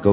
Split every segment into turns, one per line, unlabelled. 各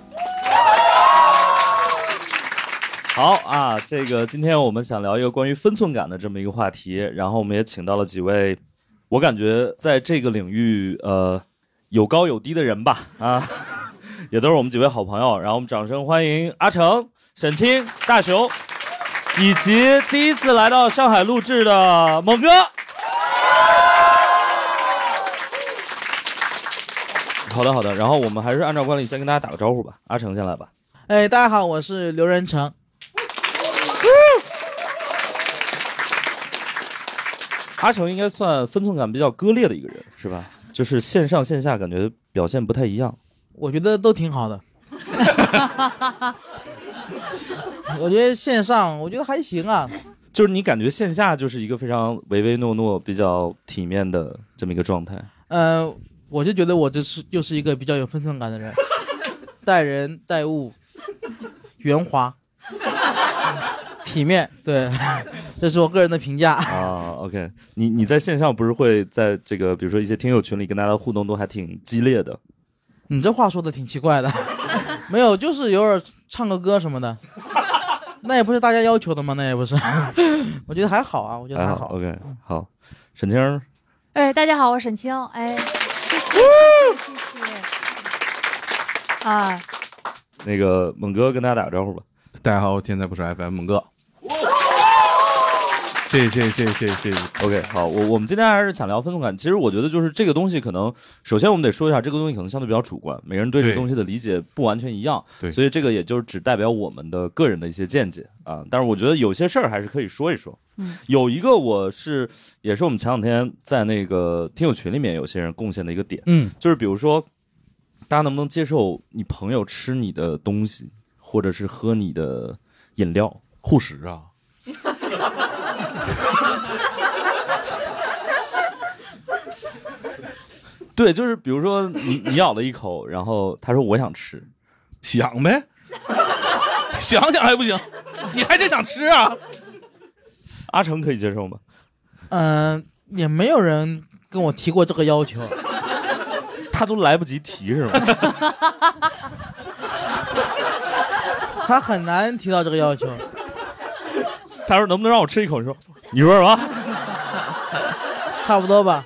好啊，这个今天我们想聊一个关于分寸感的这么一个话题，然后我们也请到了几位，我感觉在这个领域呃有高有低的人吧 啊，也都是我们几位好朋友，然后我们掌声欢迎阿成、沈清、大雄，以及第一次来到上海录制的猛哥。好的，好的。然后我们还是按照惯例先跟大家打个招呼吧。阿成先来吧。
哎，大家好，我是刘仁成。
阿成应该算分寸感比较割裂的一个人，是吧？就是线上线下感觉表现不太一样。
我觉得都挺好的。我觉得线上，我觉得还行啊。
就是你感觉线下就是一个非常唯唯诺诺、比较体面的这么一个状态。
呃，我就觉得我就是就是一个比较有分寸感的人，待人待物圆滑、体面，对，这是我个人的评价。
啊，OK，你你在线上不是会在这个，比如说一些听友群里跟大家互动都还挺激烈的，
你这话说的挺奇怪的，没有，就是偶尔唱个歌什么的，那也不是大家要求的嘛，那也不是。我觉得还好啊，我觉得
还
还
好
好。
OK，好，沈清儿
哎，大家好，我是沈清。哎，谢谢，谢谢，谢谢。啊，
那个猛哥跟大家打个招呼吧。
大家好，我天才不是 FM 猛哥。谢谢谢谢谢谢谢谢。
OK，好，我我们今天还是想聊分寸感。其实我觉得就是这个东西，可能首先我们得说一下，这个东西可能相对比较主观，每个人对这个
对
东西的理解不完全一样，
对
所以这个也就是只代表我们的个人的一些见解啊。但是我觉得有些事儿还是可以说一说。
嗯，
有一个我是也是我们前两天在那个听友群里面有些人贡献的一个点，
嗯，
就是比如说，大家能不能接受你朋友吃你的东西，或者是喝你的饮料？
护食啊，
对，就是比如说你你咬了一口， 然后他说我想吃，
想呗， 想想还不行？ 你还真想吃啊？
阿成可以接受吗？
嗯，也没有人跟我提过这个要求。
他都来不及提是吗？
他很难提到这个要求。
他说能不能让我吃一口？你说 你说什么？
差不多吧。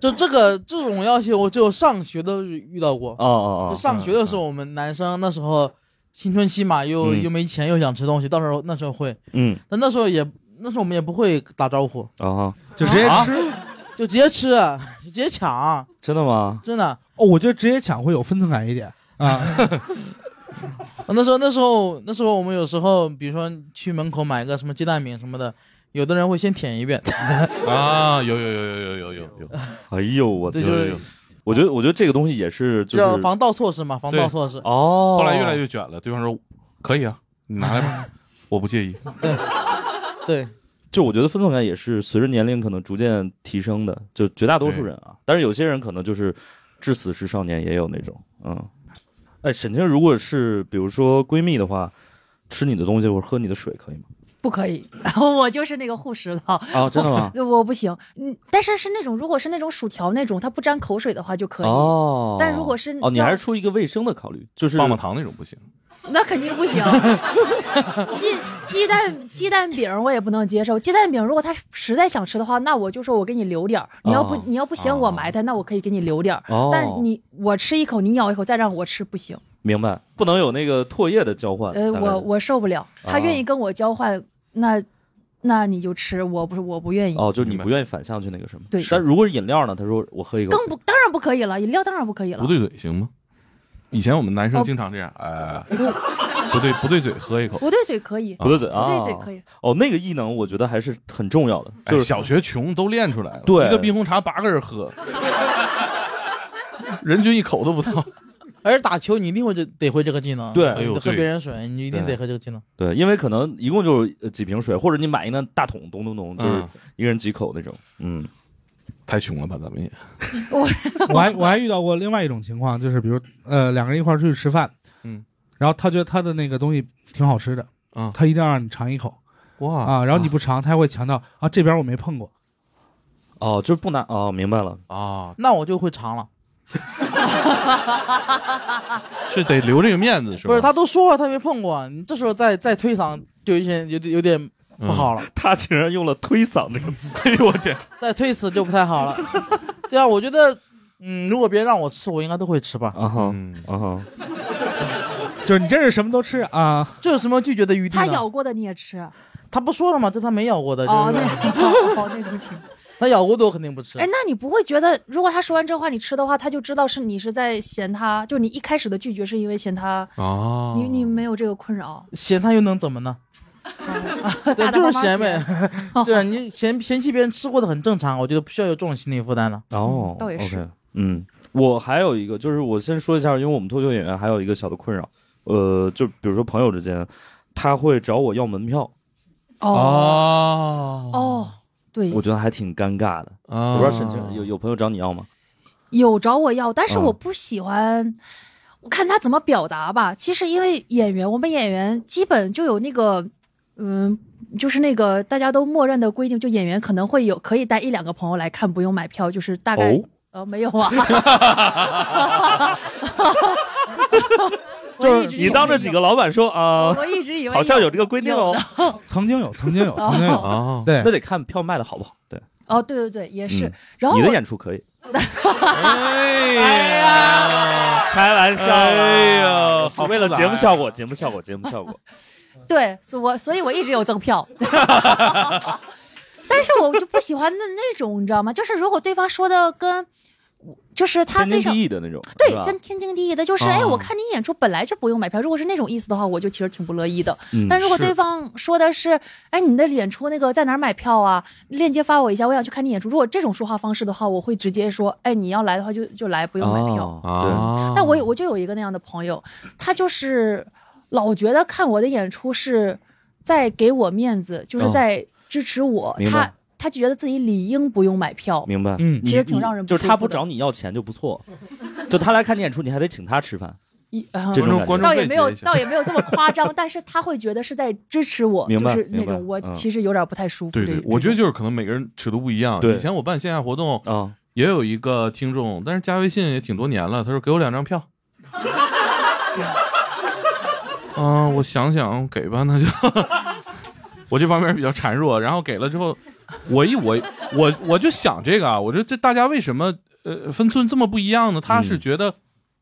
就这个这种要求，我只有上学都遇到过。
哦哦
就
哦，
上学的时候，我们男生那时候青春期嘛，又、
嗯
又没钱，又想吃东西，到时候那时候会，
嗯，
但那时候也那时候我们也不会打招呼，
哦，
就直接吃、
啊
就直接吃，啊就直接抢，
真的吗？
真的。
哦，我觉得直接抢会有分寸感一点啊。
那时候那时候那时候我们有时候，比如说去门口买个什么鸡蛋饼什么的，有的人会先舔一遍，
啊，有有有有有有有有，
哎呦，我
对
天！
就是
我觉得，我觉得这个东西也是，就
叫
是
防盗措施嘛，防盗措施。
哦，
后来越来越卷了，对方说可以啊，你拿来 吧，我不介意。
对，
就我觉得分寸感也是随着年龄可能逐渐提升的，就绝大多数人啊，但是有些人可能就是至死是少年，也有那种，嗯，哎，沈清，如果是比如说闺蜜的话，吃你的东西或者喝你的水可以吗？
不可以， 我就是那个护食佬，
啊，真的吗？
我不行。嗯，但是是那种如果是那种薯条那种，它不沾口水的话就可以。
哦，
但如果是
哦，你
要
还是出一个卫生的考虑，就是
棒棒糖那种不行，
那肯定不行。鸡鸡蛋鸡蛋饼我也不能接受，鸡蛋饼如果他实在想吃的话，那我就说我给你留点儿。你要不、
哦
你要不嫌我埋汰，那我可以给你留点儿。
哦
但你我吃一口，你咬一口，再让我吃不行。
明白，不能有那个唾液的交换。
呃，
大概
我我受不了，他
哦
愿意跟我交换，那那你就吃，我不是我不愿意，
哦，就是你
明白
不愿意反向去那个什么。
对
但如果是饮料呢？他说我喝一个。
更不当然不可以了，饮料当然不可以了
不。对嘴行吗？以前我们男生
哦
经常这样，哎，不对不对嘴喝一口。
不对嘴可以，
不对嘴
不
啊，
对嘴可 以，
哦，那个异能我觉得还是很重要的，
就
就是是
哎小学穷都练出来了，
对
一个冰红茶八个人喝，人均一口都不到。
而打球你一定会这得会这个技能，
对哎
你
呦
得喝
对
别人水，你一定
对
得会这个技能。
对，因为可能一共就是呃几瓶水，或者你买一那大桶，咚咚咚，就是
嗯
一个人几口那种。嗯，
太穷了吧，咱们也。
我
我还我还遇到过另外一种情况，就是比如呃两个人一块儿出去吃饭，
嗯，
然后他觉得他的那个东西挺好吃的，
啊
他一定要让你尝一口
哇
啊，然后你不尝，他会强调啊这边我没碰过，
哦，就是不拿哦，明白了。
啊，
那我就会尝了，
是得留这个面子是吧？
不是他都说了他没碰过，啊你这时候再再推搡就有一些有点有点
嗯
不好了，
他竟然用了“推搡”这个 词，
哎呦我天，
再推辞就不太好了。对啊，我觉得嗯，如果别人让我吃，我应该都会吃吧。
啊哈，
嗯，
啊哈，
就是你这是什么都吃啊，
这有什么拒绝的余地呢？
他咬过的你也吃？
呃
他不说了吗？这他没咬过的，
哦，
就
那
是
哦那种情。
他咬过的我肯定不吃。
哎，那你不会觉得，如果他说完这话你吃的话，他就知道是你是在嫌他，就你一开始的拒绝是因为嫌他，
哦
啊，
你你没有这个困扰？
嫌他又能怎么呢？对，
大大
就
方
是
方
嫌呗。对啊，你嫌嫌弃别人吃过的很正常，我觉得不需要有这种心理负担了。
哦，
倒也是
OK，嗯，我还有一个，就是我先说一下，因为我们脱口秀演员还有一个小的困扰，呃，就比如说朋友之间，他会找我要门票，
哦
哦
哦，对
我，觉得还挺尴尬的。
啊
我不知道沈清有有朋友找你要吗？
有找我要，但是
嗯
我不喜欢。我看他怎么表达吧。其实因为演员，我们演员基本就有那个，嗯，就是那个大家都默认的规定，就演员可能会有可以带一两个朋友来看，不用买票，就是大概、
哦
呃没有 啊。
就是你当着几个老板说啊，
我一直哦以为
好像有这个规定哦，
曾经有，曾经有，曾经有，
啊，
对
那，得看票卖的好不好。对，
哦，对对对，也是。
嗯
然后
你的
我
演出可以，
哎呀，
开玩笑啦，
哎呀好
为了
复杂
节
呀
目效果，节目效果，节目效
啊
果。
对，所以我所以我一直有赠票， 但是我就不喜欢那那种，你知道吗？就是如果对方说的跟，就是他
天经
非常
地义的那种，是
对，
吧
跟天经地义的，就是
哦
哎，我看你演出本来就不用买票，如果是那种意思的话，我就其实挺不乐意的。
嗯
但如果
是
对方说的是，哎，你的演出那个在哪儿买票啊？链接发我一下，我想去看你演出。如果这种说话方式的话，我会直接说，哎，你要来的话就就来，不用买票。嗯
哦
啊，
但我有我就有一个那样的朋友，他就是老觉得看我的演出是在给我面子，就是
哦
在支持我，
明白
他他觉得自己理应不用买票
对，。明白。
嗯
你
其实挺
你
让人不
就是
舒
他
服
不
的
找你要钱就不错，就他来看你演出，你还得请他吃饭，
一啊
这种
观众
倒也没有
费结一，下
倒也没有这么夸张，但是他会觉得是在支持我，
明
就
白
是那
明白
种我
嗯
其实有点不太舒服。
对
这
对，
这
我觉得
种
就是可能每个人尺度不一样。
对
以前我办线下活动
啊，
也有一个听众，但是加微信也挺多年了，他说给我两张票。嗯、我想想，给吧，那就我这方面比较孱弱。然后给了之后，我一我我我就想这个啊，我说这大家为什么呃分寸这么不一样呢？他是
嗯
觉得。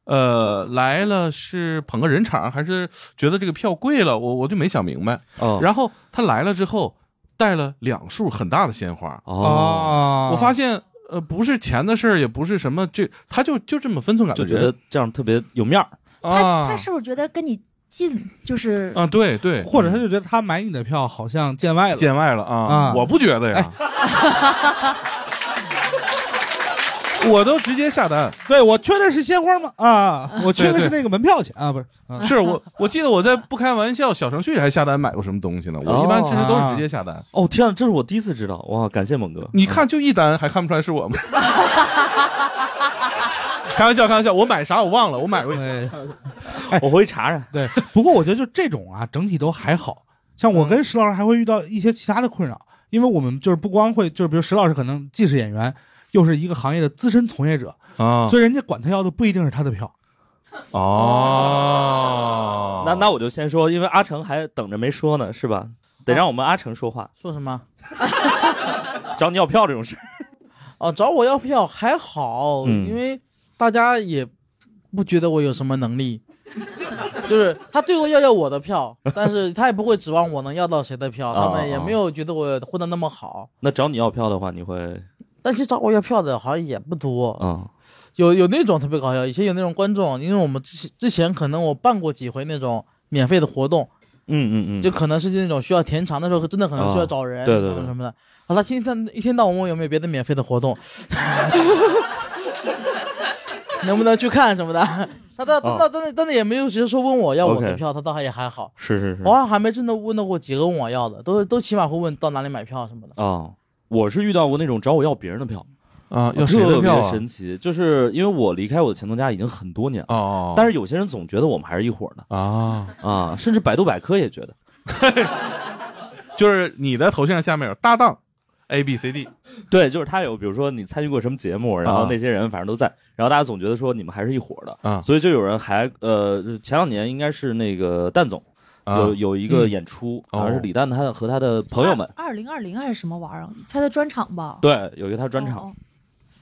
呃，来了是捧个人场，还是觉得这个票贵了？我我就没想明白。
哦
然后他来了之后，带了两束很大的鲜花。
哦，
哦，
我发现，呃，不是钱的事儿，也不是什么，这他就就这么分寸感
就
的
觉
人，
得这样特别有面儿，
他
啊
他是不是觉得跟你近就是
啊，对对，
或者他就觉得他买你的票好像见外了，
见外了啊，
啊
我不觉得呀，我都直接下单，
哎对我缺的是鲜花吗？啊，我缺的是那个门票钱啊，不是，啊
是我我记得我在不开玩笑小程序里还下单买过什么东西呢，我一般其实都是直接下单，
哦天啊，这是我第一次知道，哇，感谢猛哥，
你看就一单还看不出来是我吗？开玩笑，开玩笑，我买啥我忘了，我买过一次
哎 我
对
回去查查，
对。不过我觉得就这种啊，整体都还好。像
嗯
我跟石老师还会遇到一些其他的困扰，因为我们就是不光会，就是比如石老师可能既是演员，又是一个行业的资深从业者，
啊
所以人家管他要的不一定是他的票。
哦，
那那我就先说，因为阿成还等着没说呢，是吧？得让我们阿成说话，
说什么？
找你要票这种事儿，
哦，找我要票还好，
嗯
因为大家也不觉得我有什么能力， 就是他最后要要我的票，但是他也不会指望我能要到谁的票，他们也没有觉得我混得那么好。
那找你要票的话，你会
但其实找我要票的好像也不多，
啊
有有那种特别搞笑，以前有那种观众，因为我们之前之前可能我办过几回那种免费的活动，
嗯嗯嗯，
就可能是那种需要填场的时候，真的可能需要找人、
啊对对对
什么什么的。好，他天天一天到晚问我有没有别的 免费的活动，能不能去看什么的。他倒
哦
他倒真的真的也没有直接说问我要我的
OK
票，他倒还也还好，
是是是
我好像还没真的问到过几个问我要的，都是都起码会问到哪里买票什么的。
啊，我是遇到过那种找我要别人的票，
啊，要谁
特
的票
别
啊？
神奇，就是因为我离开我的前东家已经很多年了，
哦，
但
是
是有些人总觉得我们还是一伙儿的
啊，
啊，甚至百度百科也觉得
就是你的头像下面有搭档 A B C D
对，就是他有，比如说你参与过什么节目，然后那些人反正都在，然后大家总觉得说你们还是一伙儿的，
啊
所以就有人还呃，前两年应该是那个蛋总
啊哦
有有一个演出，好像是李诞他和他的朋友们，
二零二零还是什么玩意儿？猜他专场吧。
对，有一个他专
哦
场，
哦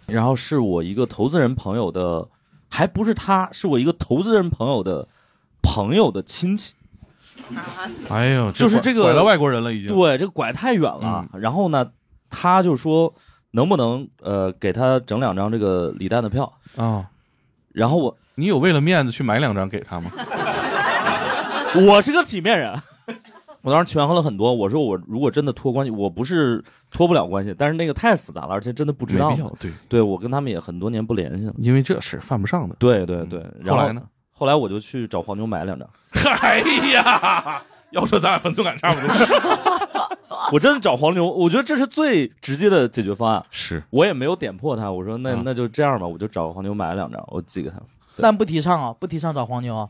然后是我一个投资人朋友的，还不是他，是我一个投资人朋友的朋友的亲戚。
哎呦，
就是
拐
这个
拐到外国人了已经。嗯
对，这个拐太远了。然后呢，他就说能不能呃给他整两张这个李诞的票？
啊，
然后我
你有为了面子去买两张给他吗？
我是个体面人，啊我当时权衡了很多。我说我如果真的托关系，我不是托不了关系，但是那个太复杂了，而且真的不知
没
道
必。要，对，
对我跟他们也很多年不联系了。
因为这事犯不上的。嗯
对对对，然
后
后
来？呢？
后来我就去找黄牛买两张，
哎呀，要说咱俩分寸感差不多。
我真的找黄牛，我觉得这是最直接的解决方案。
是，
我也没有点破他，我说那
啊
那就这样吧，我就找黄牛买了两张，我寄给他们。对哦
但不提倡啊，不提倡找黄牛啊。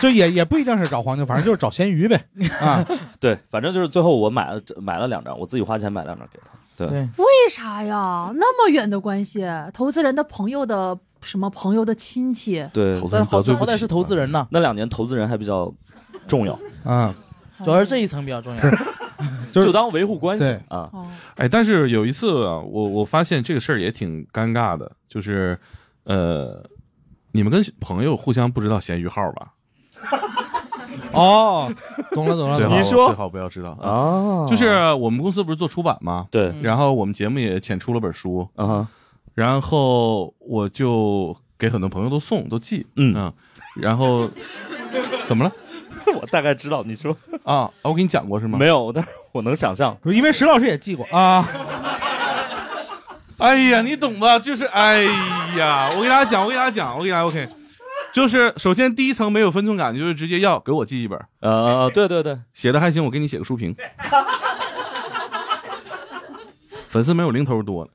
就也也不一定是找黄牛，反正就是找咸鱼 呗。啊，
对，反正就是最后我买了买了两张，我自己花钱买两张给他。对
对，
为啥呀？那么远的关系，投资人的朋友的什么朋友的亲戚，
对
投，资
但
人
好
得罪不
好歹
起
是投资人呐，
那两年投资人还比较重 要，
嗯，
主要是这一层比较重要。
就 是
就当维护关系
对
啊。
哦，
哎，但是有一次啊，我我发现这个事儿也挺尴尬的，就是，呃，你们跟朋友互相不知道闲鱼号吧？
哦，懂了懂了，
最
懂
好
了
你说
最好不要知道啊。
啊
就是我们公司不是做出版吗？
对，
嗯
然后我们节目也浅出了本书，
啊哈，
然后我就给很多朋友都送都寄，
嗯
然后怎么了
我大概知道你说
啊？啊我给你讲过是吗？
没有，但是我能想象。
因为石老师也记过啊，
哎呀，你懂吧？就是哎呀，我给大家讲，我给大家讲，我给大家 OK，就是 首先第一层没有分寸感，就是直接要给我寄一本，
呃，对对对，
写的还行，我给你写个书评。粉丝没有零头多呢，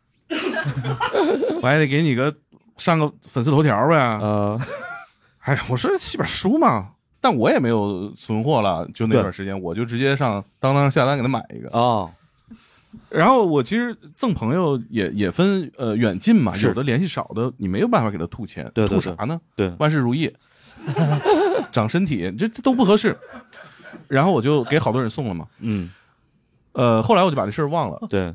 我还得给你个上个粉丝头条呗。
呃，
哎呀，我说写本书嘛，但我也没有存货了，就那
对
段时间我就直接上当当下单给他买一个。
哦，
然后我其实赠朋友也也分呃远近嘛，
是
有的联系少的你没有办法给他吐钱，
对对
吐
对
啥呢？
对
万事如意，长身体，这这都不合适。然后我就给好多人送了嘛，
嗯，
呃，后来我就把这事儿忘了。
对，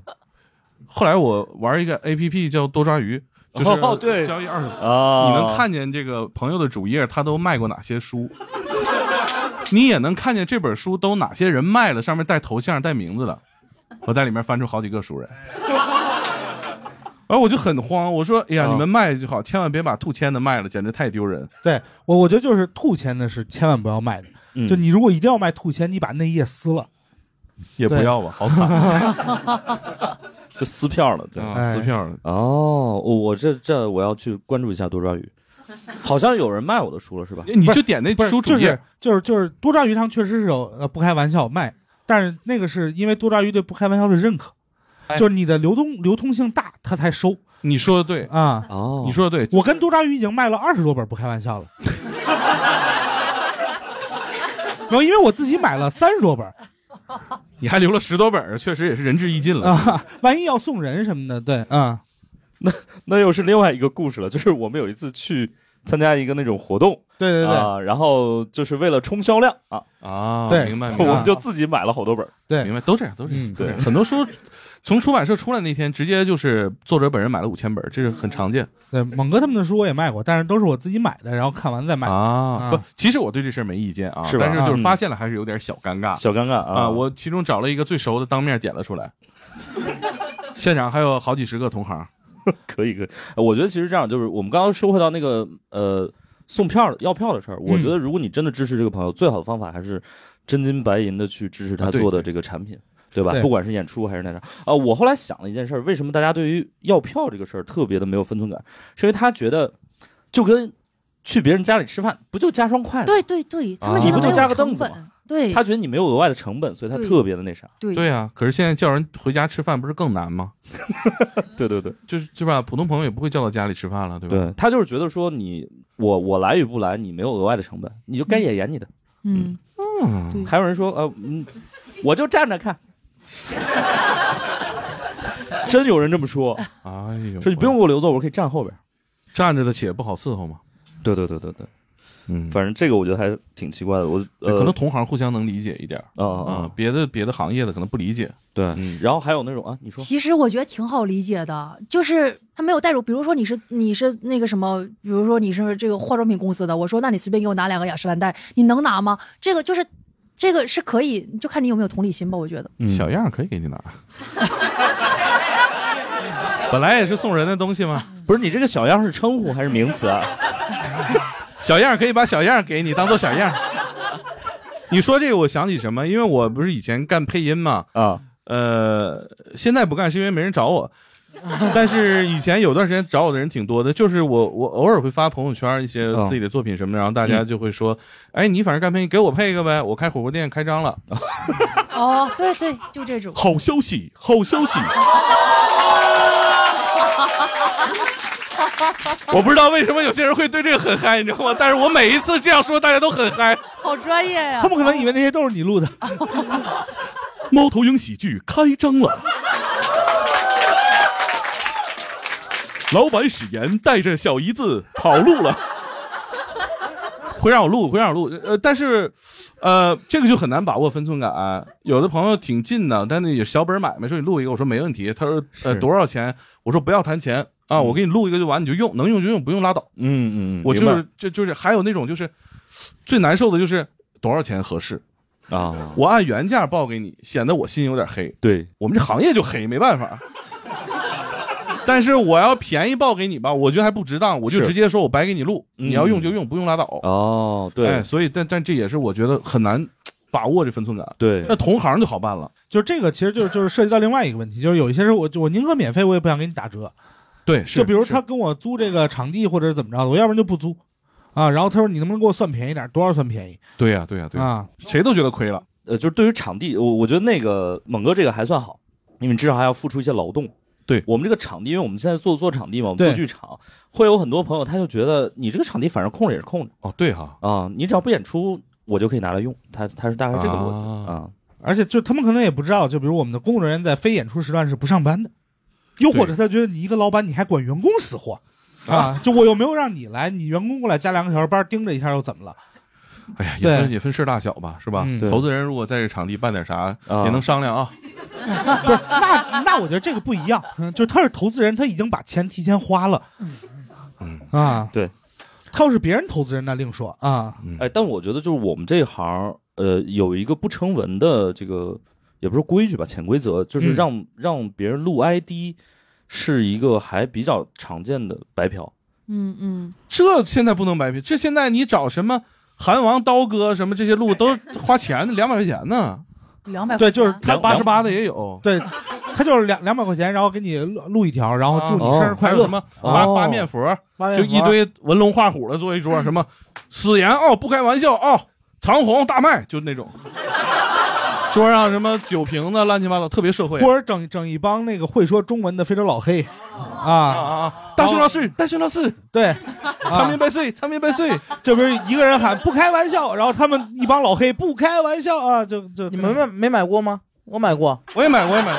后来我玩一个 A P P 叫多抓鱼，就是、
哦对
交易二手，
啊，
你能看见这个朋友的主页，他都卖过哪些书，你也能看见这本书都哪些人卖了，上面带头像、带名字的。我在里面翻出好几个熟人，然后我就很慌，我说：“哎呀，
啊
你们卖就好，千万别把兔签的卖了，简直太丢人。
对我我觉得就是兔签的是千万不要卖的，
嗯
就你如果一定要卖兔签，你把内页撕了，”
也不
对
要吧，好惨
就撕票了，对。
啊！
哎
撕票了，
哦，我我这这我要去关注一下多抓鱼，好像有人卖我的书了是吧？
你就点那
不是
书主
就
页
是就是就是多抓鱼汤确实是有呃不开玩笑卖，但是那个是因为多抓鱼对不开玩笑的认可，
哎
就是你的流通流通性大，他才收
你说的对，
啊。
哦，
你说的对，
我跟多抓鱼已经卖了二十多本，不开玩笑了。 然后因为我自己买了三十多本
你还留了十多本儿，确实也是仁至义尽了。
啊， 万一要送人什么的，对，啊，
那又是另外一个故事了，就是我们有一次去参加一个那种活动，
对对对、
啊、然后就是为了冲销量啊，
啊，
对
明白，明
我
白
们就自己买了好多本儿。
对
明，白，都这样，都这样。
嗯
都这样很多书从出版社出来那天，直接就是作者本人买了五千本，这是很常见
对，猛哥他们的书我也卖过，但是都是我自己买的，然后看完了再卖。
啊
啊
不，其实我对这事儿没意见啊，
是吧
但是就是
嗯
发现了还是有点小尴尬
小尴尬啊
啊。我其中找了一个最熟的，当面点了 出来，现场还有好几十个同行。
可以可以，我觉得其实这样就是我们刚刚说回到那个呃送票的要票的事
嗯
儿，我觉得如果你真的支持这个朋友，最好的方法还是真金白银的去支持他
啊对
做的这个产品。对吧？
对
不管是演出还是那啥，呃，我后来想了一件事儿，为什么大家对于要票这个事儿特别的没有分寸感？是因为他觉得就跟去别人家里吃饭，不就加双筷子吗？
对对对，他们
啊
觉
你
得
不
没
就
有
加个
成
凳子
本
吗，
对
他觉得你没有额外的成本，所以他
对
特别的那啥。
对
对啊，可是现在叫人回家吃饭不是更难吗？
对对对
就是对吧？普通朋友也不会叫到家里吃饭了，对吧？
对，他就是觉得说你我我来与不来，你没有额外的成本，你就该演演你的。
嗯，
嗯，
还有人说呃嗯，我就站着看。真有人这么说，
哎呦，
说你不用给我留座，我可以站后边。
站着的且不好伺候嘛。
对对对对对，
嗯，
反正这个我觉得还挺奇怪的。我
对
呃
可能同行互相能理解一点儿
啊啊
啊
啊，
别的别的行业的可能不理解。
对
嗯，
然后还有那种啊，你说
其实我觉得挺好理解的，就是他没有带入，比如说你是你是那个什么，比如说你是这个化妆品公司的，我说那你随便给我拿两个雅诗兰黛，你能拿吗？这个就是。这个是可以，就看你有没有同理心吧。我 觉得，
嗯
小样儿可以给你拿。 本来也是送人的东西嘛，
不是你这个小样是称呼还是名词啊？
小样儿可以把小样儿给你当做小样儿。你说这个，我想起什么？因为我不是以前干配音嘛，
啊，
呃，现在不干是因为没人找我，但是以前有段时间找我的人挺多的，就是我我偶尔会发朋友圈一些
哦
自己的作品什么的，然后大家就会说，
嗯
哎，你反正干配音，给我配一个呗，我开火锅店开 张了。
哦，对对，就这种，
好 消息，好消息！ 我不知道为什么有些人会对这个很嗨，你知道吗？但是我每一次这样说，大家都很嗨。
好专业呀、
他们可能以为那些都是你录的，
猫头鹰喜剧开张了。老板史岩带着小姨子跑路了，会让我录，会让我录。呃，但是，呃，这个就很难把握分寸感、有的朋友挺近的，但那也是小本买卖，说你录一个，我说没问题。他说
是
呃多少钱？我说不要谈钱啊，我给你录一个就完，你就用，能用就用，不用拉倒。
嗯嗯嗯，
我就
明
是就就是还有那种就是最难受的就是多少钱合适，
白啊，
我按原价报给你，显得我心有点黑。
对，
我们这行业就黑，没办法。但是我要便宜报给你吧，我觉得还不值当，我就是直接说我白给你录，
嗯
你要用就用，不用拉倒。
哦，
哎
对
所以但但这也是我觉得很难把握这分寸感。
对
那，同行就好办了，
就是这个，其实就是就是涉及到另外一个问题，就是有一些时候我就我宁可免费，我也不想给你打折。
对，是
就比如
是
他跟我租这个场地或者是怎么着的，我要不然就不租啊。然后他说你能不能给我算便宜点，多少算便宜
对呀、对呀、对呀、
啊？
谁都觉得亏了。
呃，就是对于场地，我我觉得那个猛哥这个还算好，因为你至少还要付出一些劳动。
对
我们这个场地，因为我们现在做做场地嘛，我们
对
做剧场，会有很多朋友他就觉得你这个场地反正空着也是空着
哦，对哈、
啊，你只要不演出，我就可以拿来用。他他是大概这个逻辑
啊
啊，
而且就他们可能也不知道，就比如我们的工作人员在非演出时段是不上班的，又或者他觉得你一个老板你还管员工死 活啊？就我又没有让你来，你员工过来加两个小时班盯着一下又怎么了？
哎呀，也
对
分也分事大小吧，是吧？
嗯
对
投资人如果在这场地办点啥，
啊
也能商量啊。
不是，那那我觉得这个不一样，嗯就是他是投资人，他已经把钱提前花了，
嗯
啊，
对，
他要是别人投资人那另说啊，
嗯
哎，但我觉得就是我们这行，呃，有一个不成文的这个，也不是规矩吧，潜规则，就是
嗯
让、让别人录 ID 是一个还比较常见的白嫖。
嗯嗯，
这现在不能白嫖，这现在你找什么韩王、刀哥什么这些路都花钱，两百块钱 呢，
两百
对就是
两
八十八的也有。
对， 他就是两两百块钱，然后给你录录一条，然后祝你生日快
哦还有
乐啊
什，么八
哦
八面佛，
八面
就
佛
一堆文龙画虎的坐一桌，啊什么死盐哦，不开玩笑哦，长虹大麦就那种，桌上什么酒瓶子乱七八糟，特别社会。
或者整整一帮那个会说中文的非洲老黑，
啊
啊，
啊啊！大熊老师，大熊老师，
对，
长
啊
命，百岁，长命百岁。
就比如一个人喊不开玩笑，然后他们一帮老黑不开玩笑啊，就就
你们没没买过吗？我买过，
我也买，我也买。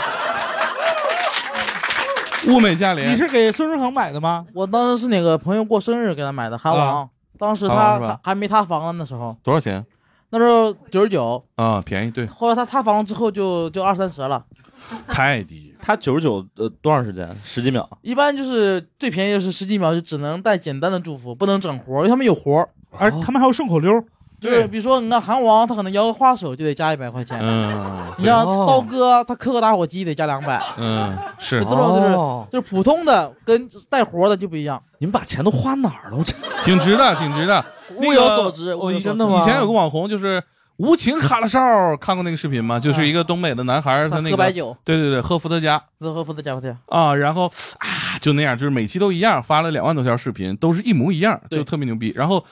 物美价廉，
你是给孙书恒买的吗？啊
我当时是哪个朋友过生日给他买的韩王，当时
韩王
他
是吧
他还没塌房呢，那时候
多少钱
那时候九十九，
啊？便宜，对，
后来他塌房之后就就二三十了，
太低。
他九十九呃多长时间？十几秒。
一般就是最便宜就是十几秒，就只能带简单的祝福，不能整活儿，因为他们有活儿。啊
而他们还有顺口溜儿，
就是，比如说你看韩王，他可能摇个花手就得加一百块钱，
嗯
你像
哦
刀哥他磕个打火机得加两百，
嗯，是
就这种就是、就是普通的跟带活儿的就不一样，
你们把钱都 花哪儿了？我这
挺值的，挺值的。那个
物有所值，
哦
物有所
真
值
的吗
以前有个网红，就是无情哈拉少，看过那个视频吗？就是一个东北的男孩儿，他那
啊喝
个
白酒，
对对对，喝伏特加
乐呵福的家伙店，
啊，然后啊就那样，就是每期都一样，发了两万多条视频，都是一模一样，
对
就特别牛逼。然后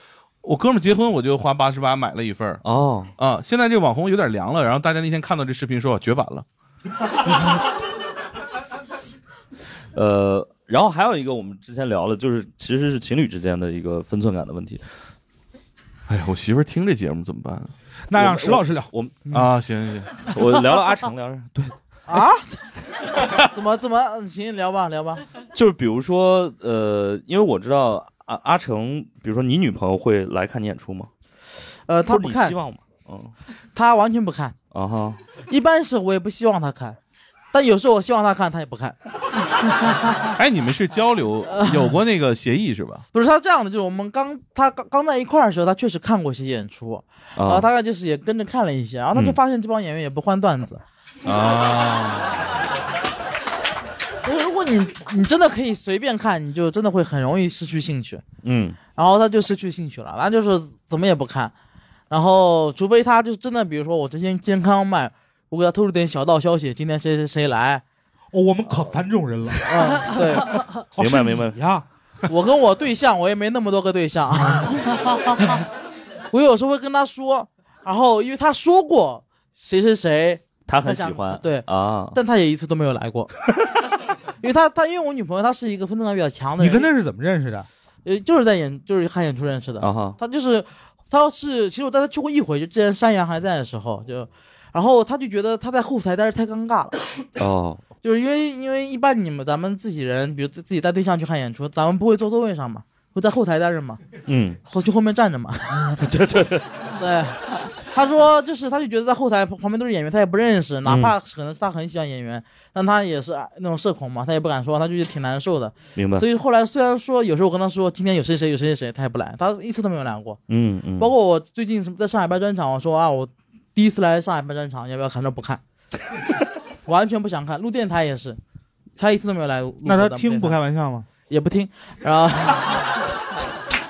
我哥们儿结婚，我就花八十八买了一份儿
哦，
啊。现在这网红有点凉了，然后大家那天看到这视频说绝版了，
呃，然后还有一个我们之前聊了，就是其实是情侣之间的一个分寸感的问题。
哎呀，我媳妇儿听这节目怎么办啊
那让石老师聊。
啊？行行行，
我聊聊阿成，聊聊对，
啊 怎么怎么嗯行聊吧聊吧，
就是比如说呃，因为我知道阿阿成，比如说你女朋友会来看你演出吗？
呃，他
或者
不
你
看
希，望吗？嗯
他完全不看，
啊哈，
一般是我也不希望他看，但有时候我希望他看，他也不看。
哎，你们是交流有过那个协议是吧？
不是他这样的，就是我们刚他刚刚在一块儿的时候，他确实看过一些演出，然后
啊
大概就是也跟着看了一些，然后他就
嗯
发现这帮演员也不换段子。
啊，
就是如果你你真的可以随便看，你就真的会很容易失去兴趣。
嗯
然后他就失去兴趣了，然后就是怎么也不看，然后除非他就真的，比如说我之前今天刚卖，我给他透露点小道消息，今天谁谁谁来，
哦，我们可烦这种人了。
嗯，对。
哦
明白
是
明白
你呀，
我跟我对象，我也没那么多个对象， 我有时候会跟他说，然后因为他说过谁谁谁，
他很喜欢，
对
啊，
但他也一次都没有 来过，因为他他因为我女朋友她是一个分寸感比较强的
你
人，
跟他是怎么认识的？
呃就是在演就是看演出认识的，
啊哈，
他就是他是其实我带他去过一回，就之前山羊还在的时候就，然后他就觉得他在后台待着太尴 尬了。
哦，
就是因为因为一般你们咱们自己人，比如自己带对象去看演出，咱们不会坐座位上嘛，会在后台待着嘛，
嗯
后去后面站着嘛。对对对，他说就是他就觉得在后台旁边都是演员，他也不认识，哪怕可能他很喜欢演员，但他也是啊那种社恐嘛，他也不敢说，他就觉得挺难受的。
明白，
所以后来虽然说有时候我跟他说今天有谁谁有谁谁谁，他也不来，他一次都没有来过。
嗯嗯，
包括我最近什么在上海办专场，我说啊，我第一次来上海办专场，要不要看？他说不看，完全不想看。录电台也是，他一次都没有来录过
那
咱们电台。
他听不开玩笑吗？
也不听，然后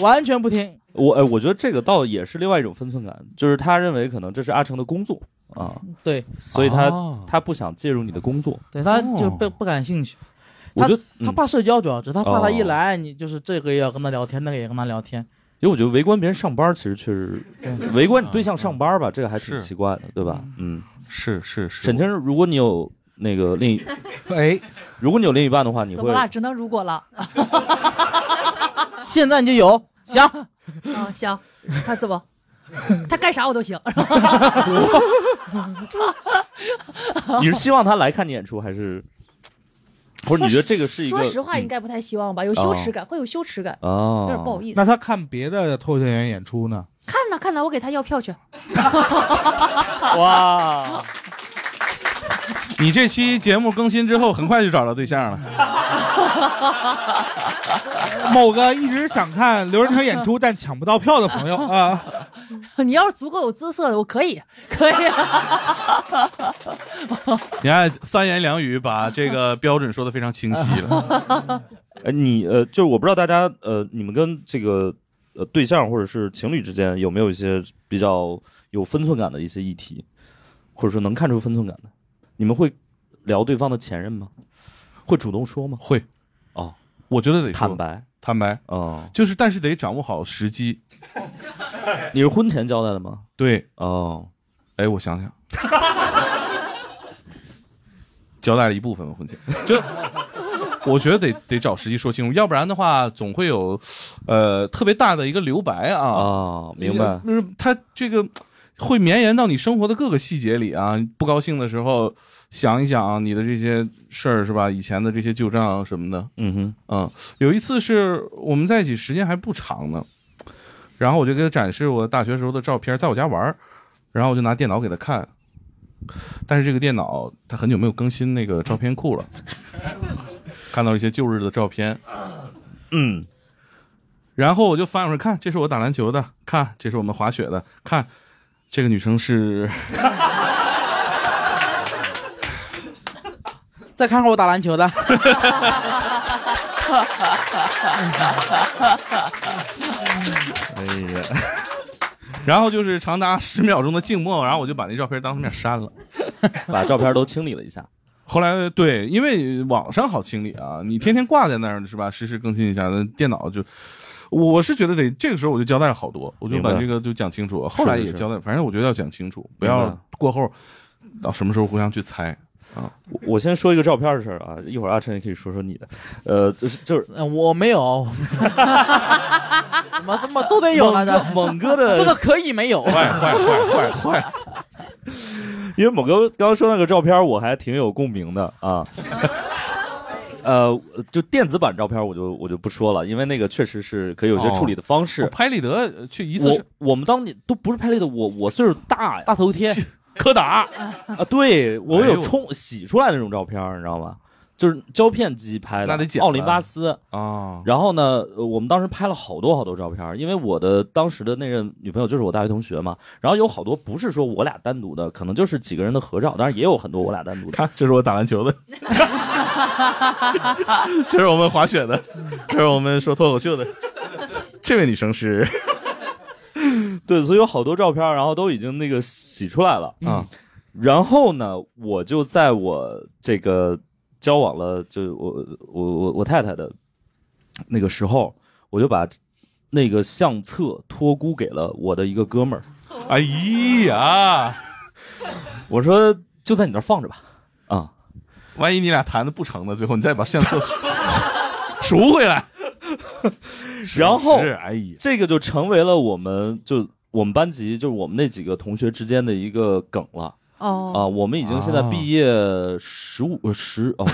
完全不听。
我哎，我觉得这个倒也是另外一种分寸感，就是他认为可能这是阿成的工作啊，
对
所以他、
哦
他不想介入你的工作。
对，他
哦
就不不感兴趣，
我觉得
他
嗯
怕社交，主要是他怕
哦
他一来，你就是这个也要跟他聊天，那个也跟他聊天。
因为我觉得围观别人上班，其实确实围观你对象上班吧，这个还挺
是
奇怪的，对吧？嗯，
是是是
沈，清，如果你有那个另一，
哎，
如果你有另一半的话，你
怎
会
么啦？只能如果了。
现在你就有行，
啊，行，他怎么？他干啥我 都行。
你是希望他来看你演出，还 是或者你觉得这个是一个
说实话，应
该
该不太希望吧，有羞耻感，会有羞耻感，有点不好
哦，
意思。
那他看别的脱口秀演员演出呢？
看呐看呐，我给他要票去。
哇，
你这期节目更新之后，很快就找着对象了。
某个一直想看刘仁成演出但抢不到票的朋友 啊，
你要是足够有姿色的，我可以，可以。
你看，三言两语把这个标准说的非常清晰了。
呃，你呃，就是我不知道大家呃，你们跟这个呃对象或者是情侣之间有没有一些比较有分寸感的一些议题，或者说能看出分寸感的，你们会聊对方的前任吗？会主动说吗？
会
哦，
我觉得得说
坦，白，
坦白
哦，
就是，但是得掌握好时机。
你是婚前交代的吗？
对，
哦，
哎，我想想，交代了一部分吧，婚前 就。我觉得得得找时机说清楚，要不然的话总会有，呃，特别大的一个留白啊。
哦，明白，
就是他这个会绵延到你生活的各个细节里啊。不高兴的时候想一想你的这些事儿是吧？以前的这些旧账什么的，
嗯哼，
嗯。有一次是我们在一起时间还不长呢，然后我就给他展示我大学时候的照片，在我家玩儿，然后我就拿电脑给他看。但是这个电脑它很久没有更新那个照片库了，看到一些旧日的照片，
嗯，
然后我就翻我说看，这是我打篮球的，看这是我们滑雪的，看这个女生是，
再看看我打篮球的，
哎呀，
然后就是长达十秒钟的静默，然后我就把那照片当时面删了。
把照片都清理了一下。
后来对，因为网上好清理啊，你天天挂在那儿是吧？实时更新一下，那电脑就。我是觉得得这个时候我就交代了好多，我就把
明白
这个就讲清楚。后来也交代，反正我觉得要讲清楚，不
明
要
白
过后到什么时候互相去猜。啊
我我先说一个照片的事儿啊，一会儿阿琛也可以说说你的。呃，就是就是
嗯，我没有，怎么怎么都得有来着？
猛哥的
这个可以 没有，
坏坏坏坏坏！
因为猛哥刚刚说那个照片，我还挺有共鸣的 啊。呃，就电子版照片，我就我就不说了，因为那个确实是可以有一些处理的方式。
我拍立得呃去哦一次是
我我们当年都不是拍立得，我我岁数大呀
大头贴，
柯达，
啊，对我
哎
有
呦
冲洗出来那种照片，你知道吗？就是胶片机拍的，
那得剪
奥林
吧
巴斯。
啊，
然后呢，呃我们当时拍了好多好多照片，因为我的当时的那任女朋友就是我大学同学嘛，然后有好多不是说我俩单独的，可能就是几个人的合照，当然也有很多我俩单独的。
看，这是我打篮球的，这是我们滑雪的，这是我们说脱口秀的。这位女生是
对，所以有好多照片，然后都已经那个洗出来了
嗯
啊。然后呢，我就在我这个交往了，就我我我我太太的那个时候，我就把那个相册托孤给了我的一个哥们儿，
哎呀，
我说就在你那儿放着吧，啊、
万一你俩谈的不成呢？最后你再把相 册赎回来。
然后
是哎呀，
这个就成为了我们就我们班级就是我们那几个同学之间的一个梗了啊！
哦，
我们已经现在
啊
毕业十五十 哦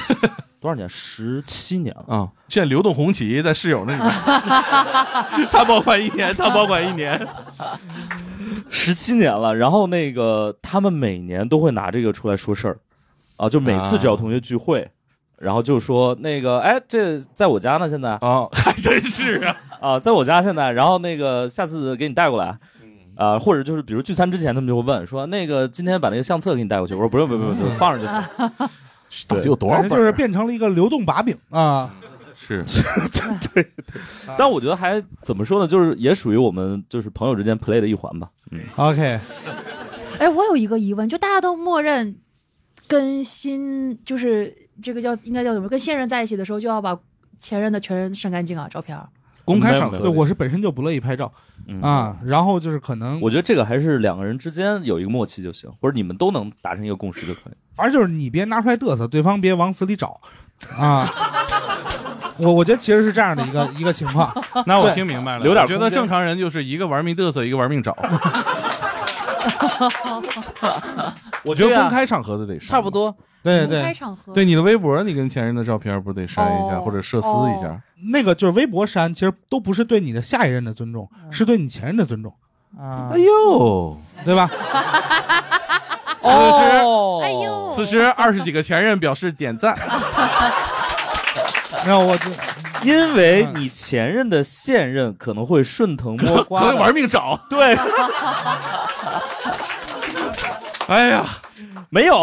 多少年？十七年了。
啊，现在流动红旗在室友那里，他保管一年，他保管一年。
十七年了，然后那个他们每年都会拿这个出来说事儿，啊，就每次只要同学聚会，然后就说那个，哎，这在我家呢，现在
啊，还真是啊。
啊，在我家现在，然后那个下次给你带过来，啊，或者就是比如聚餐之前，他们就会问说，那个今天把那个相册给你带过去，我说不用不用不用，就放上就行。
到底有多少
感
本
觉
儿啊？
就是变成了一个流动把柄啊。
是
但我觉得还怎么说呢，就是也属于我们就是朋友之间 play 的一环吧。
OK，
哎，我有一个疑问，就大家都默认跟新就是这个叫应该叫什么？跟新人在一起的时候就要把前任的全删干净啊，照片儿。
公开场合
对，我是本身就不乐意拍照
嗯，
啊，然后就是可
嗯
能，
我觉得这个还是两个人之间有一个默契就行，或者你们都能达成一个共识就 可以。
反正就是你别拿出来嘚瑟，对方别往死里找啊。 我我觉得其实是这样的一个一个情况，
那我听明白了，
留点
我觉得
空间
正常人就是一个玩命嘚瑟，一个玩命找。 我觉得
对啊
公开场合的得删
差不。多。
对
公开
对，
场合。
对你的微博，你跟前任的照片不是得删一下，
哦
或者设思一下？
那个就是微博删，其实都不是对你的下一任的尊重，是对你前任的尊重，
嗯啊
哎，呦，
对吧？
此时、
哦
哎呦，
此时二十几个前任表示点 赞，
然后我就
因为你前任的现任可能会顺藤摸瓜
可
地
能玩命找。
对，
哎呀，
没有，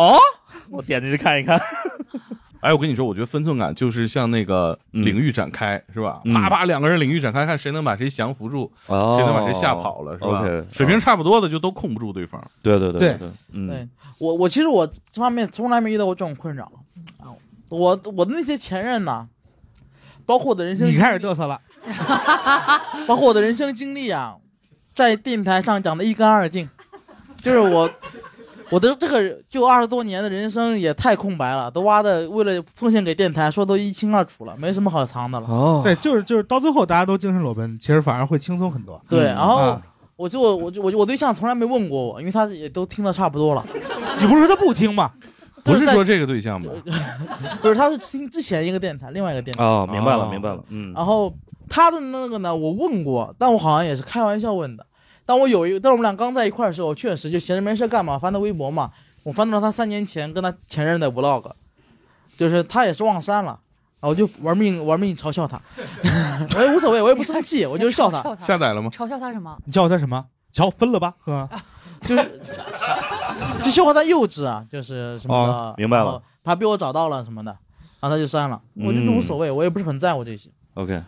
我点进去看一看。
哎，我跟你说，我觉得分寸感就是像那个领域展开，是吧？
嗯
啪啪，两个人领域展开，看谁能把谁降服住，
哦
谁能把谁吓跑了，是吧
OK，
水平差不多的就都控不哦住对方。
对对
对
对，嗯，
对我，我其实我这方面从来没遇到过这种困扰啊。我我的那些前任呐，包括我的人生，
你开始嘚瑟了，
包括我的人生经历啊，在电台上讲的一干二净，就是我。我的这个就二十多年的人生也太空白了，都挖的为了奉献给电台，说都一清二楚了，没什么好藏的了。
哦，
对，就是就是到最后大家都精神裸奔，其实反而会轻松很多。
对，哦
嗯
然后
啊
我就我就我就我对象从来没问过我，因为他也都听的差不多了。
你不是说他不听吗？
不是
在
说这个对象吧？
不是，他是听之前一个电台，另外一个电台。
哦，
啊
明白了，明白了，嗯，
然后他的那个呢，我问过，但我好像也是开玩笑问的。但我有一，但我们俩刚在一块儿的时候，我确实就闲着没事干嘛，翻他微博嘛，我翻到了他三年前跟他前任的 vlog，就是他也是忘删了，然后我就玩命玩命嘲笑他， 我也无所谓，我也不生气，我就笑他，
嘲
下
笑
载了吗
他，？嘲笑他什么？
你叫他什么？瞧，分了吧，呵，
就是就笑话他幼稚啊，就是什么的，
哦
明白了
然后他被我找到了什么的，然后他就删了，我就
嗯
无所谓，我也不是很在乎这些。
OK，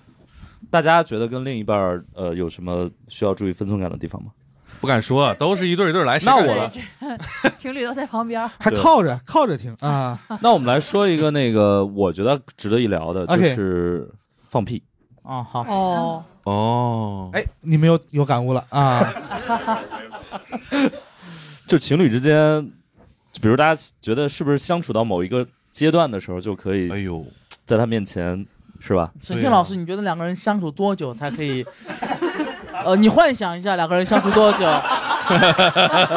大家觉得跟另一半儿呃有什么需要注意分寸感的地方吗？
不敢说，都是一对儿一对儿来。谁
那
敢
我
说
情侣都在旁边儿，
还
对
靠着靠着听啊
那我们来说一个那个我觉得值得一聊的，就
OK
是放屁。
啊、好，
哦，
哦，
哎，你们有有感悟了 啊？
就情侣之间，比如大家觉得是不是相处到某一个阶段的时候，就可以
哎呦，
在他面前，是吧？
沈
对
庆
啊
老师，你觉得两个人相处多久才可以？ 呃，你幻想一下两个人相处多久？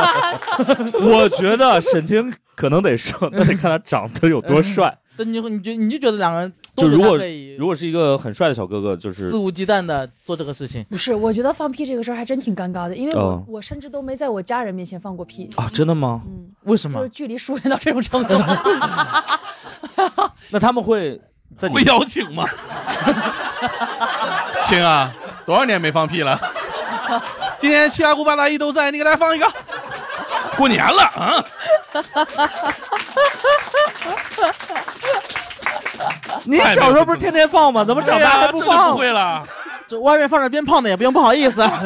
我觉得沈清可能得说，那得看他长得有多帅。
但你你就你就觉得两个人
就
多
如
久
果
才可以
如果是一个很帅的小哥哥，就是
肆无忌惮的做这个事情？
不是，我觉得放屁这个事儿还真挺尴尬的，因为我、
哦
我甚至都没在我家人面前放过屁，
啊，真的吗？
嗯，
为什
就
么
是？距离疏远到这种程 度，
那他们会在你
会邀 请吗？ 亲啊，多少年没放屁了？今天七大姑八大姨都在，你给大家放一个。过年了啊！
你小时候不是天天放吗？怎么长
哎呀
大还不
真的
放
不？会了，
这外面放着鞭炮呢，也不用不好意思。啊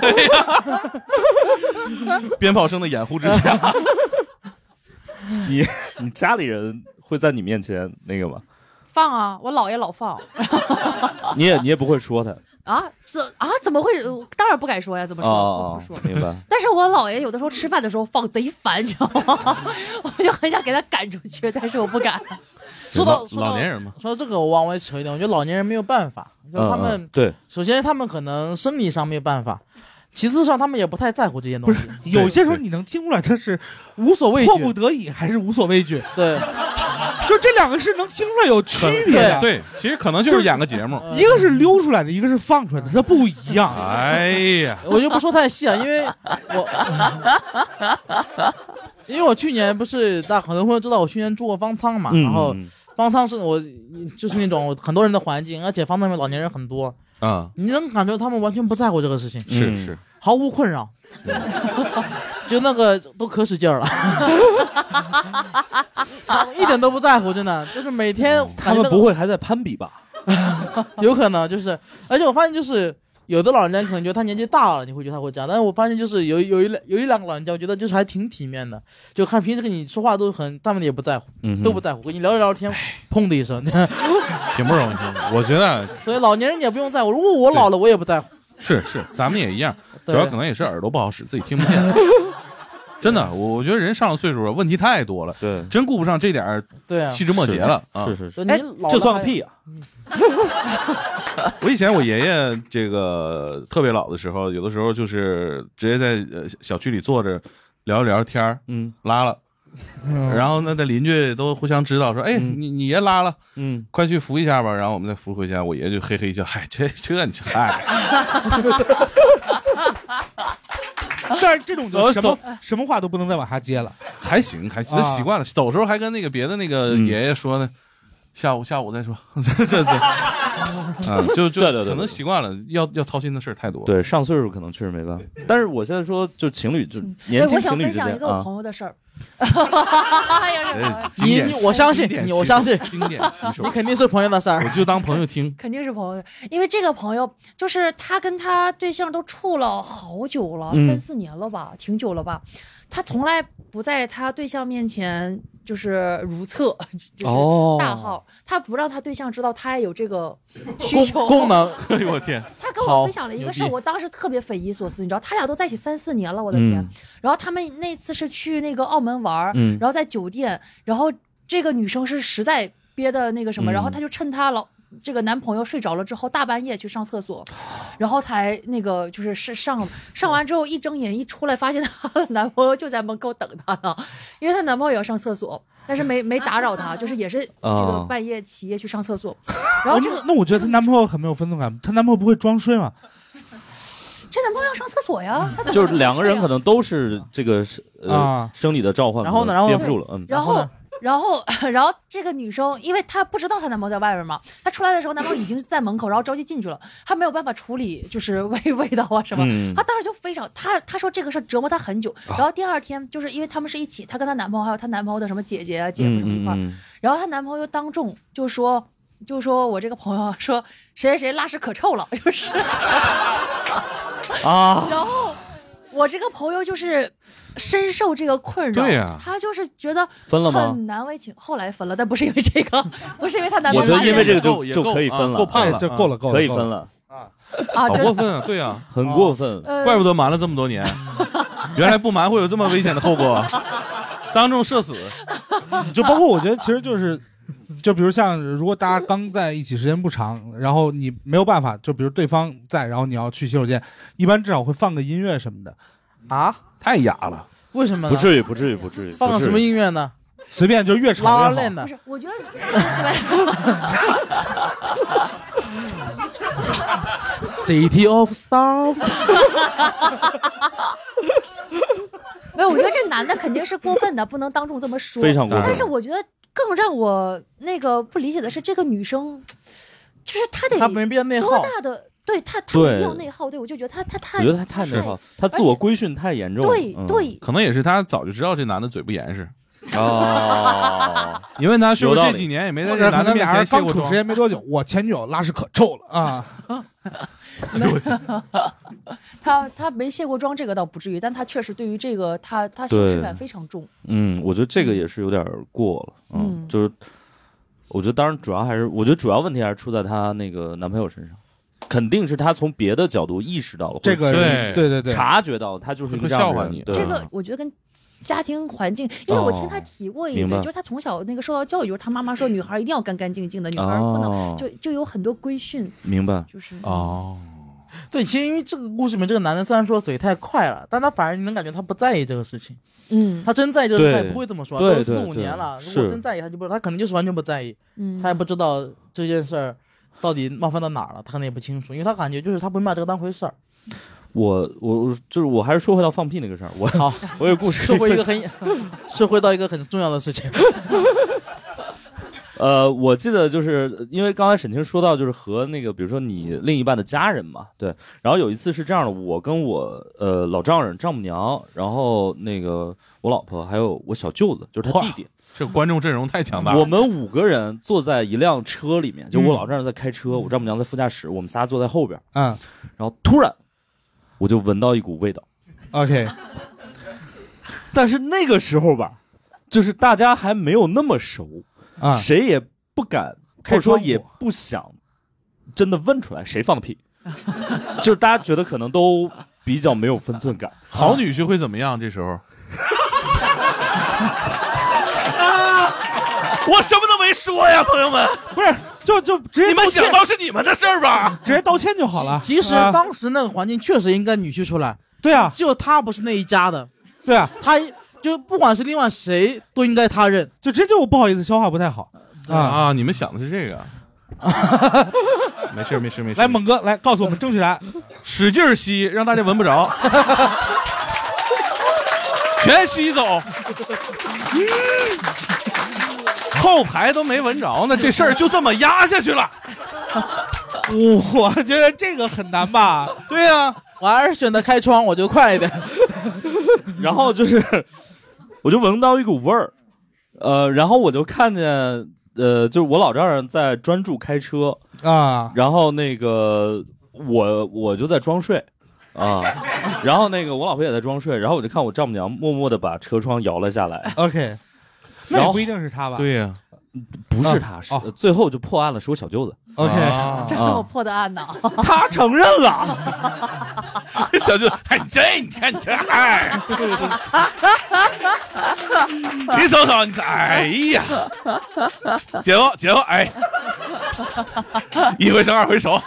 鞭炮声的掩护之下，
你你家里人会在你面前那个吗？
放啊，我姥爷老放
你也你也不会说他
啊，怎啊怎么会？呃当然不敢说呀，怎么
哦
说？
哦
我
哦
不说。
明白。
但是我姥爷有的时候吃饭的时候放贼烦，你知道吗？ 我就很想给他赶出去，但是我不敢。
说到说
老
到
年人嘛，
说到这个，我往外扯一点，我觉得老年人没有办法，就
嗯
他
嗯
们
对
首先他们可能生理上没有办法，其次上他们也不太在乎这些东西，
有些时候你能听出来他是
无所畏
迫不
惧。
得已还是无所畏惧，
对，
就这两个是能听出来有区别的。
对，其实可能就是演个节目。
呃
一个是溜出来的，一个是放出来的，它不一样。
哎呀，
我就不说太细啊，因为我，因为我去年不是大家很多朋友知道我去年住过方舱嘛，
嗯，
然后
嗯嗯
方舱是我就是那种很多人的环境，而且方舱里面老年人很多，
啊，
你能感觉他们完全不在乎这个事情，
是
嗯
是，
毫无困扰， 就那个都可使劲 儿了，他们一点都不在乎，真的就是每天
嗯他们不会还在攀比吧？
有可能就是，而且我发现就是有的老人家可能觉得他年纪大了，你会觉得他会这样，但是我发现就是有有一两有一两个老人家，我觉得就是还挺体面的，就看平时跟你说话都很，他们也不在乎，
嗯
都不在乎，跟你聊着聊着天，砰的一声，
挺不容易。我觉得
所以老年人也不用在乎，如果我老了我也不在乎，
是是，咱们也一样，主
对
要可能也是耳朵不好使，自己听不 见。真的，我我觉得人上了岁数了，问题太多了，
对，
真顾不上这点儿
对啊，
细枝末节了啊。
是是是，
所以你老了
这算个
还
屁啊！
我以前我爷爷这个特别老的时候，有的时候就是直接在呃小区里坐着聊聊天儿，
嗯
拉了，
嗯
然后那那邻居都互相知道说，哎，
嗯
你你爷拉了，
嗯，
快去扶一下吧，然后我们再扶回家。我爷就嘿嘿一笑，嗨，这这你嗨，
但是这种
走
就什么什么话都不能再往下接了。
还行还行，
啊
习惯了。走时候还跟那个别的那个
嗯
爷爷说呢，下午下午再说， 这这这，啊， 就就
对对对对
可能习惯了，要要操心的事儿太多。，
对，上岁数可能确实没办法，但是我现在说，就情侣，就
对
年，轻
我想
情侣
分
之
享一
间
个我
啊，
朋友的事儿。 哎呀这个
你你我相信你我相信
经典骑手
你，肯定是朋友的事
我
儿，
就当朋 友听。
肯定是朋友，因为这个朋友就是他跟他对象都处了好久了，
嗯
三四年了吧，挺久了吧。他从来不在他对象面前就是如厕， 就是
哦
大号，他不让他对象知道他也有这个需
功
求。
功能
哎呦我 天，
他跟
好
我分享了一个事儿，
牛逼
我当时特别匪夷所思，你知道，他俩都在一起三四年了，我的天！
嗯
然后他们那次是去那个澳门玩儿，
嗯
然后在酒店，然后这个女生是实在憋的那个什么，
嗯
然后她就趁她老这个男朋友睡着了之后，大半夜去上厕
哦
所，然后才那个就是是 上上完之后一睁眼一出来，发现她的男朋友就在门口等她呢，因为她男朋友也要上厕所，但是没没打扰她，就是也是这个
啊
半夜起夜去上厕所，然后这个
哦那我觉得她男朋友很没有分寸感，她男朋友不会装睡吗？
这男朋友要上厕所呀，她怎么
嗯就是
能
两个人
睡呀
可能都是这个是呃
啊
生理的召唤，
然后呢然后
憋
呢
不住了，嗯，
然
然后
后
呢，
然后，然后这个女生，因为她不知道她男朋友在外边嘛，她出来的时候，男朋友已经在门口，然后着急进去了，她没有办法处理，就是味 味道啊什么。
嗯啊
她当时就非常，她她说这个事儿折磨她很久。然后第二天，就是因为他们是一起，她跟她男朋友还有她男朋友的什么姐姐啊、姐夫什么一块儿。
嗯
然后她男朋友当众就说，就说我这个朋友啊说谁谁谁拉屎可臭了，就是。
嗯啊，
然后我这个朋友就是深受这个困扰，
对呀
他就是觉得
分了吗
很难为情。后来分了，但不是因为这 个，不是因为他难为
我觉
情。
得因为这个
也够
就
也
就
够
可以分
啊
了，
够
哎
判了
这够了，够了，
可以
够
分
了。
了，
啊，
好
真
过
的，
分啊！对啊，
很过分。
呃，
怪不得瞒了这么多 年，原来不瞒会有这么危险的后果，当众射死。
就 包括我觉得，其实就是，就比如像如果大家刚在一起时间不长，然后你没有办法，就比如对方在，然后你要去洗手间，一般至少会放个音乐什么的，
啊？
太哑了，
为什么呢？
不至于，不至于，不至于。
放
不
了
至于
什么音乐呢？
随便就越
拉
吵
拉
越
链
好。
的
不。是，我觉 得对，
City of Stars，
没有，我觉得这男的肯定是过分的，不能当众这么说。
非常过分。
但是我觉得更让我那个不理解的是，这个女生，就是她得
他没必要内
多
耗。
大的，对她她没必要
对
内耗。对我就觉得她她
我
太
觉得他太内耗，他自我规训太严重了。
对
嗯
对，
可能也是他早就知道这男的嘴不严实，
哦，
你问他是不
有
是
道
这
理
几年也没在
或
这
者可
男的
能
面
俩人
前卸
刚
过
处时
妆？
间没多久，我前女友拉屎可臭了啊！
她她没卸过妆，这个倒不至于，但她确实对于这个她她羞耻感非常重。
嗯，我觉得这个也是有点儿过了。嗯，
嗯
就是我觉得，当然主要还是，我觉得主要问题还是出在她那个男朋友身上，肯定是她从别的角度意识到了
这个
或者
对
对
对对，
察觉到了他就是一个
会
这样
笑
的
话
人
你
对啊哦
这个我觉得跟家庭环境，因为我听她提过一
明
嘴，
白
就是她从小那个受到教育，就是她妈妈说女孩一定要干干净净的，女孩不能、
哦，
就就有很多规训，
明白
就是
哦，
对，其实因为这个故事里面，这个男的虽然说嘴太快了，但他反而你能感觉他不在意这个事情。
嗯
他真在意这个事情，他
对
也不会这么说。
对
都四
对
五
对
年了，如
是
果真在意，他就不，他可能就是完全不在意，
嗯，
他也不知道这件事儿到底冒犯到哪儿了，他可能也不清楚，因为他感觉就是他不会把这个当回事儿。
我我我就是我还是说回到放屁那个事儿，我
好，
我有故事。
社 会一个很， 社会到一个很重要的事情。
呃，我记得就是因为刚才沈清说到，就是和那个比如说你另一半的家人嘛，对。然后有一次是这样的，我跟我呃老丈人、丈母娘，然后那个我老婆，还有我小舅子，就是他弟弟，
这观众阵容太强大
我
了。
们五个人坐在一辆车里面，就我
嗯
老丈人在开车，我丈母娘在副驾驶，我们仨坐在后边。
嗯
然后突然我就闻到一股味道，
，OK，
但是那个时候吧，就是大家还没有那么熟，
啊，
谁也不敢，或
开
者说
窗户
也不想真的问出来谁放的屁，就是大家觉得可能都比较没有分寸感。
好女婿会怎么样？这时候啊
我什么都没说呀，朋友们，
不是，就就直接道歉，嗯
到是你们的事儿吧？
直接道歉就好了。
其实
啊
当时那个环境确实应该女婿出来，
对啊，
只有他不是那一家的，
对啊，
他就不管是另外谁都应该他认。
就直接就不 好意思，消化不太好啊。
啊，你们想的是这个？ 没事儿没事儿没事儿，
来，猛哥，来告诉我们正确答案。
使劲儿吸，让大家闻不着，全吸走。后排都没闻着呢，这事儿就这么压下去了。
我觉得这个很难 吧？
对呀、
啊我还是选择开窗，我就快一点。
然后就是我就闻到一股味儿，呃，然后我就看见呃，就是我老丈人在专注开车，
啊，
然后那个我我就在装睡啊，然后那个我老婆也在装睡，然后我就看我丈母娘默默的把车窗摇了下来，
OK，那
然
也
后
不一定是他吧？
对呀、
不是她，是、
哦
最后就破案了，是我小舅子，
，OK，
啊
这这么破的案呢？
他承认 了，
小舅，哎，这你看你这，哎，
啊
你瞅瞅，你这，哎呀，姐夫姐夫，哎，一回生二回熟，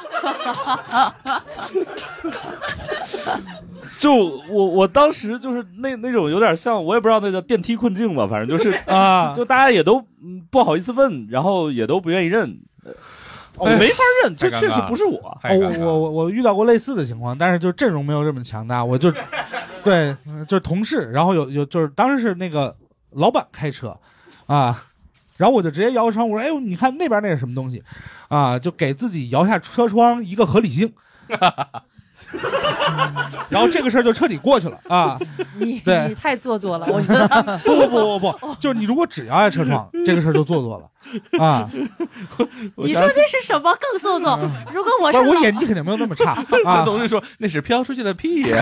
就我我当时就是那那种有点像，我也不知道那叫电梯困境吧，反正就是
啊，
就大家也都嗯不好意思问，然后也都不愿意认，哦我、没法认，这
太尴尬
确实
了
不是我。
哦我我我我遇到过类似的情况，但是就阵容没有这么强大，我就 对，嗯就是同事，然后有有就是当时是那个老板开车啊，然后我就直接摇窗户，我说哎呦，你看那 边那是什么东西啊，就给自己摇下车窗一个合理性。然后这个事儿就彻底过去了啊！
你
对
你太做作了，我觉 得
不不不不
哦
不，就是你如果只要爱车窗，这个事儿就做作了 啊！
我
你
想
说那是什么更做 作？如果我
不
是
是我
老
演技肯定没有那 么差
他
啊！
总是说那是飘出去的屁，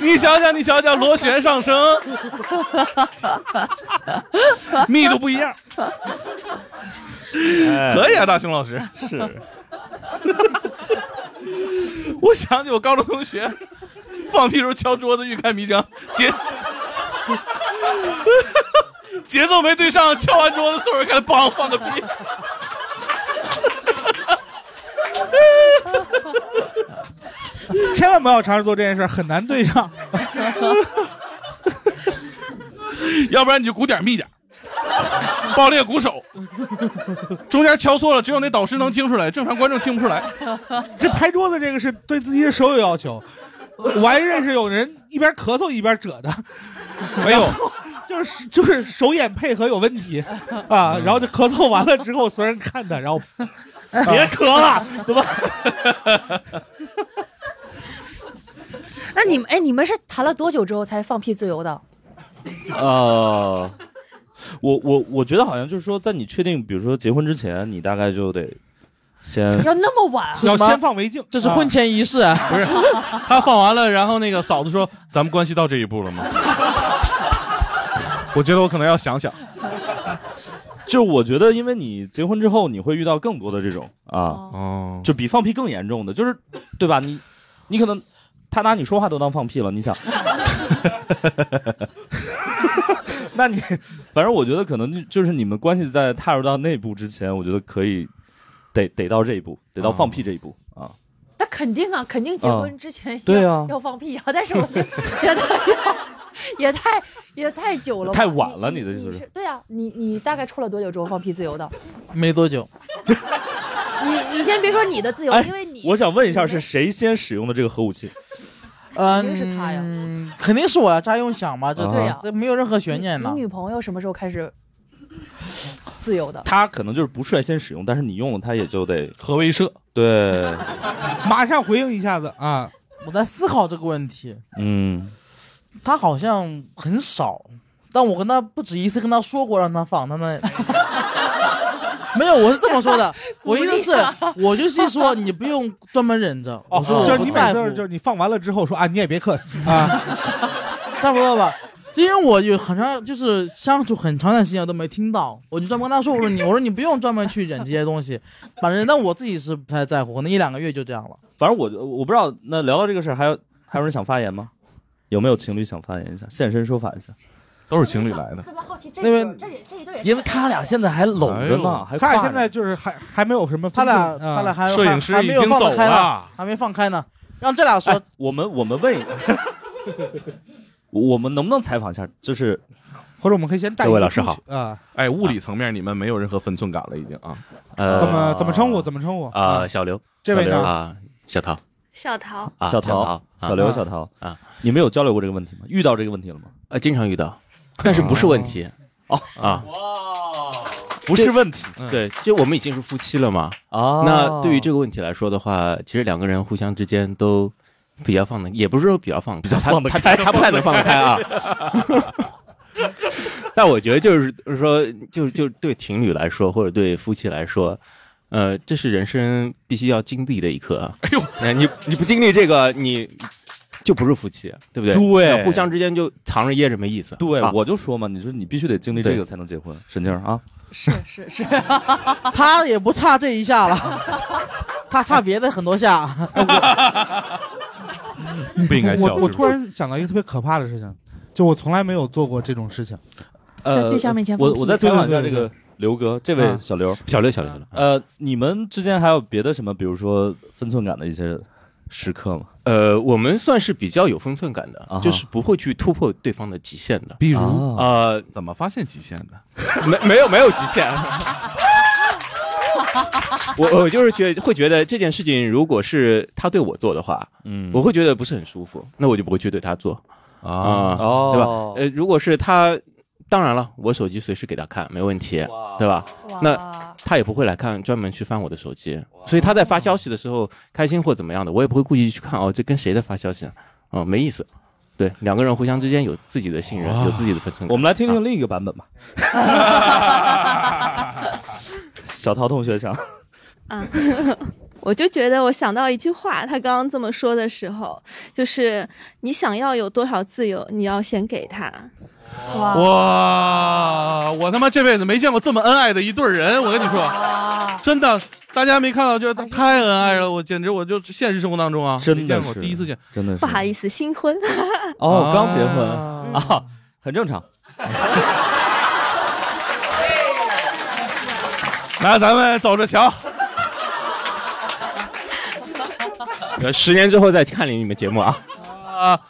你想想，你想想，螺旋上升，密度不一样，可
可
以啊，大熊老师。
是
我想起我高中同学放屁时候敲桌子，欲盖弥彰，节 节奏没对上，敲完桌子，所有人开始梆放个屁。
千万不要尝试做这件事，很难对 上。
要不然你就鼓点儿密点儿，爆裂鼓手，中间敲错了，只有那导师能听出来，正常观众听不出来。
这拍桌子这个是对自己的手有要求。我还认识有人一边咳嗽一边折的，
哎呦，
就是就是手眼配合有问题啊，然后就咳嗽完了之后，所有人看他，然 后
别咳了，怎么？
那你们哎，你们是谈了多久之后才放屁自由的？
呃，我我我觉得好像就是说，在你确定，比如说结婚之前，你大概就得先
要那么晚啊？
要先放违禁，
这是婚
啊
前仪式啊！
不是，他放完了，然后那个嫂子说：“咱们关系到这一步了吗？” 我觉得我可能要 想想，
就我觉得，因为你结婚之后，你会遇到更多的这种啊，
哦
哦，
就比放屁更严重的，就是对吧？你你可能他拿你说话都当放屁了，你想， 那你反正我觉得可能就就是你们关系在踏入到那步之前，我觉得可以得得到这一步，得到放屁这一步啊。
那肯定啊，肯定结婚之前要、
对啊
要放屁啊。但是我就 觉得也太也太久了吧，
太晚了
你
你的意思
你
是
是对啊，你你大概处了多久之后放屁自由的？
没多久，
你你先别说你的自由，
哎
因为你
我想问一下，是谁先使用的这个核武器？
嗯，
肯定是他呀，
肯定是我呀，这用想嘛，这
啊
对呀
这没有任何悬
你
念呢
你。女朋友什么时候开始自由的？
他可能就是不率先使用，但是你用了，他也就得
核威慑，
对，
马上回应一下子啊，
我在思考这个问题，
嗯，
他好像很少，但我跟他不止一次跟他说过让他放，他们没有，我是这么 说的，我意思是，
啊
我就是说你不用专门忍着，我说
哦就是
我不
你每
在
次
乎，
都是就是你放完了之后说啊，你也别客气啊，
差不多吧。就因为我有很长，就是相处很长段时间我都没听到，我就专门跟他说，我说你， 我说你不用专门去忍这些东西，反正但我自己是不太在乎，可能一两个月就这样了。
反正我我不知道。那聊到这个事儿，还有还有人想发言吗？有没有情侣想发言一下，现身说法一下？
都是情侣来的。
特别好奇这
那边
这这一对
因为他俩现在还搂着呢，还
哎他
挎
俩
着
现在就是还还没有什么
他
分寸，
俩
啊
他俩还
摄影师
还还
已
没有
经
放
走
得开呢，
了，
还没放开呢，让这俩
哎
说，
我们我们问一， 我们能不能采访一下？就是
或者我们可以先带
各位
一个
老师
出
好
去啊，
哎，物理层面你们没有任何分寸感了，已经啊。
呃，
怎么怎么称呼怎么称呼
啊、小刘
这位呢？
啊，小陶
小桃，
啊，
小
陶
桃、
啊
小刘、
啊
小桃
啊，
你们有交流过这个问题吗？遇到这个问题了吗？
啊，经常遇到，但是不是问题哦啊，
不是问题
对，就我们已经是夫妻了嘛。
啊。
那对于这
个
个问题来说的话，其实两个人互相之间都比较放得，也不是说比较放，比较
放得
他他他不太能放得开 啊。 但我觉得就是就是说，就就对情侣来说，或者对夫妻来说，呃，这是人生必须要经历的一刻。哎呦，你你不经历这个，你就不是夫妻，对不对？
对
互相之间就藏着掖着没意思。
对
啊，
我就说嘛，你说你必须得经历这个才能结婚，神经啊！
是是是，
他也不差这一 下了，他差别的很多下。
不应该
我
笑
我
是不是
突然想到一个特别可怕的事情，就我从来没有做过这种 事情。
呃，
在对象面前放
我
屁
我再采访一下这
对对对
个刘哥，这位
啊
小刘，
小刘小刘了。
呃，你们之间还有别的什么，比如说分寸感的一些时刻吗？
呃，我们算是比较有分寸感
啊哈
的，就是不会去突破对方的极限的。
比如，
啊，
呃，
怎么发现极限的？
没没有没有极限。 我我就是觉会觉得这件事情，如果是他对我做的话，
嗯
我会觉得不是很舒服，那我就不会去对他做啊、
哦
对吧？呃，如果是他当然了，我手机随时给他看，没问题，对吧？那他也不会来看，专门去翻我的手机。所以他在发消息的时候，开心或怎么样的，我也不会故意去看哦，这跟谁在发消息啊？哦，没意思。对，两个人互相之间有自己的信任，有自己的分寸感。啊
我们来听听另一个版本吧。小陶同学想，
啊， 我就觉得我想到一句话，他刚刚这么说的时候，就是你想要有多少自由，你要先给他。
啊哇，我他妈这辈子没见过这么恩爱的一对儿人，我跟你说，真的，大家没看到，就是他太恩爱了，我简直我就现实生活当中啊，
真
没
的
见过，
是
第一次见，
真的是
不好意思，新婚。
哦，
啊
刚结婚啊，很正常。
来，咱们走着瞧。
呃十年之后再看你们节目啊。
啊，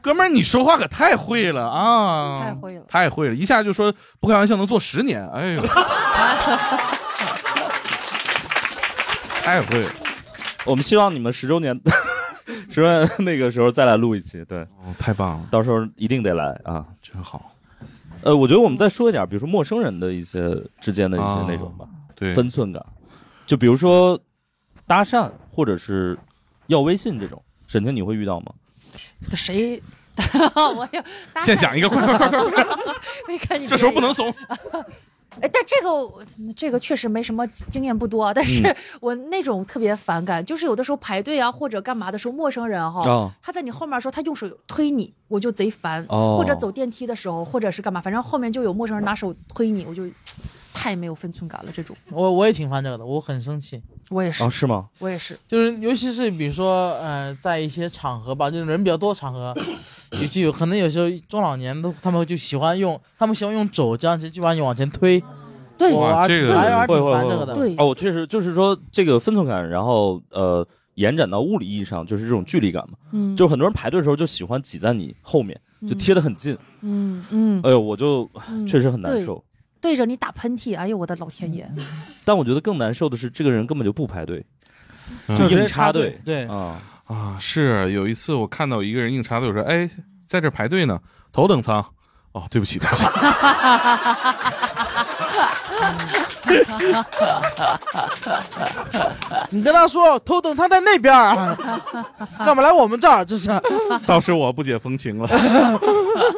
哥们儿，你说话可太会了啊！太会了，太会了，一下就说不开玩笑能做十年，哎 呦，太会了。
我们希望你们十周年， 十周年那个时候再来录一期，对，
哦太棒了，
到时候一定得来啊，
真好。
呃，我觉得我们再说一点，比如说陌生人的一些之间的一些
啊
那种吧，
对
分寸感，就比如说搭讪或者是要微信这种，沈清你会遇到吗？
这谁？ 我要搭讪
现想一个快快快快快！
你看你
这时候不能怂。
哎，但这个我这个确实没什么经验不多，但是
嗯
我那种特别反感，就是有的时候排队啊或者干嘛的时候，陌生人哈、
哦
他在你后面的时候，他用手推你，我就贼烦。
哦
或者走电梯的时候，或者是干嘛，反正后面就有陌生人拿手推你，我就太没有分寸感了。这种
我我也挺烦这个的，我很生气。
我也是，
哦，是吗？
我也是。
就是尤其是比如说呃，在一些场合吧，就是人比较多的 场合，有就有可能有时候中老年都他们就喜欢用，他们喜欢用肘这样直接把你往前推，
对
我还
这个
还还
会
挺
会
烦这
会
个的。
对
哦，我确实就是说这个分寸感，然后呃，延展到物理意义上就是这种距离感嘛，
嗯，
就是很多人排队的时候就喜欢挤在你后面，就贴得很近，
嗯嗯，
哎呦，我就
嗯
确实很难
对
受。
对着你打喷嚏，哎呦我的老天爷！
嗯
但我觉得更难受的是，这个人根本就不排队，
嗯
就直
硬
接
插
插
队
队，对，
啊，
啊，是有一次我看到一个人硬插队，我说：“哎，在这排队呢，头等舱。”哦，对不起，对不起。
你跟他说头等舱在那 边儿，干嘛来我们这儿？这是
倒是我不解风情了。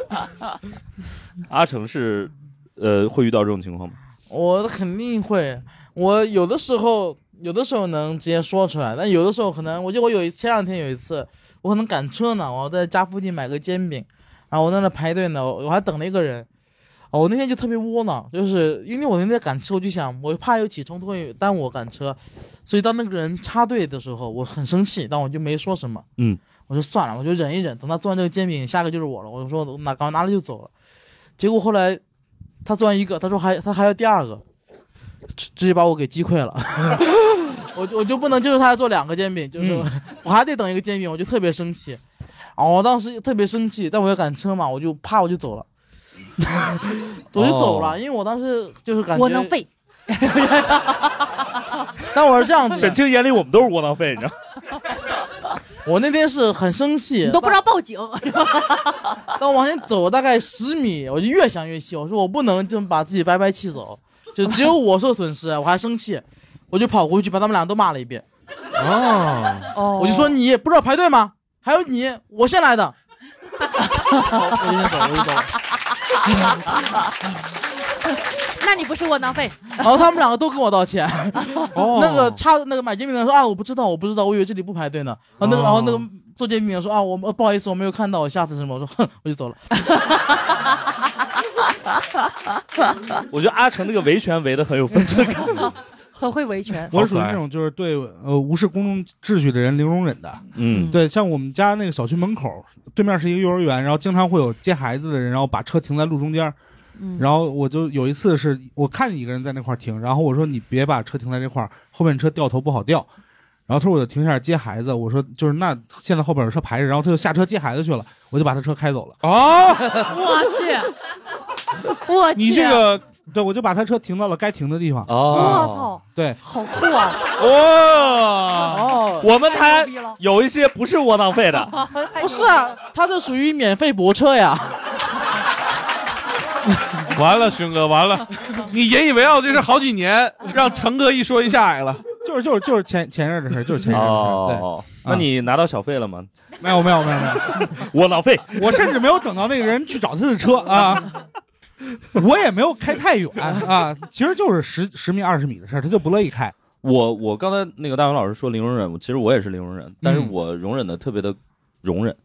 阿成是呃会遇到这种情况吗？
我肯定会，我有的时候有的时候能直接说出来，但有的时候可能，我记得我有一前两天有一次，我可能赶车呢，我在家附近买个煎饼，然后我在那排队呢，我我还等了一个人。哦，我那天就特别窝囊，就是因为我那天在赶车，我就想，我怕有起冲突会耽误我赶车，所以当那个人插队的时候，我很生气，但我就没说什么。
嗯，
我说算了，我就忍一忍，等他做完这个煎饼，下个就是我了。我就说我拿，赶快拿了就走了。结果后来他做完一个，他说还他还要第二个，直直接把我给击溃了。 我就我就不能接受他还做两个煎饼，就是、我还得等一个煎饼，我就特别生气。啊，我当时特别生气，但我要赶车嘛，我就啪我就走了， 我就走了，
哦
因为我当时就是感觉
窝囊，废，
但我是这样子的，
清眼里我们都是窝囊废，你知道？
我那天是很生气，
你都不知道报警。
当我往前走大概十米，我就越想越气，我说我不能这么把自己白白气走，就只有我受损失，我还生气，我就跑回去把他们俩都骂了一遍，
哦，
哦
我就说你不知道排队吗？还有你，我先来的。我就先走，我就走。
那你不是窝囊废，
然后他们两个都跟我道 歉。
哦
那个插那个买煎饼的说啊，我不知道，我不知道，我以为这里不排队呢。然后那个、
哦
然后那个做煎饼的说啊，我呃不好意思，我没有看到，我下次什么？我说哼，我就走了。
呃我觉得阿成这个维权维的很有分寸感，
很会维权。
好
我是属于
可爱
那种就是对呃无视公众秩序的人零容忍的。
嗯，
对，像我们家那个小区门口对面是一个幼儿园，然后经常会有接孩子的人，然后把车停在路中间儿。
嗯
然后我就有一次是我看一个人在那块儿停，然后我说你别把车停在这块儿，后面车掉头不好掉。然后他说我就停下来接孩子，我说就是那现在后边有车排着，然后他就下车接孩子去了，我就把他车开走了。
哦，
我去，我去，
你这个，
对，我就把他车停到了该停的地方。
我
哦，
操，
对，
好酷啊！
哦，
哦，
我们
太
台
牛逼了
有一些不是窝 囊废的，
不是啊，他这属于免费泊车呀。
完了，勋哥，完了，你引以为傲这事好几年，让成哥一说一下矮了。
就是就是就是前前阵的事，就是前阵的事。对，
哦，那你拿到小费了吗？
没有没有没有没有，
我老费，
我甚至没有等到那个人去找他的车啊，我也没有开太远啊，其实就是十十米二十米的事儿，他就不乐意开。
我我刚才那个大勇老师说零容忍，其实我也是零容忍，但
嗯
是我容忍的特别的容 忍。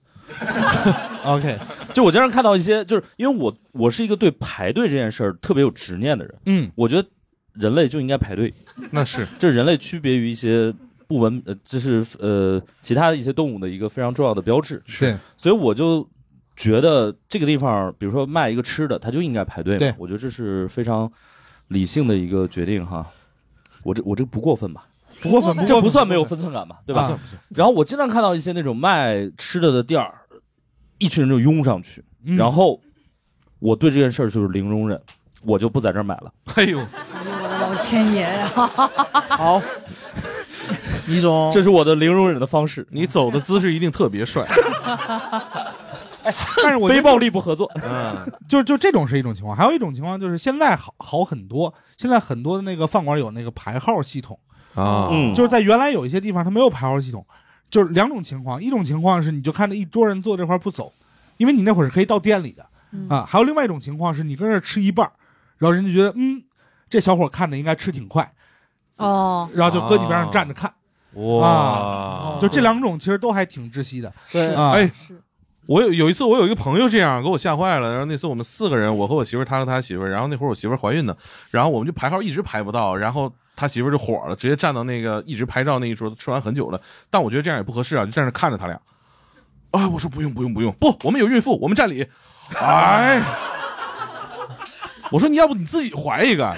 OK，
就我经常看到一些，就是因为我我是一个对排队这件事儿特别有执念的人，
嗯，
我觉得人类就应该排队，
那是
这是人类区别于一些不文，呃，这是呃其他的一些动物的一个非常重要的标志，
是
所以我就觉得这个地方，比如说卖一个吃的，它就应该排队嘛，
对
我觉得这是非常理性的一个决定哈，我这我这不过分吧？
不过分，
这
过
不
分
算没有分寸感吧，对吧？
啊
然后我经常看到一些那种卖吃的的店儿，一群人就拥上去，
嗯
然后我对这件事儿就是零容忍，我就不在这儿买了。
哎呦，
老天爷呀、
好，倪总，
这是我的零容忍的方式，
你走的姿势一定特别帅。
但是我觉
非
得
暴力不合作。
嗯，
就就这种是一种情况，还有一种情况就是现在好好很多，现在很多的那个饭馆有那个排号系统，
啊
嗯，
就是在原来有一些地方它没有排号系统，就是两种情况，一种情况是你就看着一桌人坐这块儿不走，因为你那会儿是可以到店里的
嗯
啊，还有另外一种情况是你跟这儿吃一半儿，然后人家觉得嗯，这小伙看着应该吃挺快，
哦，
然后就搁你边上站着看，
哇
啊
就这两种其实都还挺窒息的
对，
啊。
哦哎，我有有一次，我有一个朋友这样给我吓坏了。然后那次我们四个人，我和我媳妇儿，他和他媳妇儿，然后那会儿我媳妇儿怀孕呢，然后我们就排号一直排不到，然后他媳妇儿就火了，直接站到那个一直拍照那一桌，吃完很久了。但我觉得这样也不合适啊，就站着看着他俩。哎，我说不用不用不用，不，我们有孕妇，我们占理。哎，我说你要不你自己怀一个，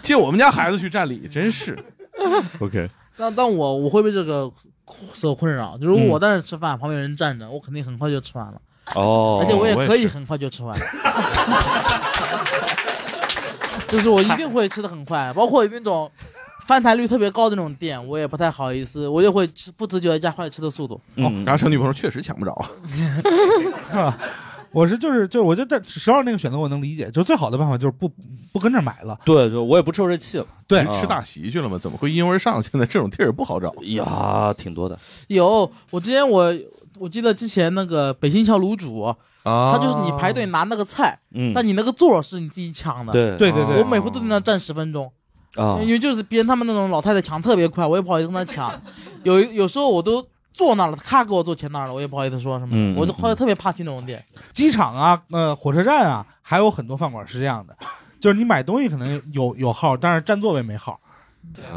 借我们家孩子去占理，真是
OK，
那但我我会被这个所困扰，就如果
嗯
我在那儿吃饭，旁边有人站着，我肯定很快就吃完了，
哦，
而且我也
我也
可以
是
很快就吃完。 就是我一定会吃的很快，包括有那种翻台率特别高的那种店，我也不太好意思，我就会吃不自觉地加快吃的速度。
嗯，
然后小女朋友确实抢不 着，啊
啊我是就是就是，我觉得十号那个选择我能理解，就最好的办法就是不不跟这儿买了。
对对，我也不受这气了。
对
啊
吃大席去了吗？怎么会因为上？现在这种地儿不好找。
呀，挺多的。
有，我之前我我记得之前那个北新桥卤煮，
啊
它就是你排队拿那个菜，
嗯，
但你那个座儿是你自己抢的。，
对
对对对
我每回都在那站十分钟，
啊
因为就是别人他们那种老太太抢特别快，我也不好意思跟她 抢。有有时候我都坐那儿了，咔给我坐前那儿了，我也不好意思说什么。
嗯
我就
嗯
后来特别怕去那种店。
机场啊，呃，火车站啊，还有很多饭馆是这样的，就是你买东西可能有有号，但是占座位没号。
嗯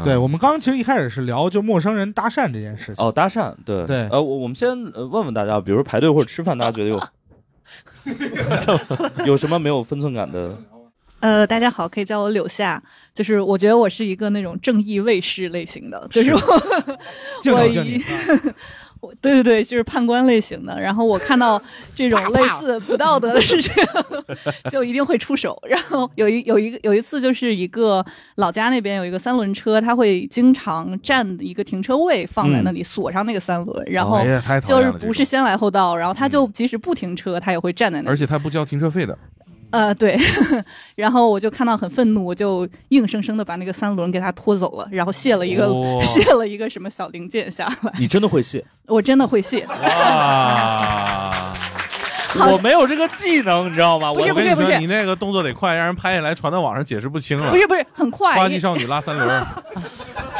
对，我们刚刚其实一开始是聊就陌生人搭讪这件事情。
哦，搭讪，对
对
呃，我我们先呃问问大家，比如排队或者吃饭，大家觉得有有什么没有分寸感的？
呃，大家好，可以叫我柳夏。就是我觉得我是一个那种正义卫士类型的，就是我
敬
我
酒
一
敬你，
我 对对对，就是判官类型的。然后我看到这种类似不道德的事情， 就一定会出手。然后有一有一个有一次，就是一个老家那边有一个三轮车，他会经常占一个停车位放在那里，锁上那个三轮，然后
嗯哎呀，太讨
就
厌
是
了
不是
这嗯
先来后到，然后他就即使不停车，他也会站在
种
那
而
里。
且他不交停车费的。
呃，对， 然后我就看到很愤怒，我就硬生生的把那个三轮给他拖走了，然后卸了一个、
哇
卸了一个什么小零件下来，
你真的会谢？
我真的会卸。
啊哇！
好
啊我没有这个技能，你知道吗？
不
我
是
我跟你
不是不
说，
是
你那个动作得快，让人拍下来传到网上解释不清了
不。是不是，很快
花，季少女拉三轮儿，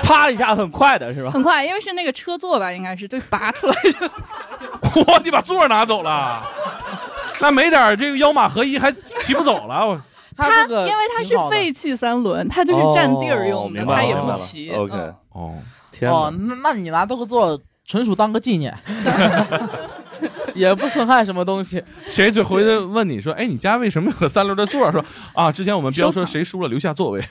啪一下很快的是吧？
很快，因为是那个车座吧，应该是就拔出来就。
哇！你把座儿拿走了，那没点儿这个腰马合一还骑不走了。我
它
这个
因为它
挺好的
是废弃三轮，它 就是占地儿用的，
哦明白
它
了
也
明
不
白了
骑。嗯
OK，
哦，
天
哦，
哪，
那那你拿这个座纯属当个纪念，也不损害什么东西。
谁就回头问你说：“哎，你家为什么有个三轮的座儿？”说啊，之前我们标
收
说
藏
谁输了留下座位。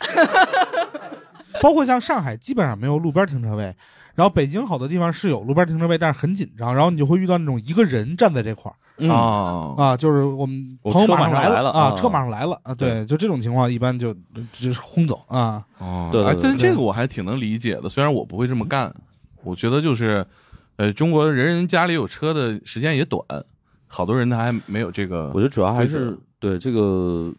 包括像上海基本上没有路边停车位，然后北京好多地方是有路边停车位，但是很紧张，然后你就会遇到那种一个人站在这块儿
嗯，
哦，
啊，就是我们
我
朋友
车
马上
马上来
了
了
啊，
啊
车马上来了啊，对，就这种情况一般就就是轰走啊，
哦，
对对
哎
对
但这个我还挺能理解的，虽然我不会这么干，我觉得就是，呃，中国人人家里有车的时间也短，好多人他还没有这个
我觉得主要还
规
是
则
对这个，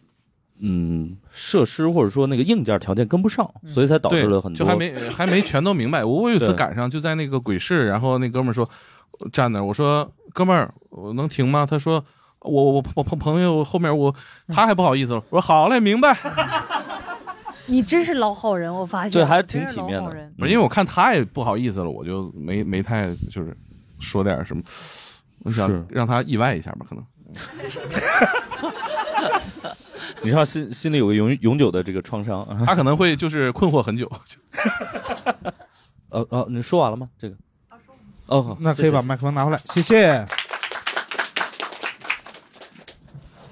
嗯，设施或者说那个硬件条件跟不上，所以才导致了很多。
嗯就还没还没全都明白。我我有一次
对
赶上就在那个鬼市，然后那哥们儿说呃站那儿，我说哥们儿，我能停吗？他说我我我朋朋友后面我他还不好意思了，我说好嘞，明白。
你真是老好人，我发现
对还挺
真是
体
老
面
好
的嗯
人
不是因为我看他也不好意思了，我就没没太就是说点什么，我
是
想让他意外一下吧，可能。
你知道心心里有个永永久的这个创伤啊。
他可能会就是困惑很久。
呃呃，你说完了吗？这个？哦，好
那可以把
谢谢
麦克风拿回来，谢谢。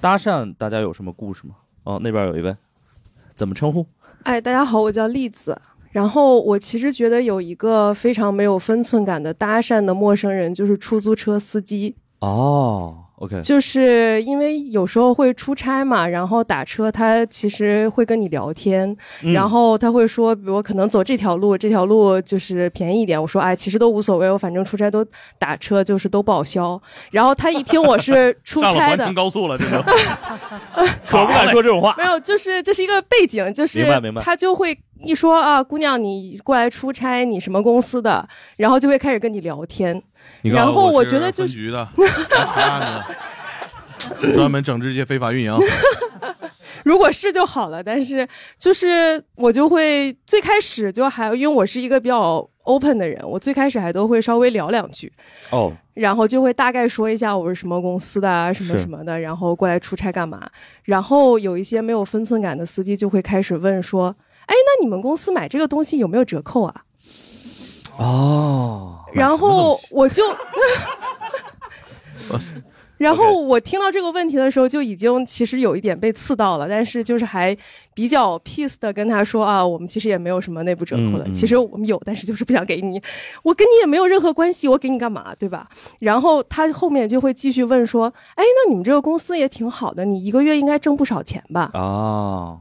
搭讪，大家有什么故事吗？哦，那边有一位，怎么称呼？
哎，大家好，我叫栗子。然后我其实觉得有一个非常没有分寸感的搭讪的陌生人，就是出租车司机。
哦，OK，
就是因为有时候会出差嘛，然后打车，他其实会跟你聊天，
嗯
然后他会说，比如我可能走这条路，这条路就是便宜一点。我说，哎，其实都无所谓，我反正出差都打车，就是都报销。然后他一听 我是出
上了
差
环
的
城，高速了，这 都可不敢说这种话。
没有，就是这是一个背景，就是
明白明白
他就会一说啊，姑娘你过来出差，你什么公司的，然后就会开始跟你聊天。然后我觉得就是
分 局的，查案的，专门整治一些非法运营。
如果是就好了，但是就是我就会最开始就还因为我是一个比较 open 的人，我最开始还都会稍微聊两句，
哦，
然后就会大概说一下我是什么公司的啊，什么
是
什么的，然后过来出差干嘛。然后有一些没有分寸感的司机就会开始问说：“哎，那你们公司买这个东西有没有折扣啊？”
哦，
然后我 就，
我
然后我听到这个问题的时候，就已经其实有一点被刺到了，但是就是还比较 peace 的跟他说啊，我们其实也没有什么内部折扣的，
嗯嗯
其实我们有，但是就是不想给你，我跟你也没有任何关系，我给你干嘛，对吧？然后他后面就会继续问说，哎，那你们这个公司也挺好的，你一个月应该挣不少钱吧？
啊，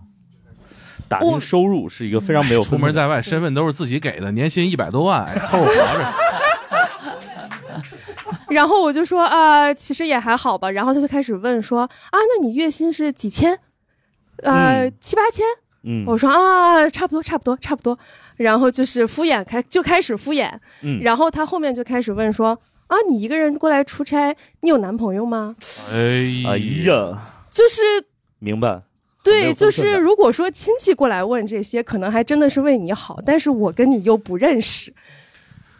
打听收入是一个非常没有
出
分
门
寸感
在外，身份都是自己给的，年薪一百多万，哎凑 合活着。
然后我就说啊、其实也还好吧。然后他就开始问说啊，那你月薪是几千？呃，七八千？
嗯
我说啊，差不多，差不多，差不多。然后就是敷衍开，就开始敷衍。
嗯
然后他后面就开始问说啊，你一个人过来出差，你有男朋友吗？
哎
哎，
呀，
就是
明白，没有
对，就
分寸
是
感
如果说亲戚过来问这些，可能还真的是为你好，但是我跟你又不认识，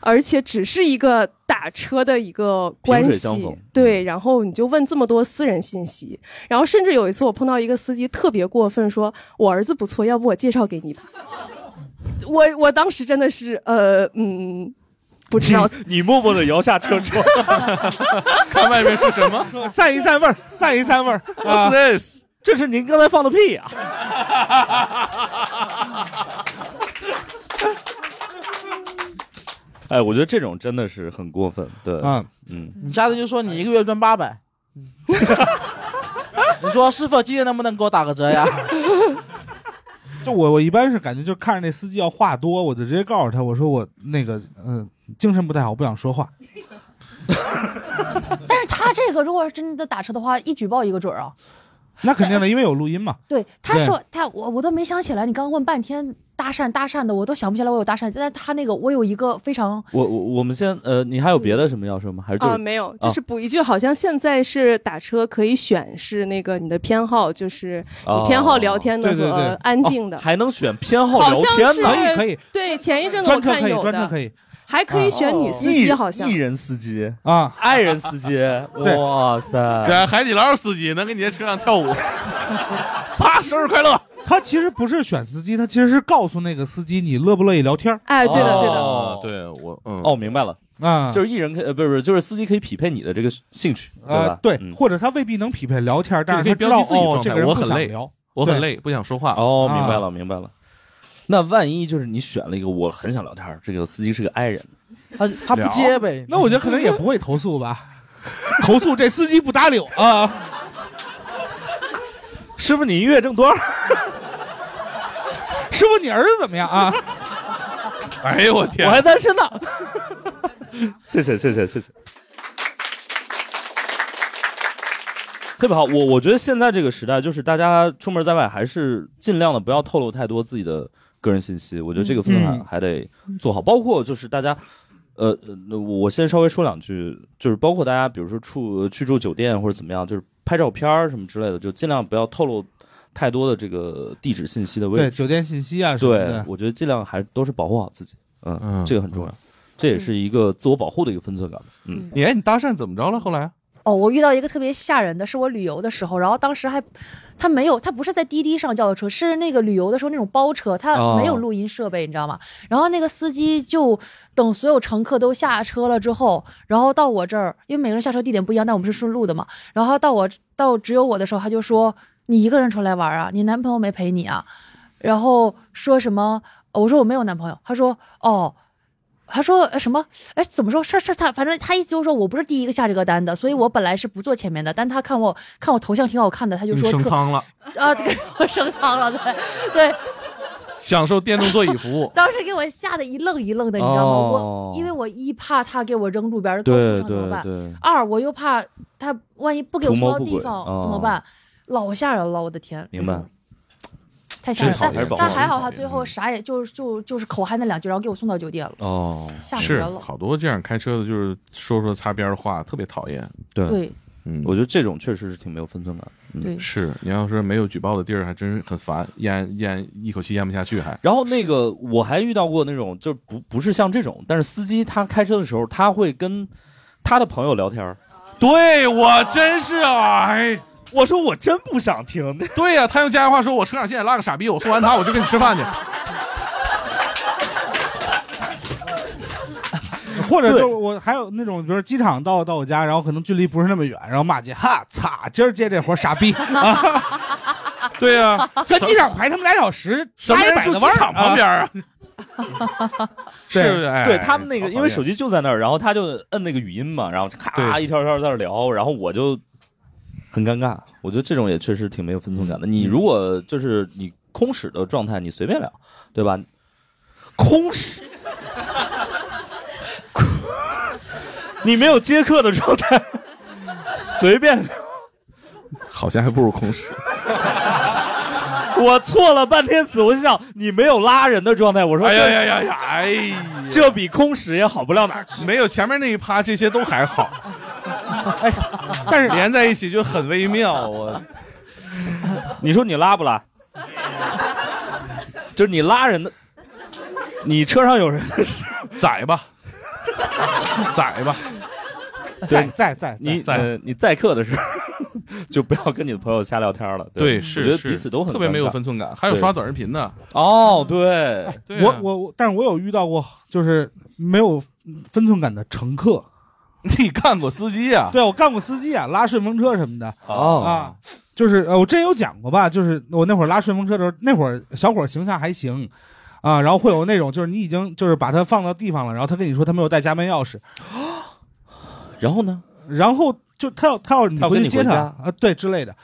而且只是一个打车的一个关
萍水
系
相逢，嗯
对，然后你就问这么多私人信息，然后甚至有一次我碰到一个司机特别过分说，我儿子不错，要不我介绍给你吧。我我当时真的是呃嗯，不知道
你 默默的摇下车窗，
看外面是什么
散一散味儿，散一 散味儿啊
？What's！this？
这是您刚才放的屁啊呀、哎，我觉得这种真的是很过分，对，
啊，
嗯，
你下次就说你一个月赚 八百，你说师傅今天能不能给我打个折呀？
就我我一般是感觉就看着那司机要话多，我就直接告诉他，我说我那个嗯、精神不太好，不想说话。
但是他这个如果真的打车的话，一举报一个准儿啊。
那肯定的，因为有录音嘛。
对，他
对
说他我我都没想起来，你刚问半天搭讪搭讪的，我都想不起来我有搭讪。但是他那个我有一个非常
我我我们先呃，你还有别的什么要说吗？还是就
啊、
是、
没有，就是补一句，好像现在是打车可以选是那个你的偏好，就是你偏好聊天的
哦对对对
和安静的。
哦还能选偏好
好
聊
像
天
是
呢？
可以可以
对，前一阵子我
专车
看
可以，
有
专车
的，
可以
还可以选女司
艺
机，好像
啊哦艺人司机、
啊！
爱人司机，
对
哇塞，
这海底捞司机能给你在车上 跳舞，啪，生日快乐！
他其实不是选司机，他其实是告诉那个司机你乐不乐意聊天儿
哎，对的对的，
哦
啊，对我嗯
哦，明白了，
啊，
就是艺人可以呃，不是不是，就是司机可以匹配你的这个兴趣，对
呃
吧？
对，
嗯
或者他未必能匹配聊天儿，但是
这
他
个可
知道
以标记自己
哦
状，态
这个人
我
不
很
想
累
聊。
我很
对
累，不想说话。
哦，
啊
明白了，明白了。那万一就是你选了一个我很想聊天儿，这个司机是个 i 人，
他他不接呗，
那我觉得可能也 不会投诉吧，投诉这司机不搭理我啊。
师傅你一月挣多少？
师傅，你儿子怎么样啊？
哎呦我
我
天，
还单身呢。谢谢谢谢谢谢。特别好。我我觉得现在这个时代，就是大家出门在外还是尽量的不要透露太多自己的个人信息。我觉得这个分寸还、
嗯
还得做好，包括就是大家。呃，呃我先稍微说两句，就是包括大家，比如说住去住酒店或者怎么样，就是拍照片儿什么之类的，就尽量不要透露太多的这个地址信息的位置。
对酒店信息啊什么
对
的，，
我觉得尽量还都是保护好自己，嗯，这个很重要，这也是一个自我保护的一个分寸感吧。嗯，
你哎，你搭讪怎么着了？后来、啊
哦，我遇到一个特别吓人的，是我旅游的时候，然后当时还，他没有，他不是在滴滴上叫的车，是那个旅游的时候那种包车，他
哦
没有录音设备，你知道吗？然后那个司机就等所有乘客都下车了之后，然后到我这儿，因为每个人下车地点不一样，但我们是顺路的嘛，然后到我到只有我的时候，他就说你一个人出来玩啊，你男朋友没陪你啊，然后说什么？呃我说我没有男朋友，他说哦。他说呃什么？哎，怎么说？是是他，反正他意思就是说我不是第一个下这个单的，所以我本来是不坐前面的。但他看我看我头像挺好看的，他就说
升
特
舱了，
啊，给我升舱了，对对。。
享受电动座椅服务
当时给我吓得一愣一愣的，你知道吗？
哦
我因为我一怕他给我扔路边儿高速
对
上怎么办
对对？
二我又怕他万一不给我送
图谋
到
不
地
轨
方
哦
怎么办？老吓人了，我的天！
明白。
太吓人了，
真讨厌
但但还好
真讨
他
厌
最后啥也就就就是口嗨那两句，然后给我送到酒店了。
哦
吓死
是
人了
好多这样开车的，就是说说擦边的话，特别讨厌。
对
对
嗯，我觉得这种确实是挺没有分寸感。嗯、
对
是你要是没有举报的地儿，还真是很烦，咽 咽一口气咽不下去还。
然后那个我还遇到过那种，就不不是像这种，但是司机他开车的时候，他会跟他的朋友聊天
对我真是啊，哎，
我说我真不想听。
对呀、他用家乡话说：“我车上现在拉个傻逼，我送完他我就跟你吃 饭去。
或者就是
对
我还有那种，比如说机场到到我家，然后可能距离不是那么远，然后骂街，哈，擦，今儿接这活儿傻 逼啊！
对呀、
在机场排他们俩小时，
啊什么人
百
住
的弯
机场旁边啊？
对
对
哎
对他们那个，
好讨厌
因为手机就在那儿，然后他就摁那个语音嘛，然后咔一条条在那儿聊，然后我就很尴尬。我觉得这种也确实挺没有分寸感的。你如果就是你空室的状态，你随便聊，对吧？空室， 你没有接客的状态，随便聊。
好像还不如空室。
我错了半天死，我就想你没有拉人的状态。我说
哎
这
呀呀呀呀！哎呀，
这比空室也好不了哪儿
去。没有前面那一趴，这些都 还好。
啊哎但是
连在一起就很微妙。啊我，
你说你拉不拉？就是你拉人的，你车上有人
宰吧，宰吧，
在在在，
你呃你载客的时候就不要跟你的朋友瞎聊天了。
对，
吧
是
我觉得
是
彼此都很
特别
尴
没有
尬
分寸感，还有刷短视频的。
哦，对，
对
我
啊
我我，但是我有遇到过就是没有分寸感的乘客，
你干过司机啊？
对我干过司机啊，拉顺风车什么的
哦
啊，就是呃，我之前有讲过吧，就是我那会儿拉顺风车的时候，那会儿小伙儿形象还行。啊，然后会有那种，就是你已经就是把他放到地方了，然后他跟你说他没有带家门钥匙，
然后呢？
然后就他要他要你
他要
回
跟
去
你
接
回
他
家
啊，对之类的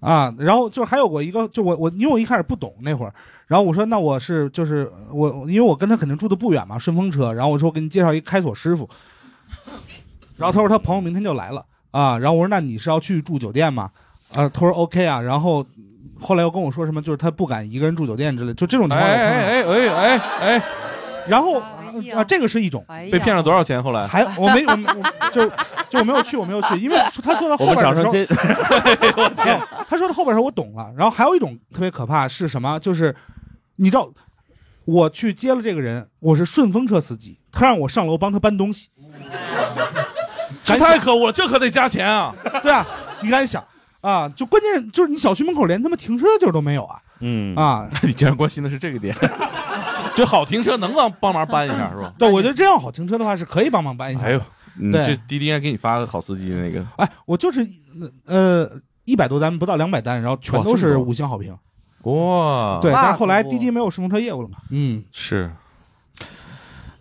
啊。然后就还有过一个，就我我因为我一开始不懂那会儿，然后我说那我是就是我因为我跟他肯定住的不远嘛，顺风车。然后我说我给你介绍一开锁师傅，然后他说他朋友明天就来了啊。然后我说那你是要去住酒店吗？啊，他说 OK 啊。然后后来又跟我说什么，就是他不敢一个人住酒店之类，就这种情
哎
况。
哎哎
哦
哎哎哎，
然后啊，这个是一种
被骗了多少钱？后来
还我没我没我就就我没有去，我没有去，因为他说到后边的时候， 他说到后边的时候我懂了。然后还有一种特别可怕是什么？就是你知道，我去接了这个人，我是顺风车司机，他让我上楼帮他搬东西，
这太可恶了，这可得加钱啊！
对啊，你敢想啊？就关键就是你小区门口连他妈停车的地儿都没有啊！
嗯
啊，
你竟然关心的是这个点， 这好停车能帮帮忙搬一下是吧？
对，我觉得真要好停车的话，是可以帮忙搬一下。
啊哎呦， 你
对
这滴滴应该给你发个好司机的那个。
哎，我就是呃一百多单不到两百单，然后全
哇
都
这么
是
多啊
五星好评。
哇，
对，但是后来滴滴没有顺风车业务了嘛？嗯，
是，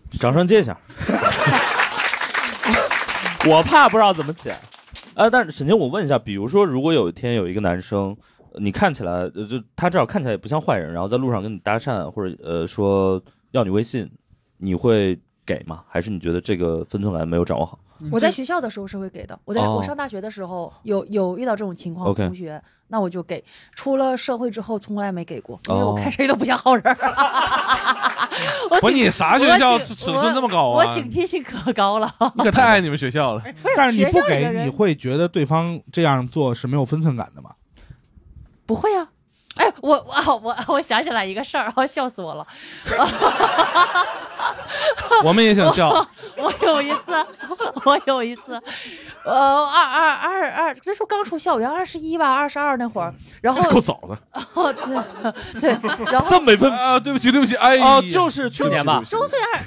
掌声接一下。我怕 不知道怎么解，啊，但是沈清，我问一下，比如说，如果有一天有一个男生，呃你看起来呃就他至少看起来也不像坏人，然后在路上跟你搭讪，或者呃说要你微信，你会给吗？还是你觉得这个分寸感没有掌握好？
嗯
我在学校的时候是会给的，我在
哦
我上大学的时候有有遇到这种情况，
OK
同学，那我就给。出了社会之后，从来没给过，因为
哦
我看谁都不像好人儿。 我
不是
警
你啥学校
我警
尺尺寸这么高啊
我我警惕性可高 了。
你可太爱你们学校了。
不是，
哎但是你
学
不
校里
给
的，人
你会觉得对方这样做是没有分寸感的吗？
不会啊？哎，我我我 我想起来一个事儿， 笑死我了。
我们也想笑，
我有一次，我有一次，呃，二二二二，那时候刚出校园，二十一吧，二十二那会儿， 然后
够早的。
哦，对对，然后
这么没分
啊，对不起，对不起，哎呀，
哦，就是去年吧，
周岁二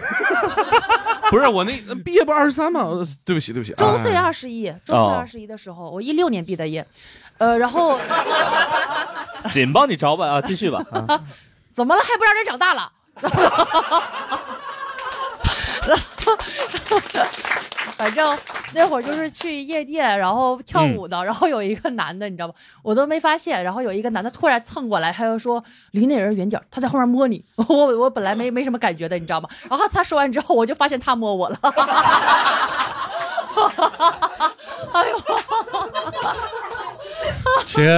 不是我那毕业不二十三吗？呃对不起，对不起，
周岁
哎
二十一，周岁二十一的时候，我一六年毕的业，呃，然后
紧帮你找吧啊，继续 吧。啊
怎么了还不让人长大了？ 反正那会儿就是去夜店，然后跳
嗯
舞的，然后有一个男的，你知道吗？我都没发现，然后有一个男的突然蹭过来，他就说离那人远点儿，他在后面摸你。 我我本来没没什么感觉的，你知道吗？然后他说完之后，我就发现他摸我了。 哎呦，
切，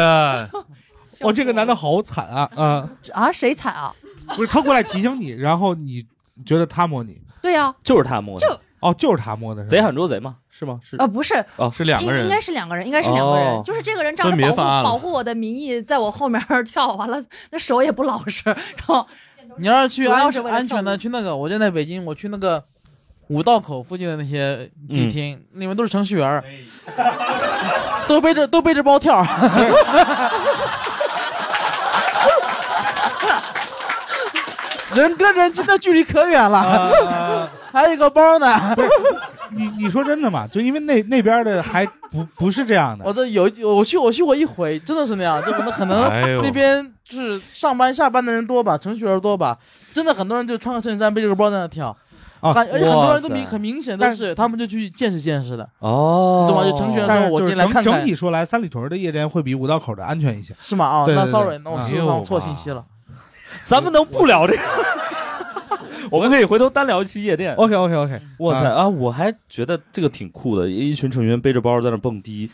哦，这个男的好惨啊！啊、
啊，谁惨啊？
不是他过来提醒你，然后你觉得他摸你，
对啊呀、
就是他摸的，
哦，就是他摸的，
贼
好。
喊捉贼嘛，是吗？是呃
啊，不是，
是两
应
个人
应该是两个人，应该是两个人，
哦
就是这个人仗着
分别
保护
犯案了
保护我的名义，在我后面儿 跳，完了那手也不老实，然后
你要是去
主要
安
是
全
为了
安全
跳舞
的去那个，我就在北京，我去那个五道口附近的那些
嗯
迪厅，你们都是程序员儿，
哎
都背着都背着包跳儿，人跟人之间的距离可远了，啊 还有一个包呢。
你你说真的吗？就因为那那边的还不不是这样的
我，这有一我去我去过一回，真的是那样，就可能可能
哎呦
那边就是上班下班的人多吧，程序员多吧，真的很多人就穿个衬衫背着个包在那跳。
啊
感而且很多人
哇塞
都明很明显都
但
是，他们就去见识见识的，
哦，
懂吗就程序员
但是
我
就是
进来
整
看看
整体说来，三里屯的夜店会比五道口的安全一些。
是吗？啊，
对对
那
对
sorry，那我
啊
提
哎呦
供错信息了。
咱们能不聊这个？我们可以回头单聊一期夜店。
OK OK OK，
哇塞啊！我还觉得这个挺酷的，一一群成员背着包在那蹦迪，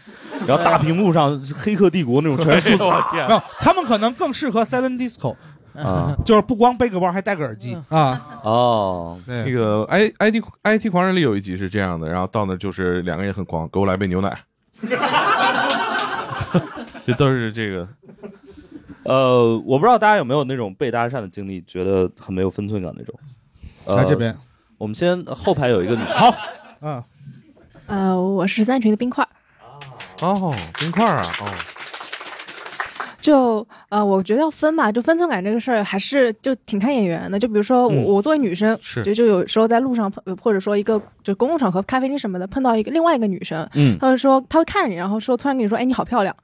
然后大屏幕上《黑客帝国》那种全是数
哎呦
字
我
化
没
天，
有，他们可能更适合 silent disco，
啊
就是不光背个包还戴个耳
嗯
机啊。
哦，
那
对，
个 I I T I T 狂人里有一集是这样的，然后到那就是两个人很狂，给我来杯牛奶。 这都是这个，
呃，我不知道大家有没有那种被搭讪的经历，觉得很没有分寸感那种。呃
来这，边，
我们先后排有一个女生，
好，嗯，
呃，我是三群的冰块儿。
哦，冰块儿啊，哦，
就呃，我觉得要分吧，就分寸感这个事儿，还是就挺看眼缘的。就比如说我，
嗯
我作为女生，
是
就就有时候在路上碰，呃或者说一个就公共场合、咖啡厅什么的，碰到一个另外一个女生，
嗯，
她会说，她会看着你，然后说，突然跟你说，哎，你好漂亮。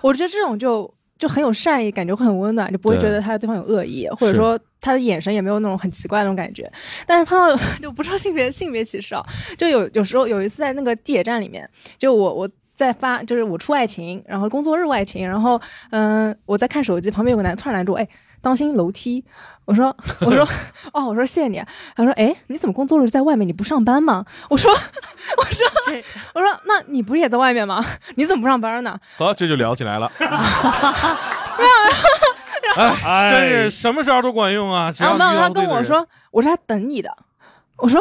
我觉得这种就就很有善意，感觉会很温暖，就不会
对
觉得她对方有恶意，或者说她的眼神也没有那种很奇怪的那种感觉。但是碰到 就不说性别性别歧视啊，就有有时候有一次在那个地铁站里面，就我我。在发就是我出外勤，然后工作日外勤，然后嗯、我在看手机，旁边有个男突然拦住，哎，当心楼梯！我说我说哦，我说谢谢你。他说哎，你怎么工作日在外面？你不上班吗？我说 我说我说那你不是也在外面吗？你怎么不上班呢？ 啊
好，这就聊起来了。哎，真是什么招都管用啊！只
然
要
后
你
没有，
遇
他
到对
跟
的
我
人，
说我是在等你的。我说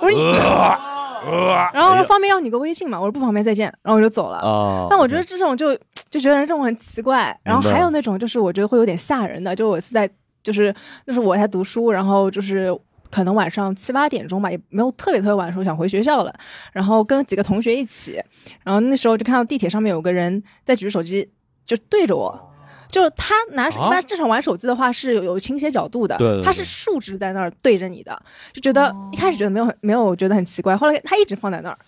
我说你，
呃
然后说方便要你个微信吗？我说不方便，再见。然后我就走了。
啊，
哦
但我觉得这种就就觉得这种很奇怪，然后
明白
还有那种就是我觉得会有点吓人的，就我是在就是那时候我还读书，然后就是可能晚上七八点钟吧，也没有特别特别晚的时候想回学校了，然后跟几个同学一起，然后那时候就看到地铁上面有个人在举着手机就对着我。就是他拿，一
啊
般正常玩手机的话是有有倾斜角度的，
对对对
他是竖直在那儿对着你的，就觉得一开始觉得没有很没有觉得很奇怪，后来他一直放在那儿，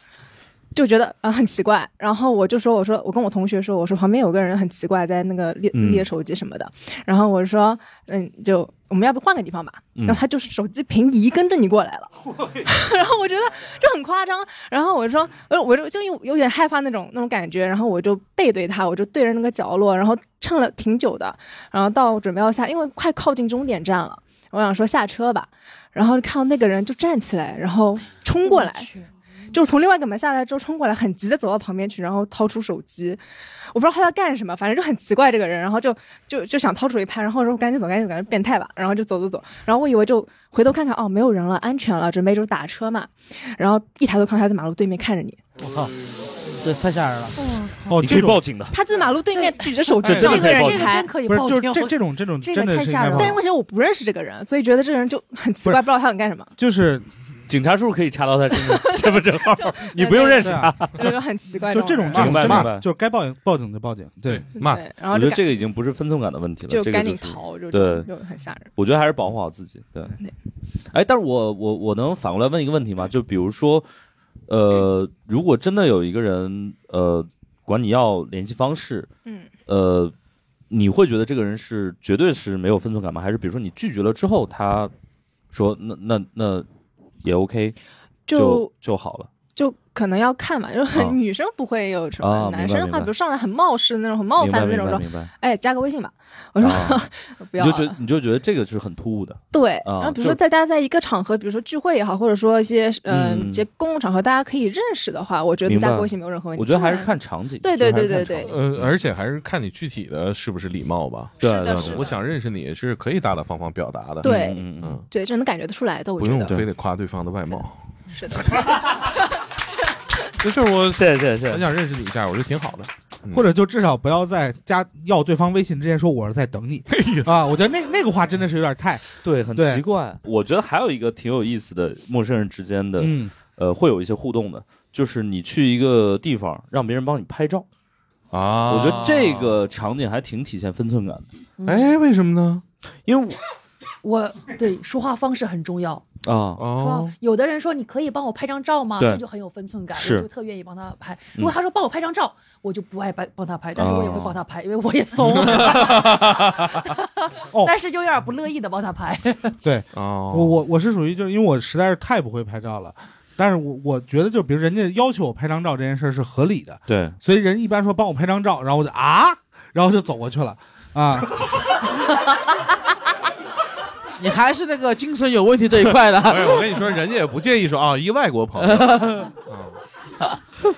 就觉得啊、呃很奇怪。然后我就说，我说我跟我同学说，我说旁边有个人很奇怪，在那个列
嗯
列手机什么的。然后我说，嗯，就我们要不换个地方吧。
嗯
然后他就是手机平移跟着你过来了， 然后我觉得就很夸张。然后我说，呃，我就就有有点害怕那种那种感觉。然后我就背对他，我就对着那个角落，然后撑了挺久的。然后到准备要下，因为快靠近终点站了，我想说下车吧。然后看到那个人就站起来，然后冲过来，
就从另外一个门下来之后冲过来，很急的走到旁边去，然后掏出手机，我不知道他在干什么，反正就很奇怪这个人，然后就就就想掏出来拍，然后说赶紧走，赶紧走，赶紧变态吧，然后就走走走，然后我以为就回头看看哦没有人了，安全了，准备就是打车嘛，然后一抬头看他在马路对面看着你，
我操，这太吓人了。
哦，
你可以报警的。
他在马路对面举着手机，
哎这个
这个人
可以报警
还
真可以
不是
报
就
警
是这这种这种
这
真的
太
是
吓
应该
人
报
了
但是问题是我不认识这个人，所以觉得这个人就很奇
不
怪，
是
不知道他想干什么，
就是
警察叔叔可以查到他身上身份证 号，你不用认识
对
他。
啊，
就就很奇怪。
就这种
人
这
明
种
白
真
明白
的就是该报警报警就报警，对，
骂
对，然后
我
就赶
觉得这个已经不是分寸感的问题了，
就
这个
赶
就
紧
是
逃，就
对
就很吓人。
我觉得还是保护好自己。对
对，
哎，但是我我我能反过来问一个问题吗？就比如说，呃，如果真的有一个人，呃，管你要联系方式，
嗯，
呃，你会觉得这个人是绝对是没有分寸感吗？还是比如说你拒绝了之后，他说那那那也 OK，就
就
就好了。
就可能要看嘛，就是
啊
女生不会有什
啊
么，
明白
男生的
明
话，
白
比如上来很冒失的那种，很冒
明白
犯的那
明
种
白
说，
明白。
哎，加个微信吧。我说
啊
不
你
要
就
了，
觉你就觉得这个是很突兀的，
对，
啊
然后比
就
如说在大家在一个场合，比如说聚会也好，或者说一些呃
嗯
一些公共场合，大家可以认识的话，我觉得
明白
加个微信没有任何问题。
我觉得还是
当然
看场景。
对对
就还是
对
看
对
场景
呃，而且还是看你具体的是不是礼貌吧。嗯
对
是的
对
是
对
的
我想认识你是可以大大方方表达的。
对
嗯嗯嗯。
嗯，
对，这能感觉得出来的，我
不
觉
用
得
非得夸对方的外貌。
是的。
这就是我
谢谢谢
很
谢，
想认识你一下，我觉得挺好的。嗯
或者就至少不要在加要对方微信之前说我是在等你
哎
啊，我觉得那那个话真的是有点太，
对，很
对
奇怪。我觉得还有一个挺有意思的，陌生人之间的，
嗯，
呃，会有一些互动的，就是你去一个地方，让别人帮你拍照，
啊，
我觉得这个场景还挺体现分寸感的，
哎，为什么呢？
因为
我对说话方式很重要。
我啊，
说、
哦，
有的人说你可以帮我拍张照吗？
对
这就很有分寸感，
是
我就特愿意帮他拍。
嗯
如果他说帮我拍张照，我就不爱帮帮他拍，但是
哦
我也会帮他拍，因为我也怂， 但是就有点不乐意的帮他拍。
对
哦，
我我我是属于就是因为我实在是太不会拍照了，但是我我觉得就比如人家要求我拍张照这件事儿是合理的，
对，
所以人一般说帮我拍张照，然后我就啊，然后就走过去了啊，
你还是那个精神有问题这一 块的，
哎，我跟你说，人家也不介意说啊，一个 外国朋友，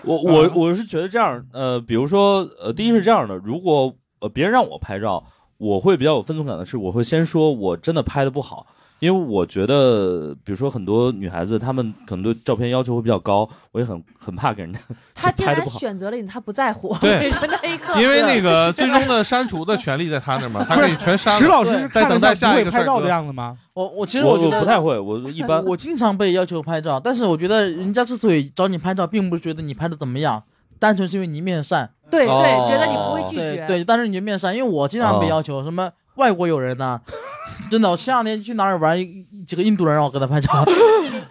我我我是觉得这样，呃，比如说，呃，第一是这样的，如果呃别人让我拍照，我会比较有分寸感的是，我会先说我真的拍的不好，因为我觉得，比如说很多女孩子她们可能对照片要求会比较高，我也很很怕给人家
他既
拍得
然
不好
选择了你，他不在乎。
对
那一刻，
因为那个 最终的删除的权利在他那儿嘛，他可以全删
石
了。
老师是
再
看
等
着
待
像
下
不会
一个
拍
帅
照
哥
的样子吗？
我我其实
我
觉
我
得
不太会，我一般
我经常被要求拍照，但是我觉得人家之所以找你拍照，并不是觉得你拍的怎么样，单纯是因为你面善。
对对，
哦
觉得你不会拒
对
绝。
对，但是你就面善，因为我经常被
哦
要求什么外国友人呐、 真的，我前两天去哪儿玩，一几个印度人让我跟他拍照，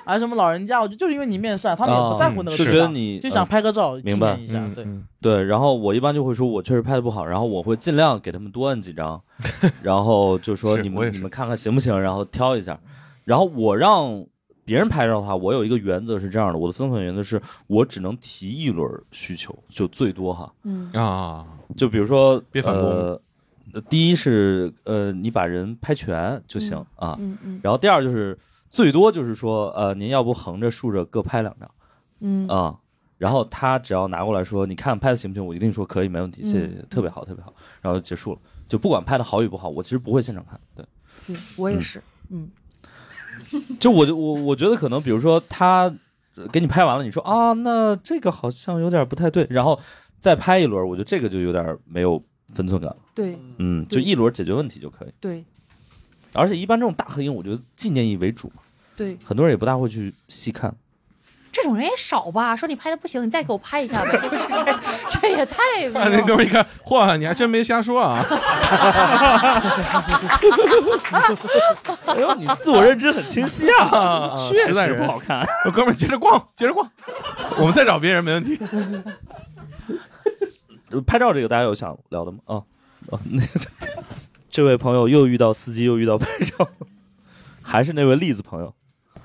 还有什么老人家，我就就是因为你面善，他们也不在乎那个
就
地
哦
方，
嗯觉得你
就想
呃
拍个照纪
明白
念一下，
嗯
对。
嗯
对，然后我一般就会说，我确实拍的不好，然后我会尽量给他们多按几 张，然后就说
是
你
我
们
也是
你们看看行不行，然后挑一下。然后我让别人拍照的话，我有一个原则是这样的，我的分寸原则是我只能提一轮需求，就最多哈。
嗯，
啊，
就比如说，
别反攻
呃呃第一是呃，你把人拍全就行、啊，
嗯嗯
然后第二就是最多就是说，呃，您要不横着竖着各拍两张。
嗯
啊、然后他只要拿过来说，你看拍的行不行？我一定说可以，没问
嗯
题，谢谢，谢谢特别好，特别好，然后就结束了。就不管拍的好与不好，我其实不会现场看。对，
对我也
嗯
是。嗯，
就我就我我觉得可能，比如说他呃给你拍完了，你说啊，那这个好像有点不太对，然后再拍一轮，我觉得这个就有点没有分寸感了。
对
嗯，就一轮解决问题就可以。
对
而且一般这种大合影，我觉得纪念意为主嘛，
对，
很多人也不大会去细看。
这种人也少吧？说你拍的不行，你再给我拍一下呗，就是这这也太
啊，那哥们儿一看，嚯，你还真没瞎说啊！
哎呦，你 自我认知很清晰 啊， 确
实在
实
人
不好看。
我哥们儿接着逛，接着逛，我们再找别人没问题。
呃拍照这个大家有想聊的吗？啊，啊那这位朋友又遇到司机，又遇到拍照，还是那位栗子朋友。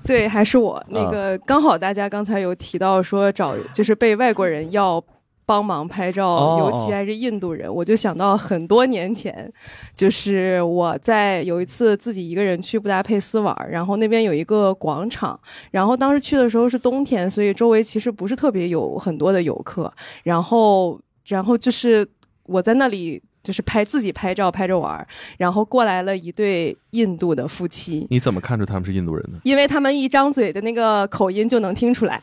对，还是我
那
个刚好大家刚才有提到说找就是被外国人要。帮忙拍照，
哦
尤其还是印度人，我就想到很多年前，就是我在有一次自己一个人去布达佩斯玩，然后那边有一个广场，然后当时去的时候是冬天，所以周围其实不是特别有很多的游客，然后然后就是我在那里。就是拍自己拍照拍着玩儿然后过来了一对印度的夫妻，
你怎么看出他们是印度人呢？
因为他们一张嘴的那个口音就能听出来。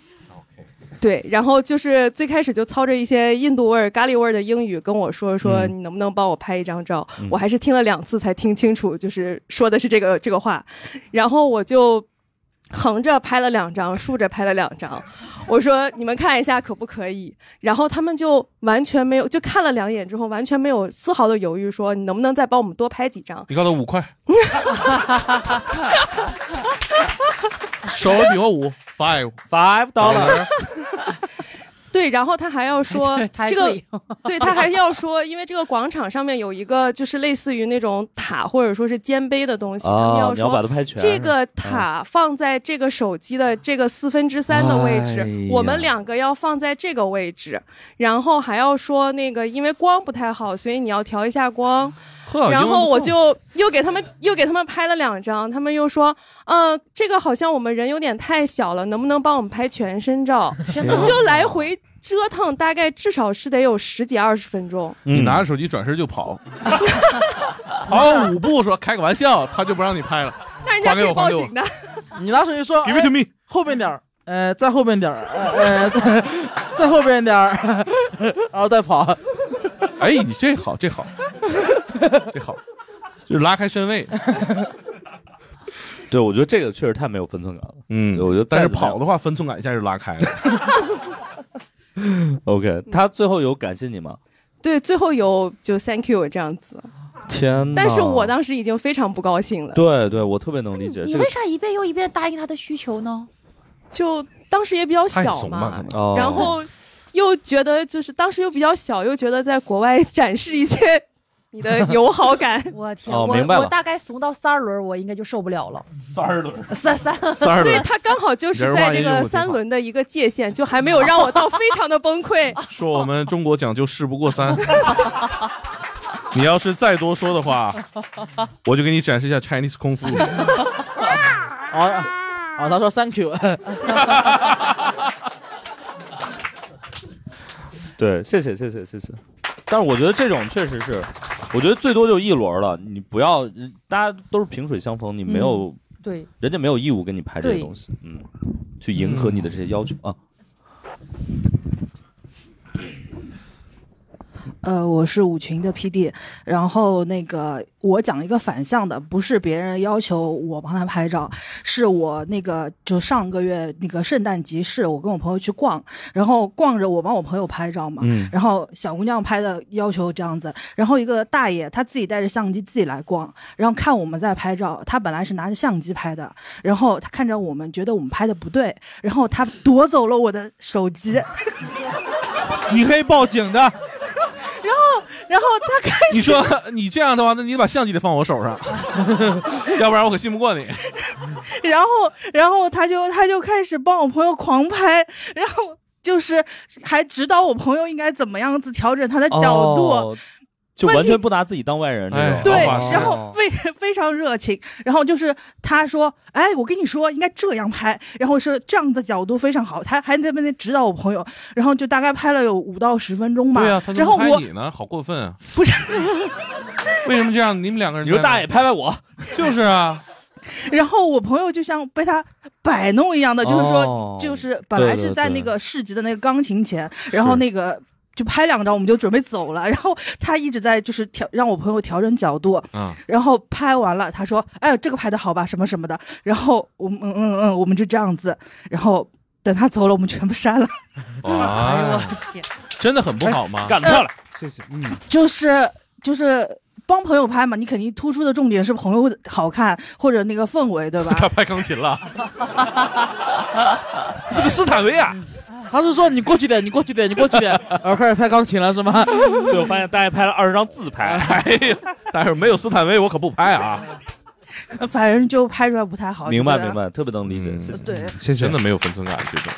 对，然后就是最开始就操着一些印度味儿、咖喱味儿的英语跟我说说，
嗯
你能不能帮我拍一张照？
嗯
我还是听了两次才听清楚，就是说的是这个这 个话，然后我就横着拍了两张，竖着拍了两张，我说你们看一下可不可以？然后他们就完全没有，就看了两眼之后完全没有丝毫的犹豫，说你能不能再帮我们多拍几张？
你告诉我五块，手比划五，five
five dollar。
对，然后他还要说
太
这个
贵，
对他还要说，因为这个广场上面有一个就是类似于那种塔或者说是尖碑的东西，
哦
他们
你
说
要把它拍全嗯
这个塔放在这个手机的这个四分之三的位置，
哎呀
我们两个要放在这个位置，然后还要说那个因为光不太好，所以你要调一下光。
呵
然
英文
后
不
我
错
就又给他们又给他们拍了两张，他们又说，呃，这个好像我们人有点太小了，能不能帮我们拍全身照？
哪
就来回折腾，大概至少是得有十几二十分钟。
嗯
你拿着手机转身 就跑，跑五步说开个玩笑，他就不让你拍 了，还给我，还给我。
的。
你拿手机说，Give it to me，后边点儿，呃，再后边点儿，呃，呃 再再后边点儿， 然后再 跑。
哎，你这好，这好，这好，就是拉开身位。
对，我觉得这个确实太没有分寸感了。
嗯，
我觉得
但是
再怎么样
跑的话，分寸感一下就拉开了。
OK，他最后有感谢你吗？
对，最后有就 Thank you 这样子，
天哪！
但是我嗯当时已经非常不高兴了。
对对，我特别能理解。
你
这个
为啥一遍又一遍答应他的需求呢？哦
就当时也比较
太
小
怂
嘛
了可，能
然后又觉得就是当时又比较小，又觉得在国外展示一些你的友好感。
我天，
哦
我
明白了
我大概怂到三轮，我应该就受不了了。
三轮，
三三
三轮
对他刚好就是在这个三轮的一个界限，就还没有让我到非常的 崩溃。
说我们中国讲究事不过三，你要是再多说的话，我就给你展示一下 Chinese 功夫。
啊啊！他说 Thank you，
对，谢谢谢谢谢谢。但是我觉得这种确实是，我觉得最多就一轮了。你不要，大家都是萍水相逢，你没有、
嗯对，
人家没有义务给你拍这些
对
东西，嗯，去迎合你的这些要求啊。
呃，我是舞群的 PD，然后那个我讲一个反向的，不是别人要求我帮他拍照，是我那个就上个月那个圣诞集市，我跟我朋友去逛，然后逛着我帮我朋友拍照嘛，
嗯
然后小姑娘拍的要求这样子，然后一个大爷他自己带着相机自己来逛，然后看我们在拍照，他本来是拿着相机拍的，然后他看着我们觉得我们拍的不对，然后他夺走了我的手机。
你可以报警的。
然后，然后他开始
你说你这样的话，那你把相机得放我手上，要不然我可信不过你。
然后，然后他就他就开始帮我朋友狂拍，然后就是还指导我朋友应该怎么样子调整他的角度。
哦就完全不拿自己当外人这
哎
种。
对，
哦
然
啊
后非非常热情，然后就是他说，哎，我跟你说应该这样拍，然后是这样的角度非常好，他还在那边指导我朋友，然后就大概拍了有五到十分钟吧。
对呀、啊他怎
然
么
后
拍
我
你呢？好过分啊！
不是，
为什么这样？你们两个人，
你说大爷拍拍我，
就是啊，
然后我朋友就像被他摆弄一样的，就是
哦
说，就是本来是在
对对
那个市集的那个钢琴前，
是
然后那个就拍两张，我们就准备走了。然 后他一直在就是调让我朋友调整角度，
啊
然后拍完了，他说：“哎呦，这个拍的好吧，什么什么的。”然后我们嗯嗯嗯，我们就这样子，然后等他走了，我们全部删了。
哎
啊，真的很不好吗？
干
得漂亮
谢谢。嗯，
就是就是帮朋友拍嘛，你肯定突出的重点是朋友好看或者那个氛围，对 吧？
他拍钢琴了，这个斯坦维亚，
他是说你过去点，你过去点，你过去点，然后开始拍钢琴了是吗？
最 后发现大爷拍了二十张自拍，哎
哎呀，待会儿没有斯坦威我可不拍啊！
反正就拍出来不太好。
明白
就觉得
明。白，特别能理解，谢谢。
对
谢谢
真的没有分寸感这种。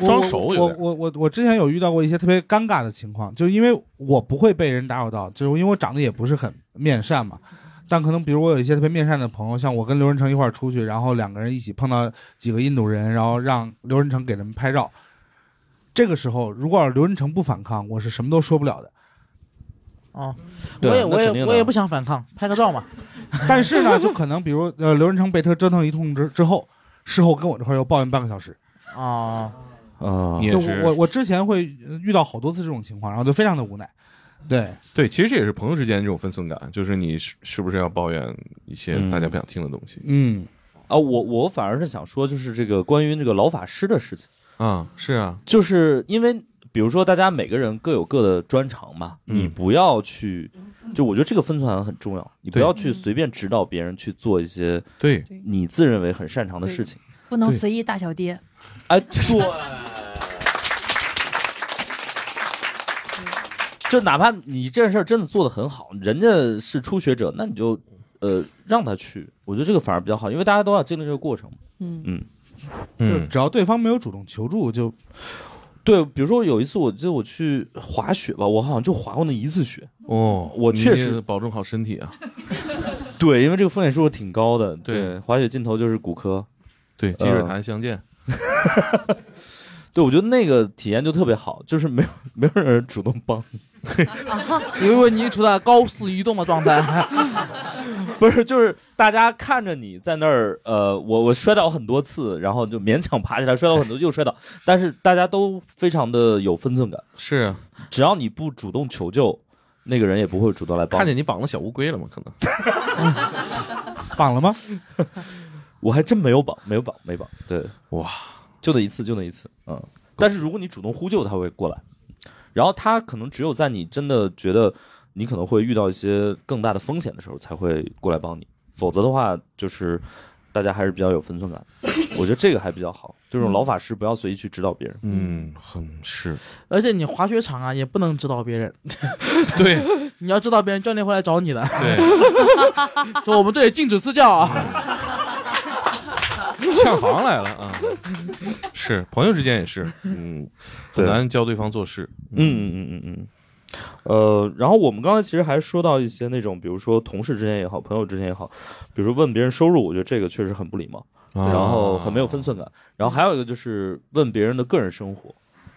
我
装熟有
我我我我之前有遇到过一些特别尴尬的情况，就是因为我不会被人打扰到，就是因为我长得也不是很面善嘛。但可能比如我有一些特别面善的朋友，像我跟刘仁成一块儿出去，然后两个人一起碰到几个印度人，然后让刘仁成给他们拍照。这个时候，如果刘仁成不反抗，我是什么都说不了的。
哦，我
对啊
也
那
我
肯定
也
的
我也不想反抗，拍个照嘛。
但是呢，就可能比如呃，刘仁成被他折腾一通之之后，事后跟我这块儿又抱怨半个小时。
哦，
啊
你也
就是我我之前会遇到好多次这种情况，然后就非常的无奈。对
对，其实这也是朋友之间这种分寸感，就是你是是不是要抱怨一些
嗯
大家不想听的东西？
嗯，
啊，我我反而是想说，就是这个关于那个老法师的事情，
啊，是啊，
就是因为比如说大家每个人各有各的专长嘛，
嗯
你不要去，就我觉得这个分寸很重要，你不
对
要去随便指导别人去做一些
对
你自认为很擅长的事情。
不能
对
随意大小跌。
哎，对。就哪怕你这件事儿真的做得很好，人家是初学者，那你就呃让他去，我觉得这个反而比较好，因为大家都要经历这个过程。
嗯
嗯
就只要对方没有主动求助，就
对，比如说有一次，我记得我去滑雪吧，我好像就滑过那一次雪。
哦，
我确实
你也保重好身体啊。
对，因为这个风险系数挺高的。对，滑雪尽头就是骨科。
对，积水潭相见。
嗯 对，我觉得那个体验就特别好，就是没有 没有人主动帮你，
因为你处在高速移动的状态，
不是，就是大家看着你在那儿，呃，我我摔倒很多次，然后就勉强爬起来，摔倒很多又摔倒，但是大家都非常的有分寸感。
是啊，
只要你不主动求救，那个人也不会主动来帮。
看见你绑了小乌龟了吗？可能。
绑了吗？
我还真没有绑，没有绑，没绑。对，
哇，
就那一次，就那一次，嗯。但是如果你主动呼救，他会过来。然后他可能只有在你真的觉得你可能会遇到一些更大的风险的时候，才会过来帮你。否则的话，就是大家还是比较有分寸感的。我觉得这个还比较好。这种老法师不要随意去指导别人。
嗯，很是。
而且你滑雪场啊也不能指导别人，
对
你要指导别人，教练会来找你的。
对，
说我们这里禁止私教啊。
呛行来了啊！ 是朋友之间也是，嗯，很难教对方做事。
嗯嗯嗯嗯嗯。呃，然后我们刚才其实还说到一些那种，比如说同事之间也好，朋友之间也好，比如说问别人收入，我觉得这个确实很不礼貌，
啊
然后很没有分寸感。然后还有一个就是问别人的个人生活，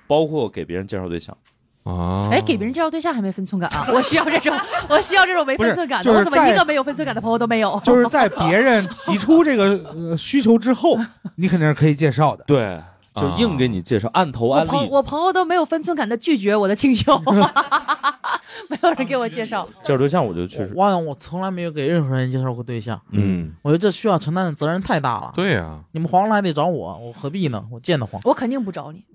包括给别人介绍对象。
啊
哎，给别人介绍对象还没分寸感啊！ 我需要这种，我需要这种没
不是
分寸感
就
的。我
是
怎么
在
一个没有分寸感的朋友都没有？
就是在 别人提出这个呃需求之后，你肯定是可以介绍的。
对，啊就硬给你介绍，按头
我
安利。
朋我朋友都没有分寸感的拒绝我的请求， 没有人给我介绍。
介绍对象，我觉得确实，
哇，我从来没有给任何人介绍过对象，
嗯，
我觉得这需要承担的责任太大了。
对呀，
你们黄了还得找我，我何必呢？我贱得慌。
我肯定不找你。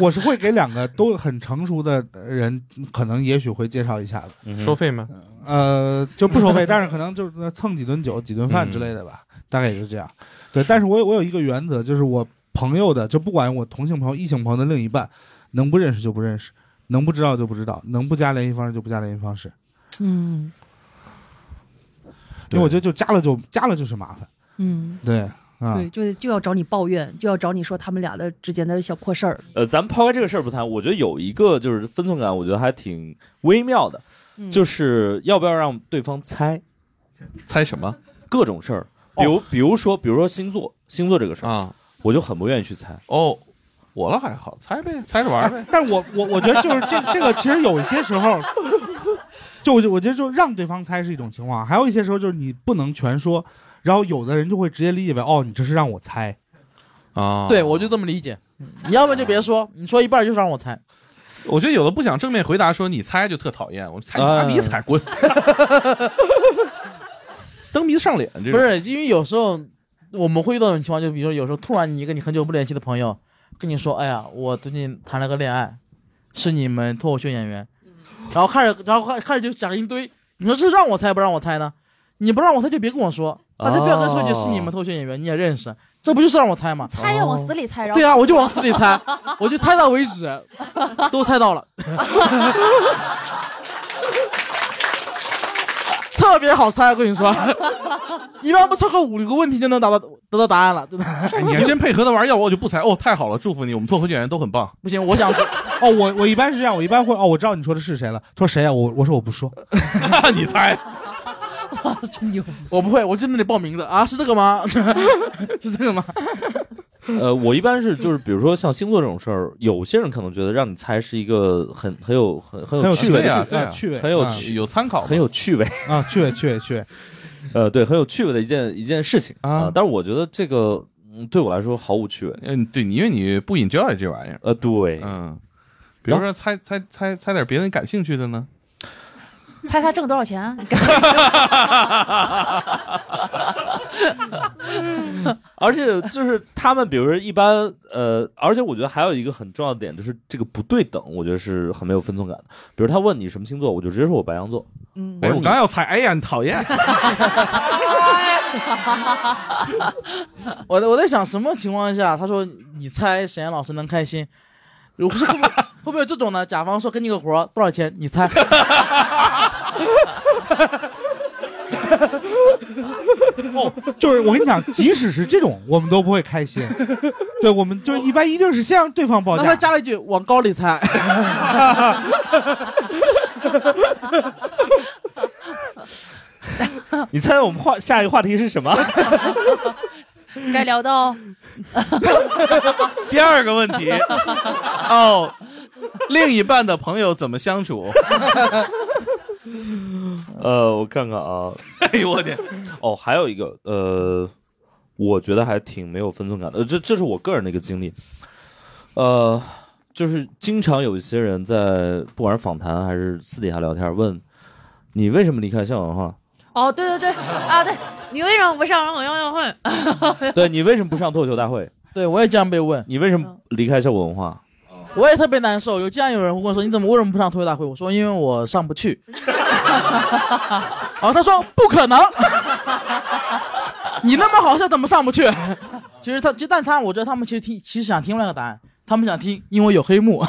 我是会给两个都很成熟的人，可能也许会介绍一下的。
收费吗？
呃，就不收费，但是可能就是蹭几顿酒、几顿饭之类的吧，大概也就这样。对，但是我有我有一个原则，就是我朋友的，就不管我同性朋友、异性朋友的另一半，能不认识就不认识，能不知道就不知道，能不加联系方式就不加联系方式。
嗯
因为我觉得就加了就加了就是麻烦。
嗯，
对啊，
对，就就要找你抱怨，就要找你说他们俩的之间的小破事儿。
呃，咱们抛开这个事儿不谈，我觉得有一个就是分寸感，我觉得还挺微妙的，
嗯
就是要不要让对方猜，
猜什么？哦
各种事儿，比如、比如说比如说星座，星座这个事儿
啊，
我就很不愿意去猜。
哦，我了还好，猜呗，猜着玩儿呗。
但是我我我觉得就是这 这个，其实有一些时候，就我就我觉得就让对方猜是一种情况，还有一些时候就是你不能全说，然后有的人就会直接理解为哦，你这是让我猜。
啊，
对，我就这么理解。
嗯
你要么就别说，你说一半就让我猜。
我觉得有的不想正面回答说你猜就特讨厌，我猜你妈逼
啊
猜滚， 蹬鼻子上脸这种
不是，因为有时候我们会遇到这种情况，就比如说有时候突然你一个你很久不联系的朋友跟你说：“哎呀，我最近谈了个恋爱，是你们脱口秀演员。”
嗯
然后开始，然后开开始就讲了一堆。你说是让我猜不让我猜呢？你不让我猜就别跟我说，那
哦
他非要跟你说你是你们脱口秀演员，你也认识，这不就是让我猜吗？
猜
哦
呀，往死里猜，然后
对啊，我就往死 里猜，我就猜到为止，都猜到了。特别好猜，我跟你 说，一般不超过五六个问题就能达到得到答案了，对吧？
哎你还真配合他玩，要不我就不猜。哦，太好了，祝福你，我们脱口秀演员都很棒。
不行，我想
哦，我我一般是这样，我一般会哦，我知道你说的是谁了，说谁啊？我我说我不说，
你猜，
我不会，我就那里报名的啊，是这 个吗？ 是这个吗？
呃，我一般是就是比如说像星座这种事儿，有些人可能觉得让你猜是一个很很有很很
很有
趣味
趣味
的
啊
事
对啊趣味
很有
啊
趣
有参考，
很有趣味
啊，趣味趣味趣味，
呃，对，很有趣味的一件一件事情啊、但是我觉得这个嗯对我来说毫无趣味。
嗯，对你，因为你不 enjoy 这玩意儿。
呃，对，
嗯，比如说猜猜猜猜点别人感兴趣的呢？
猜他挣多少 钱？
而且就是他们，比如说一般，呃，而且我觉得还有一个很重要的点，就是这个不对等，我觉得是很没有分寸感的。比如他问你什么星座，我就直接说我白羊座。
嗯
哎，我刚要猜，哎呀，你讨厌。
我在我在想什么情况下，他说你猜沈岩老师能开心？我说 会不会会不会有这种呢？甲方说给你个活儿多少钱？你猜？
哦，就是我跟你讲，即使是这种，我们都不会开心。对，我们就是一般一定是先让对方报
那他
价。
加了一句往高里猜。
你猜我们话下一个话题是什么？
该聊到
第二个问 题，哦，另一半的朋友怎么相处？
呃，我看看啊，
嗯 哎呦我天，
哦，还有一个，呃，我觉得还挺没有分寸感的，呃，这这是我个人的一个经历，呃，就是经常有一些人在不管是访谈还是私底下聊天，问你为什么离开校园 化，
哦，对对对啊，对你为什么不上我用用会？
对你为什么不上脱口秀大会，
对我也这样被问，
你为什么离开效果文化？
我也特别难受。有这样有人会跟我说：“你怎么为什么不上脱口大会？”我说：“因为我上不去。”哦，他说：“不可能， 你那么好笑怎么上不去？”其实他，其实但他，我觉得他们其实听，其实想听另外一个答案，他们想听，因为有黑幕。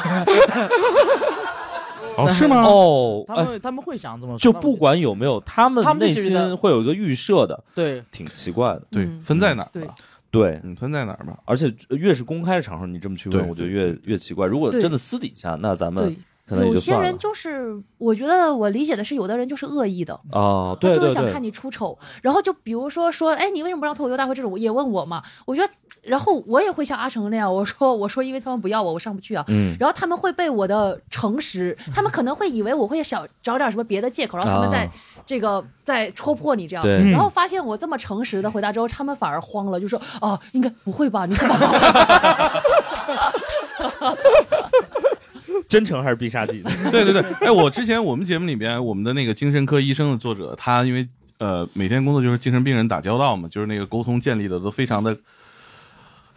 哦
是吗？哦，
他们他们会想这么说，
就不管有没有，他们
他们
内
就觉得
心会有一个预设的，
对
挺奇怪的。
对，分在哪儿吧？
对，
嗯，分在哪儿吧？
而且呃越是公开的场合，你这么去问，
对
我觉得越越奇怪。如果
对
真的私底下，那咱们
对
可能也
有
就
些
算
人
了。
就是，我觉得我理解的是，有的人就是恶意的，
哦，
他
对
就是
对
想看
对，
你出丑。然后就比如说说，哎，你为什么不让脱口秀大会这种？也问我嘛，我觉得，然后我也会像阿成那样，我说我说因为他们不要我，我上不去啊。
嗯
然后他们会被我的诚实，他们可能会以为我会想找点什么别的借口，然后他们
啊
在这个在戳破你这样。
对
然后发现我这么诚实的回答之后，他们反而慌了，就说哦，应该不会吧？你怎么？
真诚还是必杀技？
对对对，哎，我之前我们节目里边，我们的那个精神科医生的作者，他因为呃每天工作就是精神病人打交道嘛，就是那个沟通建立的都非常的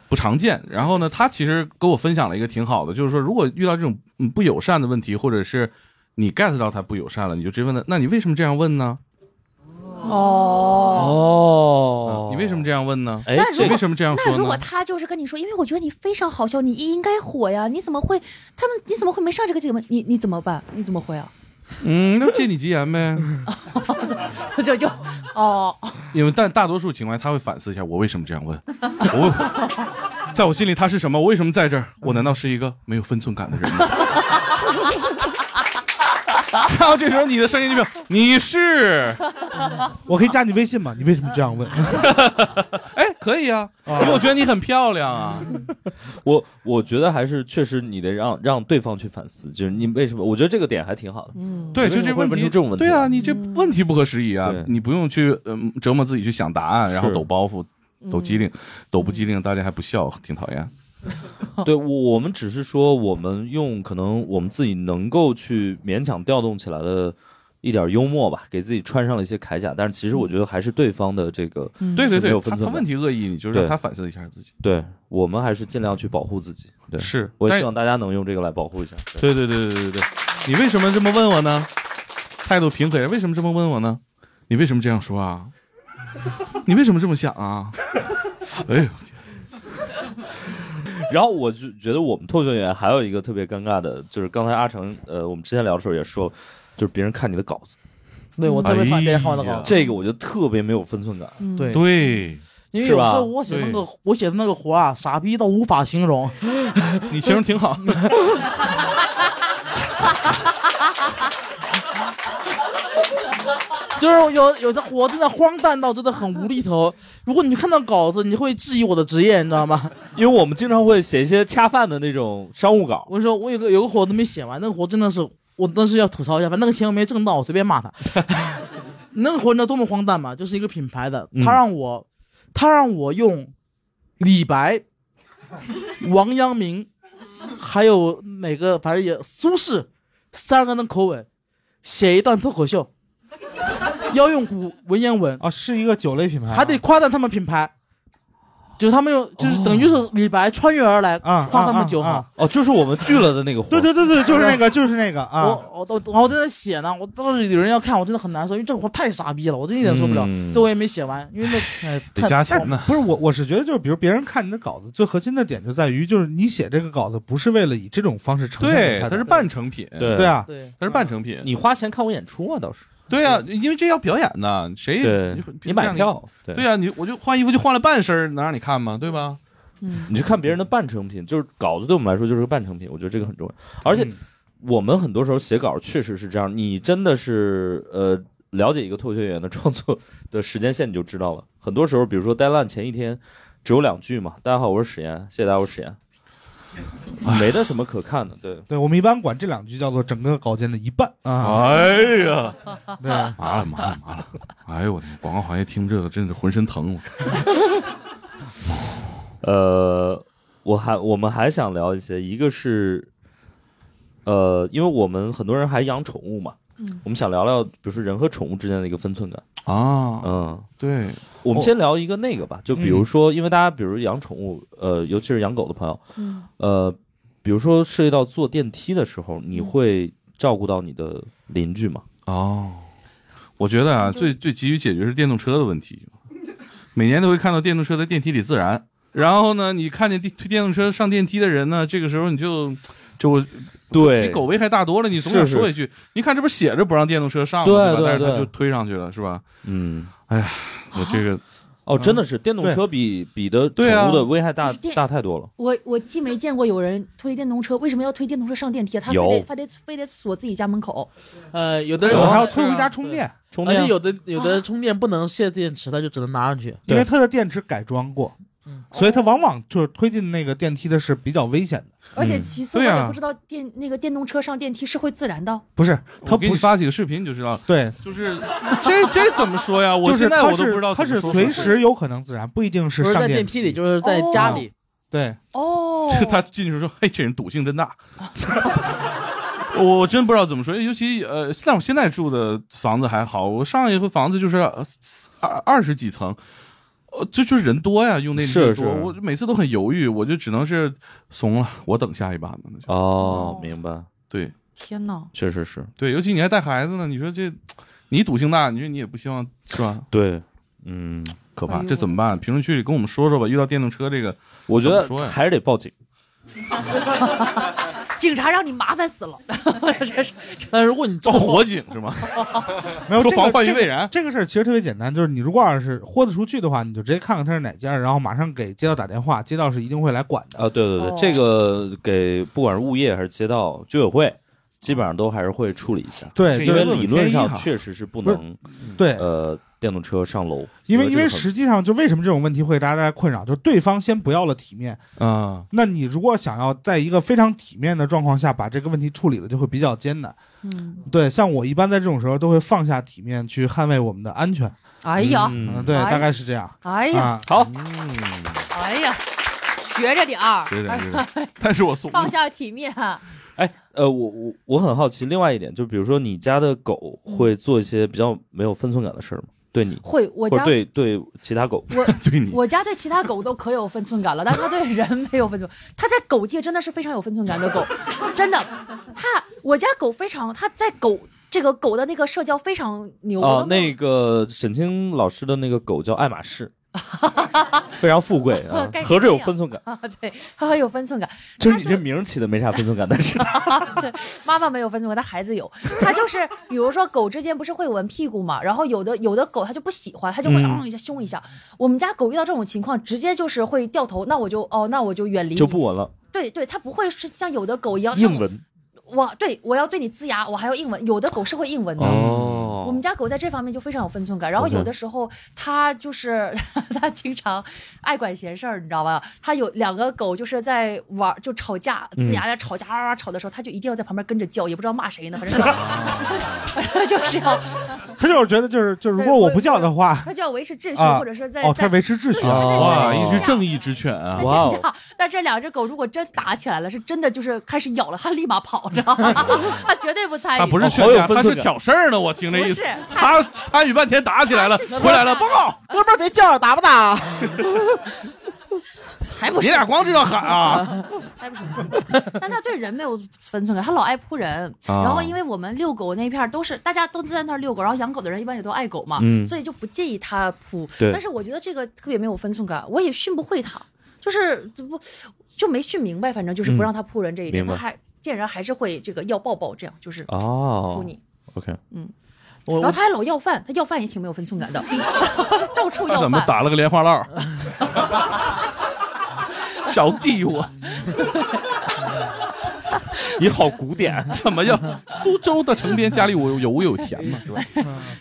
不常见。然后呢，他其实给我分享了一个挺好的，就是说如果遇到这种嗯不友善的问题，或者是你 get 到他不友善了，你就直接问他，那你为什么这样问呢？
哦。
哦
啊你为什么这样问呢？
哎
那，如
这
果
为什么这样说
那如果
呢？
他就是跟你说，因为我觉得你非常好笑，你应该火呀，你怎么会？他们你怎么会没上这个节目？你你怎么办？你怎么会啊？
嗯，那借你吉言呗。
我 就 就哦，
因为但大多数情况下他会反思一下，我为什么这样问？ 我在我心里他是什么？我为什么在这儿？我难道是一个没有分寸感的人 吗？然后这时候你的声音就变，你是
我可以加你微信吗？你为什么这样问？
哎，可以啊，因为我觉得你很漂亮 啊。
我我觉得还是确实你得让让对方去反思，就是你为什么？我觉得这个点还挺好的。
嗯，
对，
你为
就
什
这
么会
问
问
题，
出这种问题
对啊，你这问题不合时宜啊
对，
你不用去嗯折磨自己去想答案，然后
是嗯
抖包袱、抖机灵、抖不机灵，大家还不笑， 挺讨厌。
对，我我们只是说，我们用可能我们自己能够去勉强调动起来的一点幽默吧，给自己穿上了一些铠甲。但是其实我觉得还是对方的这个，
对对
是没
对，
有
他
分
他
寸感。
问题恶意，你就让
对
他反思一下自己。
对我们还是尽量去保护自己。对，
是，
我也
但
希望大家能用这个来保护一下。对
对对对对对对，你为什么这么问我呢？态度平和，为什么这么问我呢？你为什么这样 说啊？你为什么这么想啊？哎呦，
然后我就觉得我们脱口秀演员还有一个特别尴尬的，就是刚才阿成，呃，我们之前聊的时候也说了，就是别人看你的稿子，
对我特别怕别人看我的
哎呀
稿，
这个我就特别没有分寸感。
嗯对
对，
因为有时候我写的那个我写的那个活啊，傻逼到无法形容。
你形容挺好。
就是有有的活真的荒诞到真的很无厘头。如果你看到稿子，你会质疑我的职业，你知道吗？
因为我们经常会写一些恰饭的那种商务稿，
我跟你说，我有个有个活都没写完，那个活真的是我当时要吐槽一下，反正那个钱我没挣到，我随便骂他。 那个活你知道多么荒诞吗？就是一个品牌的，
嗯
他让我，他让我用李白、王阳明，还有哪个反正也苏轼三个人的口吻写一段脱口秀，要用古文言文
啊，是一个酒类品牌啊，
还得夸赞他们品牌。就是他们用，
哦
就是等于是李白穿越而来，
啊
夸他们酒好。
哦，就是我们拒了的那个活。
对对对对，就是那个，就是那个啊。
我我我我在那写呢，我到时候有人要看，我真的很难受，因为这活太傻逼了，我真一点受不了。
嗯
这我也没写完，因为那哎太
但。不是我，我是觉得就是，比如别人看你的稿子，最核心的点就在于，就是你写这个稿子不是为了以这种方式呈现给
对，
他
它
的
是半成品，
对啊
对，
它是半成品。
你花钱看我演出啊，倒是。
对啊，因为这要表演的，谁
对
你
你买票对
对啊，你我就换衣服就换了半身儿，能让你看吗？对吧？
你去看别人的半成品，就是稿子对我们来说就是个半成品，我觉得这个很重要。而且我们很多时候写稿确实是这样，你真的是呃了解一个脱口秀演员的创作的时间线你就知道了。很多时候，比如说 deadline 前一天只有两句嘛，大家好，我是史岩，谢谢大家，我是史岩，没的什么可看的，对。
对，我们一般管这两句叫做整个稿件的一半啊。
哎呀，
对啊
麻了麻了麻了！哎呦我的妈，广告行业听这个真是浑身疼我。
呃，我还我们还想聊一些，一个是，呃，因为我们很多人还养宠物嘛，
嗯
我们想聊聊，比如说人和宠物之间的一个分寸感
啊，
嗯，
对，
我们先聊一个那个吧，就比如说，因为大家比如养宠物，呃，尤其是养狗的朋友，
嗯
呃，比如说涉及到坐电梯的时候，你会照顾到你的邻居吗？
哦，我觉得啊，最最急于解决是电动车的问题。每年都会看到电动车在电梯里自燃，然后呢，你看见电推电动车上电梯的人呢，这个时候你就就
对
比狗危害大多了。你总想
是是
说一句，你看这不是写着不让电动车上吗？
对
吧
对
但是他
对
就推上去了，是吧？
嗯，
哎呀，我这个嗯
哦，真的是电动车
对
比比的宠
对啊
物的危害大
电
大太多了。
我我既没见过有人推电动车，为什么要推电动车上电梯啊？他非
有
得非得非得锁自己家门口。
呃，有的人
我还要
是啊
推回家充电，
充
而且有的有的充电不能卸电池，它就只能拿上去。
因为它的电池改装过，
嗯哦
所以它往往就是推进那个电梯的是比较危险的。
而
嗯
且其次，我
啊
也
啊
不知道电那个电动车上电梯是会自燃的。
不是，
他给你发几个视频你就知道了。
对，
就是这这怎么说呀？我
就是
现在
它
我都
是
不知道
它
怎么
是
说
随时有可能自燃，不一定
不是
上
在电
梯。
梯里，就是在家里。
对，
哦
他进去说：“嘿，这人赌性真大。 我”我真不知道怎么说，尤其呃，但我现在住的房子还好，我上一回房子就是呃二二十几层，呃，就就是人多呀，用那
是
人
是
多，我每次都很犹豫，我就只能是怂了，我等下一把呢。那就
哦，明白。
啊对，
天哪！
确实是
对，尤其你还带孩子呢，你说这你赌性大，你说你也不希望是吧？
对，嗯，
可
哎
怕，
呦
这怎么办？评论区里跟我们说说吧。遇到电动车这个，
我觉得
怎么说呀
还是得报警。
警察让你麻烦死了，这是
但如果你
照火警是吗？
没有
说
这个
防患于
这个
未然
这个事儿其实特别简单，就是你如果要是豁得出去的话，你就直接看看他是哪家，然后马上给街道打电话，街道是一定会来管的。
啊，对对
哦
对，这个给不管是物业还是街道居委会，基本上都还是会处理一下。
对
因
就是
为
论
理
文天
论
一
上
哈
确实是不
不是
能
对
呃电动车上楼，
因为因
这
为
个很
实际上就为什么这种问题会给大家困扰，就对方先不要了体面，
啊，
那你如果想要在一个非常体面的状况下把这个问题处理了，就会比较艰难。
嗯，
对，像我一般在这种时候都会放下体面去捍卫我们的安全。
哎呀
嗯对，
哎呀
大概是这样。
哎呀
啊
好，
哎呀，学着点儿，
学着点学着
哎
但是我怂
放下体面。啊
哎，呃，我我我很好奇，另外一点就比如说你家的狗会做一些比较没有分寸感的事儿吗？对你
嗯会我
或者
家
对对其他狗，
我
对
我家对其他狗都可有分寸感了，但是它对人没有分寸。它在狗界真的是非常有分寸感的狗，真的。它我家狗非常，它在狗这个狗的那个社交非常牛。
哦
我，都
那个沈清老师的那个狗叫爱马仕，非常富贵啊
概，念
合着有
这样
分寸感。
啊，对，他很有分寸感。
就是你这名儿起的没啥分寸感，但是
对，妈妈没有分寸感，但孩子有。他就是，比如说狗之间不是会闻屁股嘛，然后有的有的狗它就不喜欢，它就会
嗯
嗯一下凶一下。我们家狗遇到这种情况，直接就是会掉头，那我就哦，那我就远离你
就不闻了，
对对，它不会是像有的狗一样
硬闻。
我对我要对你呲牙，我还要硬吻。有的狗是会硬吻的。
哦
我们家狗在这方面就非常有分寸感。然后
OK
有的时候它就是 它经常爱管闲事儿，你知道吧？它有两个狗就是在玩就吵架，
嗯
呲牙在吵架啊啊啊吵的时候，它就一定要在旁边跟着叫，也不知道骂谁呢，反 正反正就是要
啊他就是觉得就是就是，如果我不叫的 话，
它就要维持秩序，
啊
或者说在
哦，他
在
维持秩序哦啊，
哇，一只正义之犬啊！
哦
打 架，但这两只狗如果真打起来了，是真的就是开始咬了，它立马跑，知道吗？它绝对不参与。
他不是劝架，他是挑事儿呢。我听这意思
不哎是，
他参与半天打起来了，回来了，报告，
呃
哥们儿别叫了，打不打？
啊
还不是
你俩光知道喊啊！
还不是，但他对人没有分寸感，他老爱扑人。
啊
然后因为我们遛狗那片儿都是大家都在那儿遛狗，然后养狗的人一般也都爱狗嘛，
嗯
所以就不介意他扑。
对
但是我觉得这个特别没有分寸感，我也训不会他，就是这不就没训明白，反正就是不让他扑人这一点，
嗯明
他
白
还见人还是会这个要抱抱，这样就是
啊
哦
扑你。
OK，
嗯，
我
然后他还老要饭，他要饭也挺没有分寸 感的，到处
他
要
怎么
饭。
打了个莲花落？小弟我，
你好古典，
啊怎么样？苏州的城边家里有有屋有田嘛，是吧？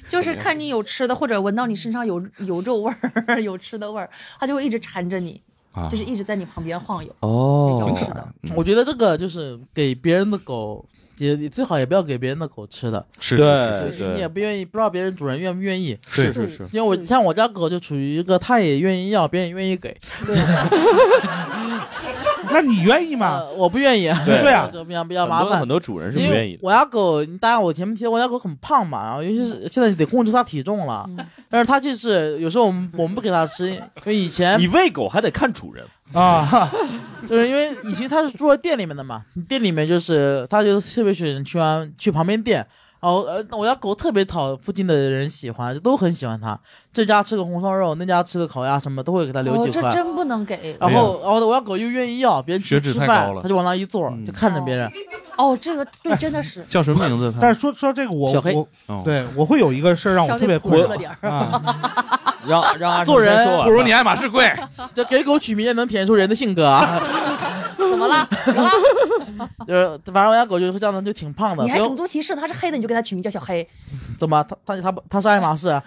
就是看你有吃的，或者闻到你身上有有肉味儿、 有吃的味儿，它就会一直缠着你，
啊
就是一直在你旁边晃悠。
哦
是的，
我觉得这个就是给别人的狗，也最好也不要给别人的狗吃的。
是对是是是
你也不愿意，不知道别人主人愿不愿意。
是
嗯
是是
因为我像我家狗就处于一个，它也愿意要，别人也愿意给。
那你愿意吗？
呃我不愿意。
对对啊
就比较比较麻烦。
很多主人是不愿意的。
我家狗，大家我前面提，我家狗很胖嘛，然后尤其是现在得控制它体重了。
嗯
但是它就是有时候我们我们不给它吃，因为以前
你喂狗还得看主人，
啊，
就是因为以前它是住在店里面的嘛，店里面就是它就特别喜欢去完去旁边店。然后呃，我家狗特别讨附近的人喜欢，都很喜欢它。这家吃个红烧肉，那家吃个烤鸭，什么都会给它留
哦，
几
这
块。
真不能给。啊哦
然后，然后我家狗又愿意要，别人去
血脂
吃
太
饭
高了，
它就往那一坐，就看着别人。
哦，这个对，真的 是
叫什么名字哦
但是说说这个我
小黑
我对我会有一个事儿
哦
让我特别困
小黑扑了点
扰
儿
啊，
让让阿
啊
做
成先
人
说完
不如
吧
你
爱马仕贵，
这给狗取名也能体现出人的性格啊。
怎么了？怎么了？
就是反正我家狗就是这样的，就挺胖的。
你还
所以
种族歧视？它是黑的，你就给它取名叫小黑。
怎么？它它它它是爱马仕啊？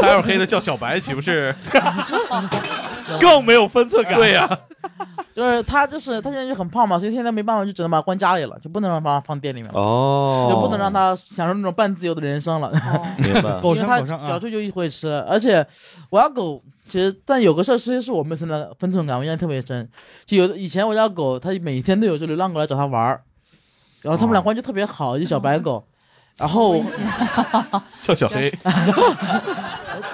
他要是黑的叫小白，岂不是
更没有分寸感？
对呀，
就是它就是它现在就很胖嘛，所以现在没办法，就只能把它关家里了，就不能让它放店里面了。
哦
就不能让它享受那种半自由的人生了。
明白
因为它小舅就会吃，而且我家狗其实，但有个事儿，其实是我们现在分寸感，我印象特别深。就有以前我家狗，它每天都有只流浪狗来找它玩儿，然后它们
哦
俩关系特别好，一小白狗，然后。
叫小黑？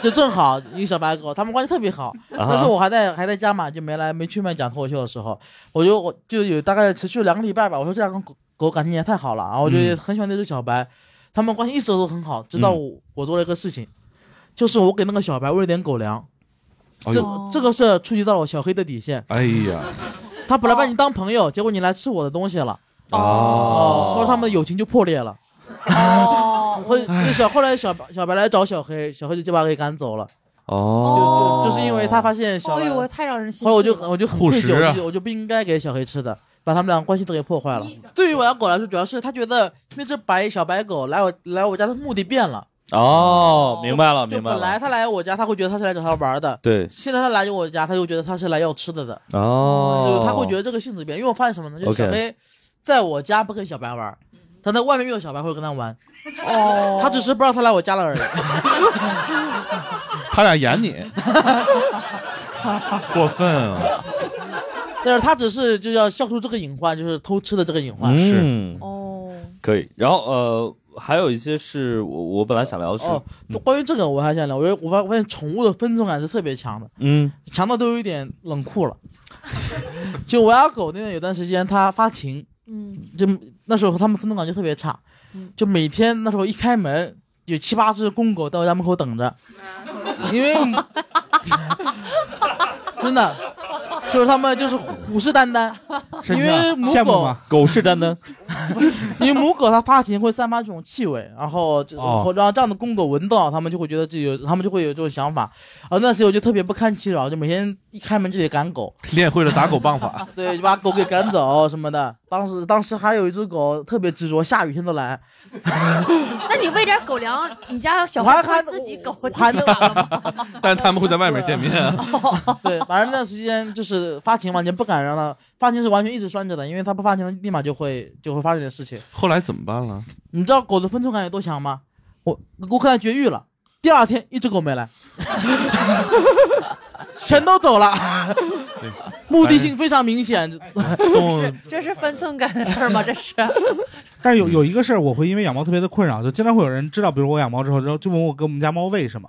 就正好一个小白狗，他们关系特别好。
啊
那时候我还在还在家嘛，就没来没去麦讲脱口秀的时候，我就我就有大概持续两个礼拜吧。我说这两个狗狗感情也太好了，然后我就
嗯
很喜欢那只小白，他们关系一直都很好。直到
嗯
我、我做了一个事情，就是我给那个小白喂了点狗粮，
哎
这
呦
这个事儿触及到了小黑的底线。
哎呀，
他本来把你当朋友，结果你来吃我的东西了。
哦
后来他们的友情就破裂了。
哦，
后这小后来小白小白来找小黑，小黑就就把他给赶走了。
哦
就就是因为他发现小
哎
白，
呦，我太让人心
后来我
虚
就
了。
我就很
护
愧
食
疚，我
啊
就我就不应该给小黑吃的，把他们俩关系都给破坏了。对于我家狗来说，主要是它觉得那只白小白狗来我来 我家的目的变了。
哦，明白了，
就
明白
本来
了。
它来我家，它会觉得它是来找它玩的。
对
现在它来我家，它又觉得它是来要吃的的。
哦
就是它会觉得这个性质变。因为我发现什么呢？就是
OK
小黑在我家不跟小白玩，它在外面遇到小白会跟它玩。
哦，
它只是不让它来我家 了而已。
他俩哎演你，过分啊！
但是它只是就要消除这个隐患，就是偷吃的这个隐患。
嗯，
哦，
可以。然后呃，还有一些是我我本来想聊的是，
哦，就关于这个我还想聊，我觉得我发我发现宠物的分寸感是特别强的，
嗯，
强到都有一点冷酷了。就我家狗那段有段时间它发情，
嗯，
就那时候它们分寸感就特别差，就每天那时候一开门有七八只公狗在我家门口等着，因为真的，就是他们就是虎视眈眈，因为母
羡慕
狗
吗狗是丹丹，
因为母狗它发情会散发这种气味，然后这
哦
然后这样的公狗闻到，它们就会觉得自己有，它们就会有这种想法。啊，那时候我就特别不堪其扰，就每天一开门就得赶狗，
练会了打狗棒 法，
对，就把狗给赶 走什么的。当时当时还有一只狗特别执着，下雨天 都来，
那你喂点狗粮，你家小
我还
孩不会自己狗
还能
但他们会在外面见 面。
对，反正那段时间就是发情嘛，你不敢让它发情是完全一直拴着的，因为它不发情立马就会就会发生点事情。
后来怎么办了？
你知道狗的分寸感有多强吗？我乌克兰绝育了，第二天一只狗没来， 全都走了，目的性非常明显。
哎
是这是分寸感的事儿吗？这 是
但是有有一个事儿，我会因为养猫特别的困扰，就经常会有人知道，比如我养猫之后，然后就问我给我们家猫喂什么，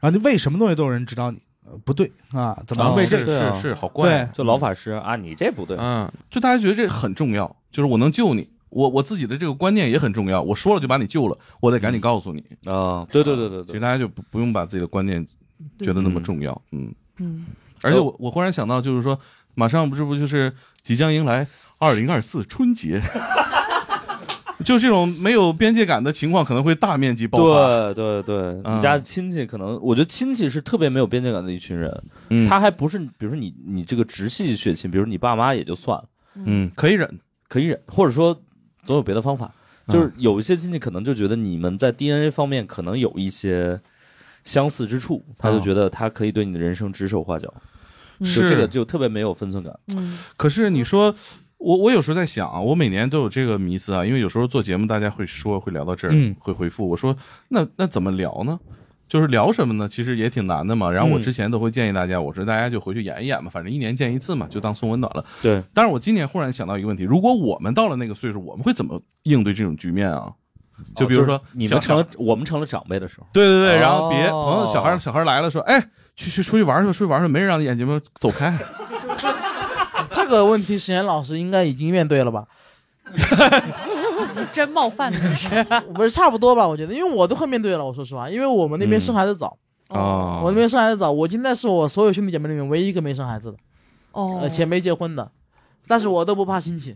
然后就喂什么东西都有人指导你，呃不对啊，怎么喂这个、
哦是是是好怪啊
对，
就老法师啊，你这不对，
嗯，就大家觉得这很重要，就是我能救你，我我自己的这个观念也很重要，我说了就把你救了，我得赶紧告诉你
啊。对对对对对，
其实大家就不不用把自己的观念觉得那么重要，嗯。
嗯，
而且我我忽然想到，就是说，马上不是不就是即将迎来二零二四春节，就这种没有边界感的情况可能会大面积爆发。嗯
对对对，你家亲戚可能，我觉得亲戚是特别没有边界感的一群人，
嗯
他还不是，比如说你你这个直系血亲，比如你爸妈也就算了，
嗯，可以忍，嗯
可以忍，或者说总有别的方法。就是有一些亲戚可能就觉得你们在 DNA 方面可能有一些相似之处，他就觉得他可以对你的人生指手画脚，就是这个就特别没有分寸感。
嗯，可是你说，我我有时候在想啊，我每年都有这个迷思啊，因为有时候做节目大家会说会聊到这儿，
嗯
会回复我说那那怎么聊呢？就是聊什么呢？其实也挺难的嘛。然后我
嗯
之前都会建议大家，我说大家就回去演一演嘛，反正一年见一次嘛，就当送温暖了。
对，
但是我今年忽然想到一个问题：如果我们到了那个岁数，我们会怎么应对这种局面啊？就比如说
哦，你
小
们成了我们成了长辈的时候，
对对对，然后
哦
别朋友小孩小孩来了说，哎，去去出去玩去吧，出去玩去吧，没人让你眼睛吗？走开。
这个问题，史岩老师应该已经面对了吧？
真冒犯的是。
不是差不多吧？我觉得，因为我都快面对了。我说实话，因为我们那边生孩子早，
嗯哦
我那边生孩子早，我现在是我所有兄弟姐妹里面唯一一个没生孩子的，呃
哦
而且没结婚的，但是我都不怕亲戚，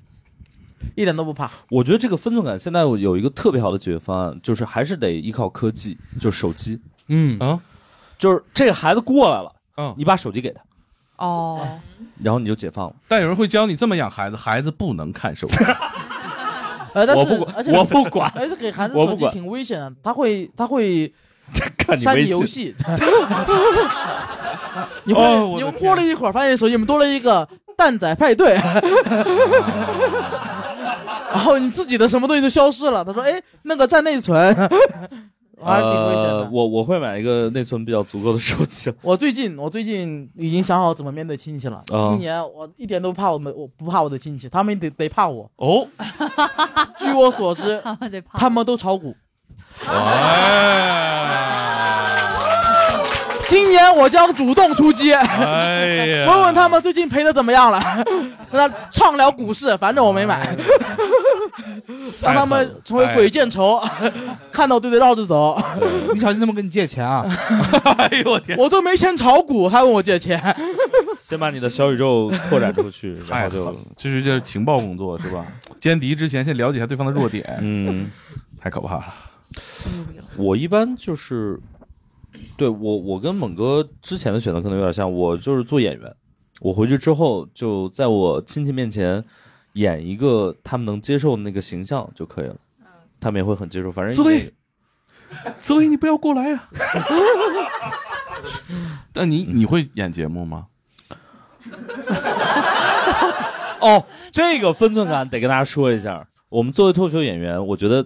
一点都不怕。
我觉得这个分寸感现在我有一个特别好的解决方案，就是还是得依靠科技，就是手机。
嗯
啊，
就是这个孩子过来了，
嗯，
你把手机给他，
哦，
然后你就解放了。
但有人会教你这么养孩子，孩子不能看手机。
呃，但是
我不管
而且
我不管
而且给孩子
我
手
不
机
管
挺危险的，他会 他会
看
你
删
微
你
信
游戏。 你会、
哦我
你
的
过了一会儿，发现手机里面多了一个蛋仔派 对，然后你自己的什么东西都消失了。他说：“哎，那个占内存。” 还是挺危险的。
呃、我我会买一个内存比较足够的手机。
我最近我最近已经想好怎么面对亲戚了。
啊
哦
今年我一点都不怕我们，我不怕我的亲戚，他们得得怕我。
哦，
据我所知，
他们得怕
他们都炒股。
哎
今年我将主动出 击，
哎呀
问问他们最近赔的怎么 样了，让他畅聊股市，反正我没买， 让他们成为鬼见愁，看到对的绕着走。
哎你小心他们跟你借钱 啊！
哎呦我天，
我都没钱炒股，还问我借 钱，
先把你的小宇宙拓展出 去，然
太
后
狠了
就，
这是就是情报工作是 吧？歼敌之前先了解一下对方的弱点，
嗯，
太可怕了。
我一般就是，对我我跟猛哥之前的选择可能有点像，我就是做演员，我回去之后就在我亲戚面前演一个他们能接受的那个形象就可以了，
嗯
他们也会很接受，反正
紫薇紫薇，你不要过来啊 呀、但你
嗯
你会演节目吗？
哦，这个分寸感得跟大家说一下。我们作为脱口秀演员，我觉得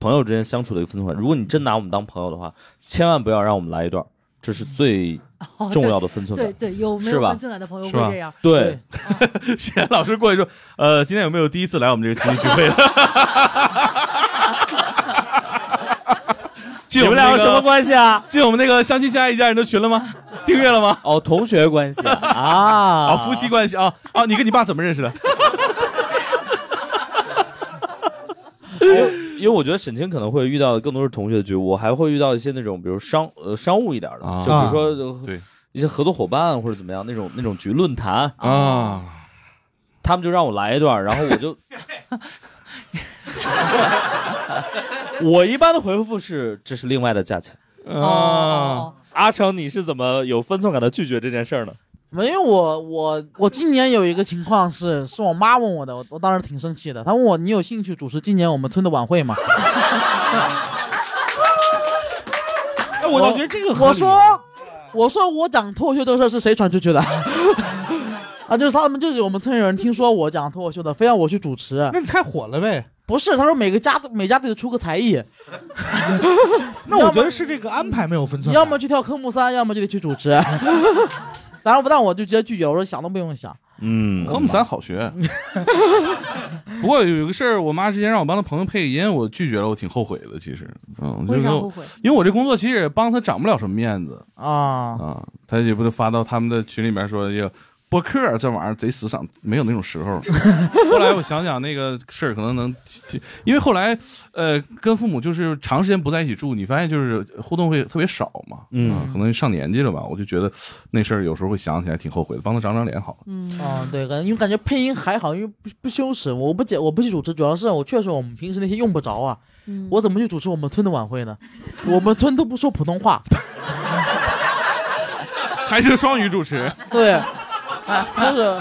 朋友之间相处的一个分寸感，如果你真拿我们当朋友的话，千万不要让我们来一段，这 是最
哦
重要的分寸感。
对对，有没
是
有
吧
分寸感的朋友
是
会
吧
这样？
对，
沈岩老师过来说，呃，今天有没有第一次来我们这个亲戚聚会 的？进
你
我
们
那
俩有
个
什么关系啊？
进我们那个相亲相爱一家人的群了吗？订阅了吗？
哦，同学关系
啊，
啊，
夫妻关系啊啊！你跟你爸怎么认识的？
因为我觉得沈清可能会遇到的更多是同学的局，我还会遇到一些那种，比如商呃商务一点的，
啊
就比如说、
对
一些合作伙伴或者怎么样那种那种局论坛
啊，
他们就让我来一段，然后我 就，我一般的回复是这是另外的价钱
哦。
阿成，你是怎么有分寸感的拒绝这件事儿呢？
没有我我我今年有一个情况是是我妈问我的，我我当时挺生气的。她问我你有兴趣主持今年我们村的晚会吗？
哎，我就觉得这
啊
个合理
我说我说我讲脱口秀这事儿是谁传出去的？ 啊，就是他们就是我们村有人听说我讲脱口秀的，非要我去主持。
那你太火了呗。
不是，他说每个家都每家得出个才艺，
那我觉得是这个安排没有分寸。
要么去跳科目三，要么就得去主持。 当然，不但我就直接拒绝，我说想都不用想。
嗯，
科目三好学。 不过有一个事儿，我妈之前让我帮她朋友配个音，我拒绝了，我挺后悔的。其实，嗯，就
为
是
啥
说
后悔
因为我这工作其实也帮她长不了什么面子
啊
啊。她也不是发到他们的群里面说这个播客这玩意儿贼时尚，没有那种时候。后来我想想那个事儿，可能能提，提因为后来呃跟父母就是长时间不在一起住，你发现就是互动会特别少嘛，
嗯
啊可能上年纪了吧，我就觉得那事儿有时候会想起来挺后悔的，帮她长长脸好了。
嗯，哦，对，感觉因为感觉配音还好，因为不不羞耻，我不解，我不去主持，主要是我确实我们平时那些用不着啊，我怎么去主持我们村的晚会呢？我们村都不说普通话，
还是双语主持，
对，就是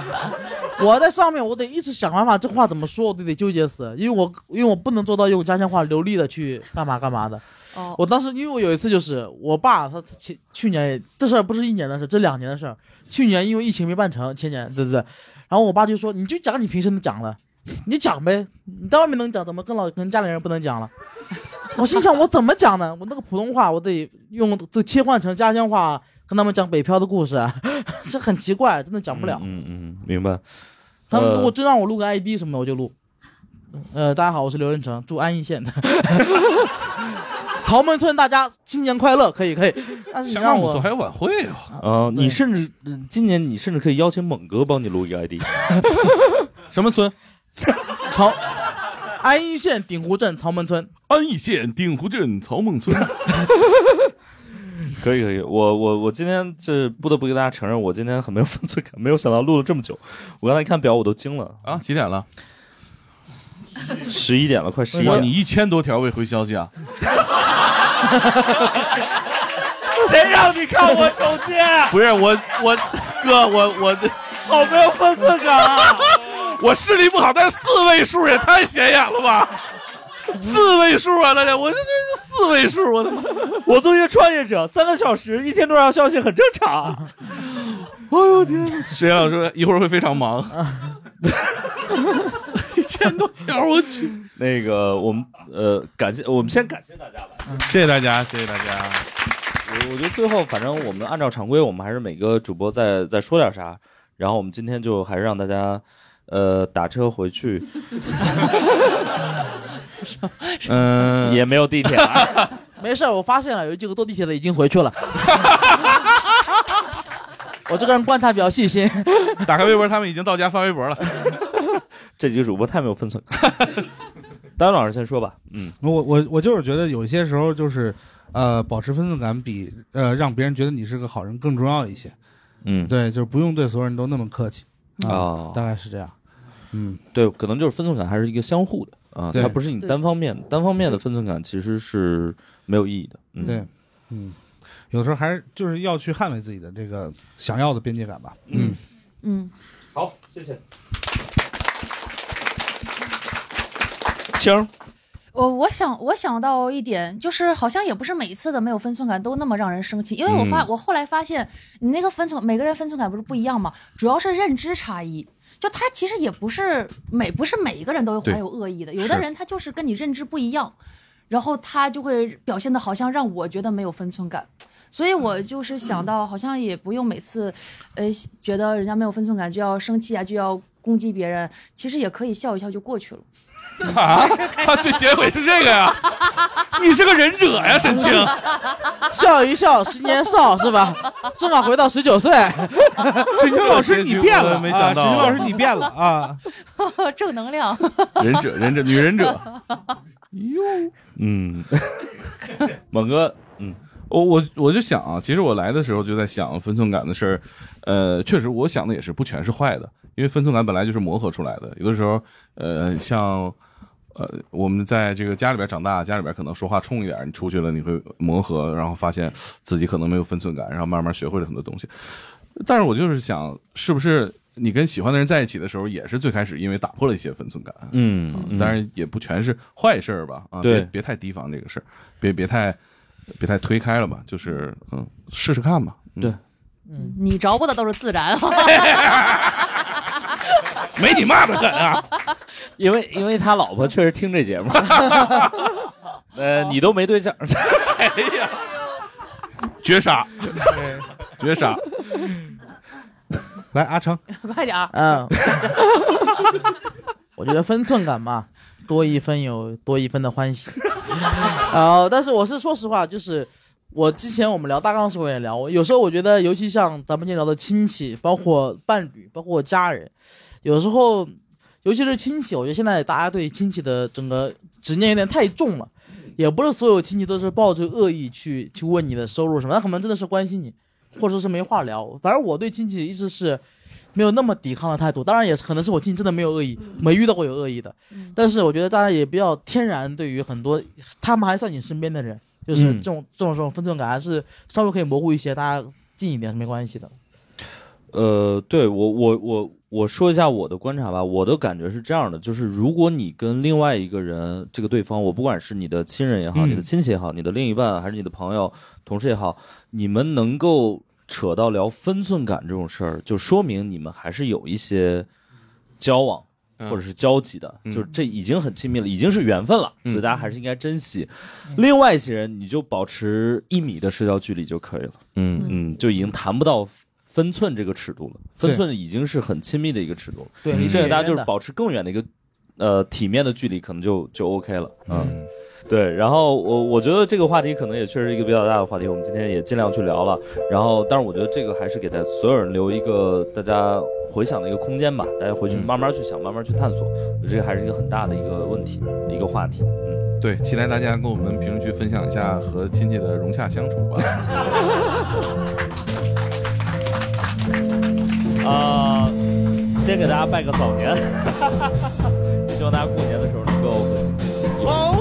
我在上面，我得一直想办法，这话怎么说，我都得纠结死，因为我因为我不能做到用家乡话流利的去干嘛干嘛的。
哦
我当时因为我有一次就是我爸他他前去年也这事儿不是一年的事，这两年的事儿。去年因为疫情没办成，前年对不对？然后我爸就说：“你就讲你平时能讲的， 你就讲呗，你在外面能讲，怎么跟老跟家里人不能讲了？”我心想我怎么讲呢？我那个普通话我得用都切换成家乡话跟他们讲北漂的故事，啊 这很奇怪，真的讲不了。
嗯嗯，明白。
他们如果
呃
真让我录个 ID 什么的，我就录。呃，大家好，我是刘仁成，住安义县的 曹门村，大家新年快乐，可以可以。但是你
相
让
当不错，
我
还有晚会啊。
呃，你甚至嗯今年你甚至可以邀请猛哥帮你录一个 ID，
什么村？
曹安义县鼎湖镇曹门村，
安义县鼎湖镇曹孟村。
可以可以，我我我今天这不得不跟大家承认，我今天很没有分寸感，没 有想到录了这么久。我刚才一看表，我都惊了
啊！几点了？
十一点了，快十一
哇，
点。
你一千多条未回消息啊！
谁让你看我手机？
不是我，我哥，我我
好没有分寸感啊！
我视力不好，但是四位数也太显眼了 吧？四位数啊，大家，我就觉得四位数，我的妈！
我作为一个创业者，三个小时一天多条消息很正常。
哎呦天！石岩老师一会儿会非常忙。 一千多条，我去！
那个，我们呃，感谢，我们先感谢大家吧。
谢谢大家，谢谢大家。
我我觉得最后，反正我们按照常规，我们还是每个主播再再说点啥。然后我们今天就还是让大家，呃，打车回 去。
嗯、
也没有地铁、啊。
没事儿，我发现了有几个坐地铁的已经 回去了。我这个人观察比较细心，
打开微博，他们已经到家发 微博了。
这几个主播太没有分寸。 丹老师先说吧。嗯，
我我我就是觉得有些时候就是，呃，保持分寸感比呃让别人觉得你是个好人更重要一些。
嗯
对，就是不用对所有人都那么客气啊
哦，
大概是这样。嗯，
对，可能就是分寸感还是一个相互的啊，
对
它不是你单方面的，单方面的分寸感其实是没有意义的。嗯、
对，嗯，有的时候还是就是要去捍卫自己的这个想要的边界感吧。嗯，
嗯，
好，谢谢。青儿，
我我想我想到一点，就是好像也不是每一次的没有分寸感都那么让人生气，因为我发、
嗯
我后来发现，你那个分寸每个人分寸感不是不一样嘛，主要是认知差异。就他其实也不是每不是每一个人都
对
怀有恶意的，
是
有的人他就是跟你认知不一样，然后他就会表现的好像让我觉得没有分寸感，所以我就是想到好像也不用每次，呃，觉得人家没有分寸感就要生气啊，就要攻击别人，其实也可以笑一笑就过去了。
啊，他最结尾是这个呀？你是个忍者呀，沈 清。
笑一笑，十年少是吧？正好回到十九岁。
沈清老师你变了，
没想到
啊沈清老师你变了啊！
正能量。
忍者，忍者，女 忍者。
嗯，猛哥，嗯，
我我我就想啊，其实我来的时候就在想分寸感的事儿，呃，确实我想的也是不全是坏的，因为分寸感本来就是磨合出来的，有的时候，呃，像。呃，我们在这个家里边长大，家里边可能说话冲一点，你出去了你会磨合，然后发现自己可能没有分寸感，然后慢慢学会了很多东西。但是我就是想，是不是你跟喜欢的人在一起的时候，也是最开始因为打破了一些分寸感？
嗯
啊
嗯
当然也不全是坏事儿吧，啊，
对
别别太提防这个事儿，别别太别太推开了吧，就是嗯，试试看吧。嗯对，
你着不的都是自然，啊
没你骂的狠啊！
因为因为他老婆确实听这节目，呃，你都没对象， 哎呀，
绝杀，嗯 绝杀！
来，阿成，
快点儿。
嗯，我觉得分寸感嘛，多一分有多一分的欢喜。 然后，但是我是说实话，就是我之前我们聊大纲的时候也聊过，有时候我觉得，尤其像咱们今天聊的亲戚，包括伴侣，包括家人，有时候，尤其是亲戚，我觉得现在大家对亲戚的整个执念有点太重了。也不是所有亲戚都是抱着恶意去去问你的收入什么，他可能真的是关心你，或者说是没话聊。反正我对亲戚一直是没有那么抵抗的态度，当然也是可能是我亲戚真的没有恶意，没遇到过有恶意的。但是我觉得大家也不要天然对于很多他们还算你身边的人，就是
嗯
这种、这种这种分寸感还是稍微可以模糊一些，大家近一点是没关系的。
呃，对我我我我说一下我的观察吧，我的感觉是这样的，就是如果你跟另外一个人，这个对方，我不管是你的亲人也好，
嗯
你的亲戚也好，你的另一半还是你的朋友、同事也好，你们能够扯到聊分寸感这种事儿，就说明你们还是有一些交往。或者是交集的，就是这已经很亲密了，已经是缘分了，所以大家还是应该珍惜。另外一些人，你就保持一米的社交距离就可以了。
嗯
嗯，就已经谈不到分寸这个尺度了，分
对
寸已经是很亲密的一个尺度了。
对
嗯
离
这
这
个
个
大
大
家
家
就
就是是
保
保
持更远的一个呃体面的距离，可能就就 OK 了。嗯，对。然后我我觉得这个话题可能也确实是一个比较大的话题，我们今天也尽量去聊了。然后，但是我觉得这个还是给大家所有人留一个大家回想的一个空间吧，大家回去慢慢去想，慢慢去探索。我觉得这个还是一个很大的一个问题，一个话题。嗯
对，期待大家跟我们评论区分享一下和亲戚的融洽相处吧。
啊、先给大家拜个早年，希望大家过年的时候能够和亲戚包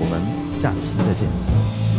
我们下期再见。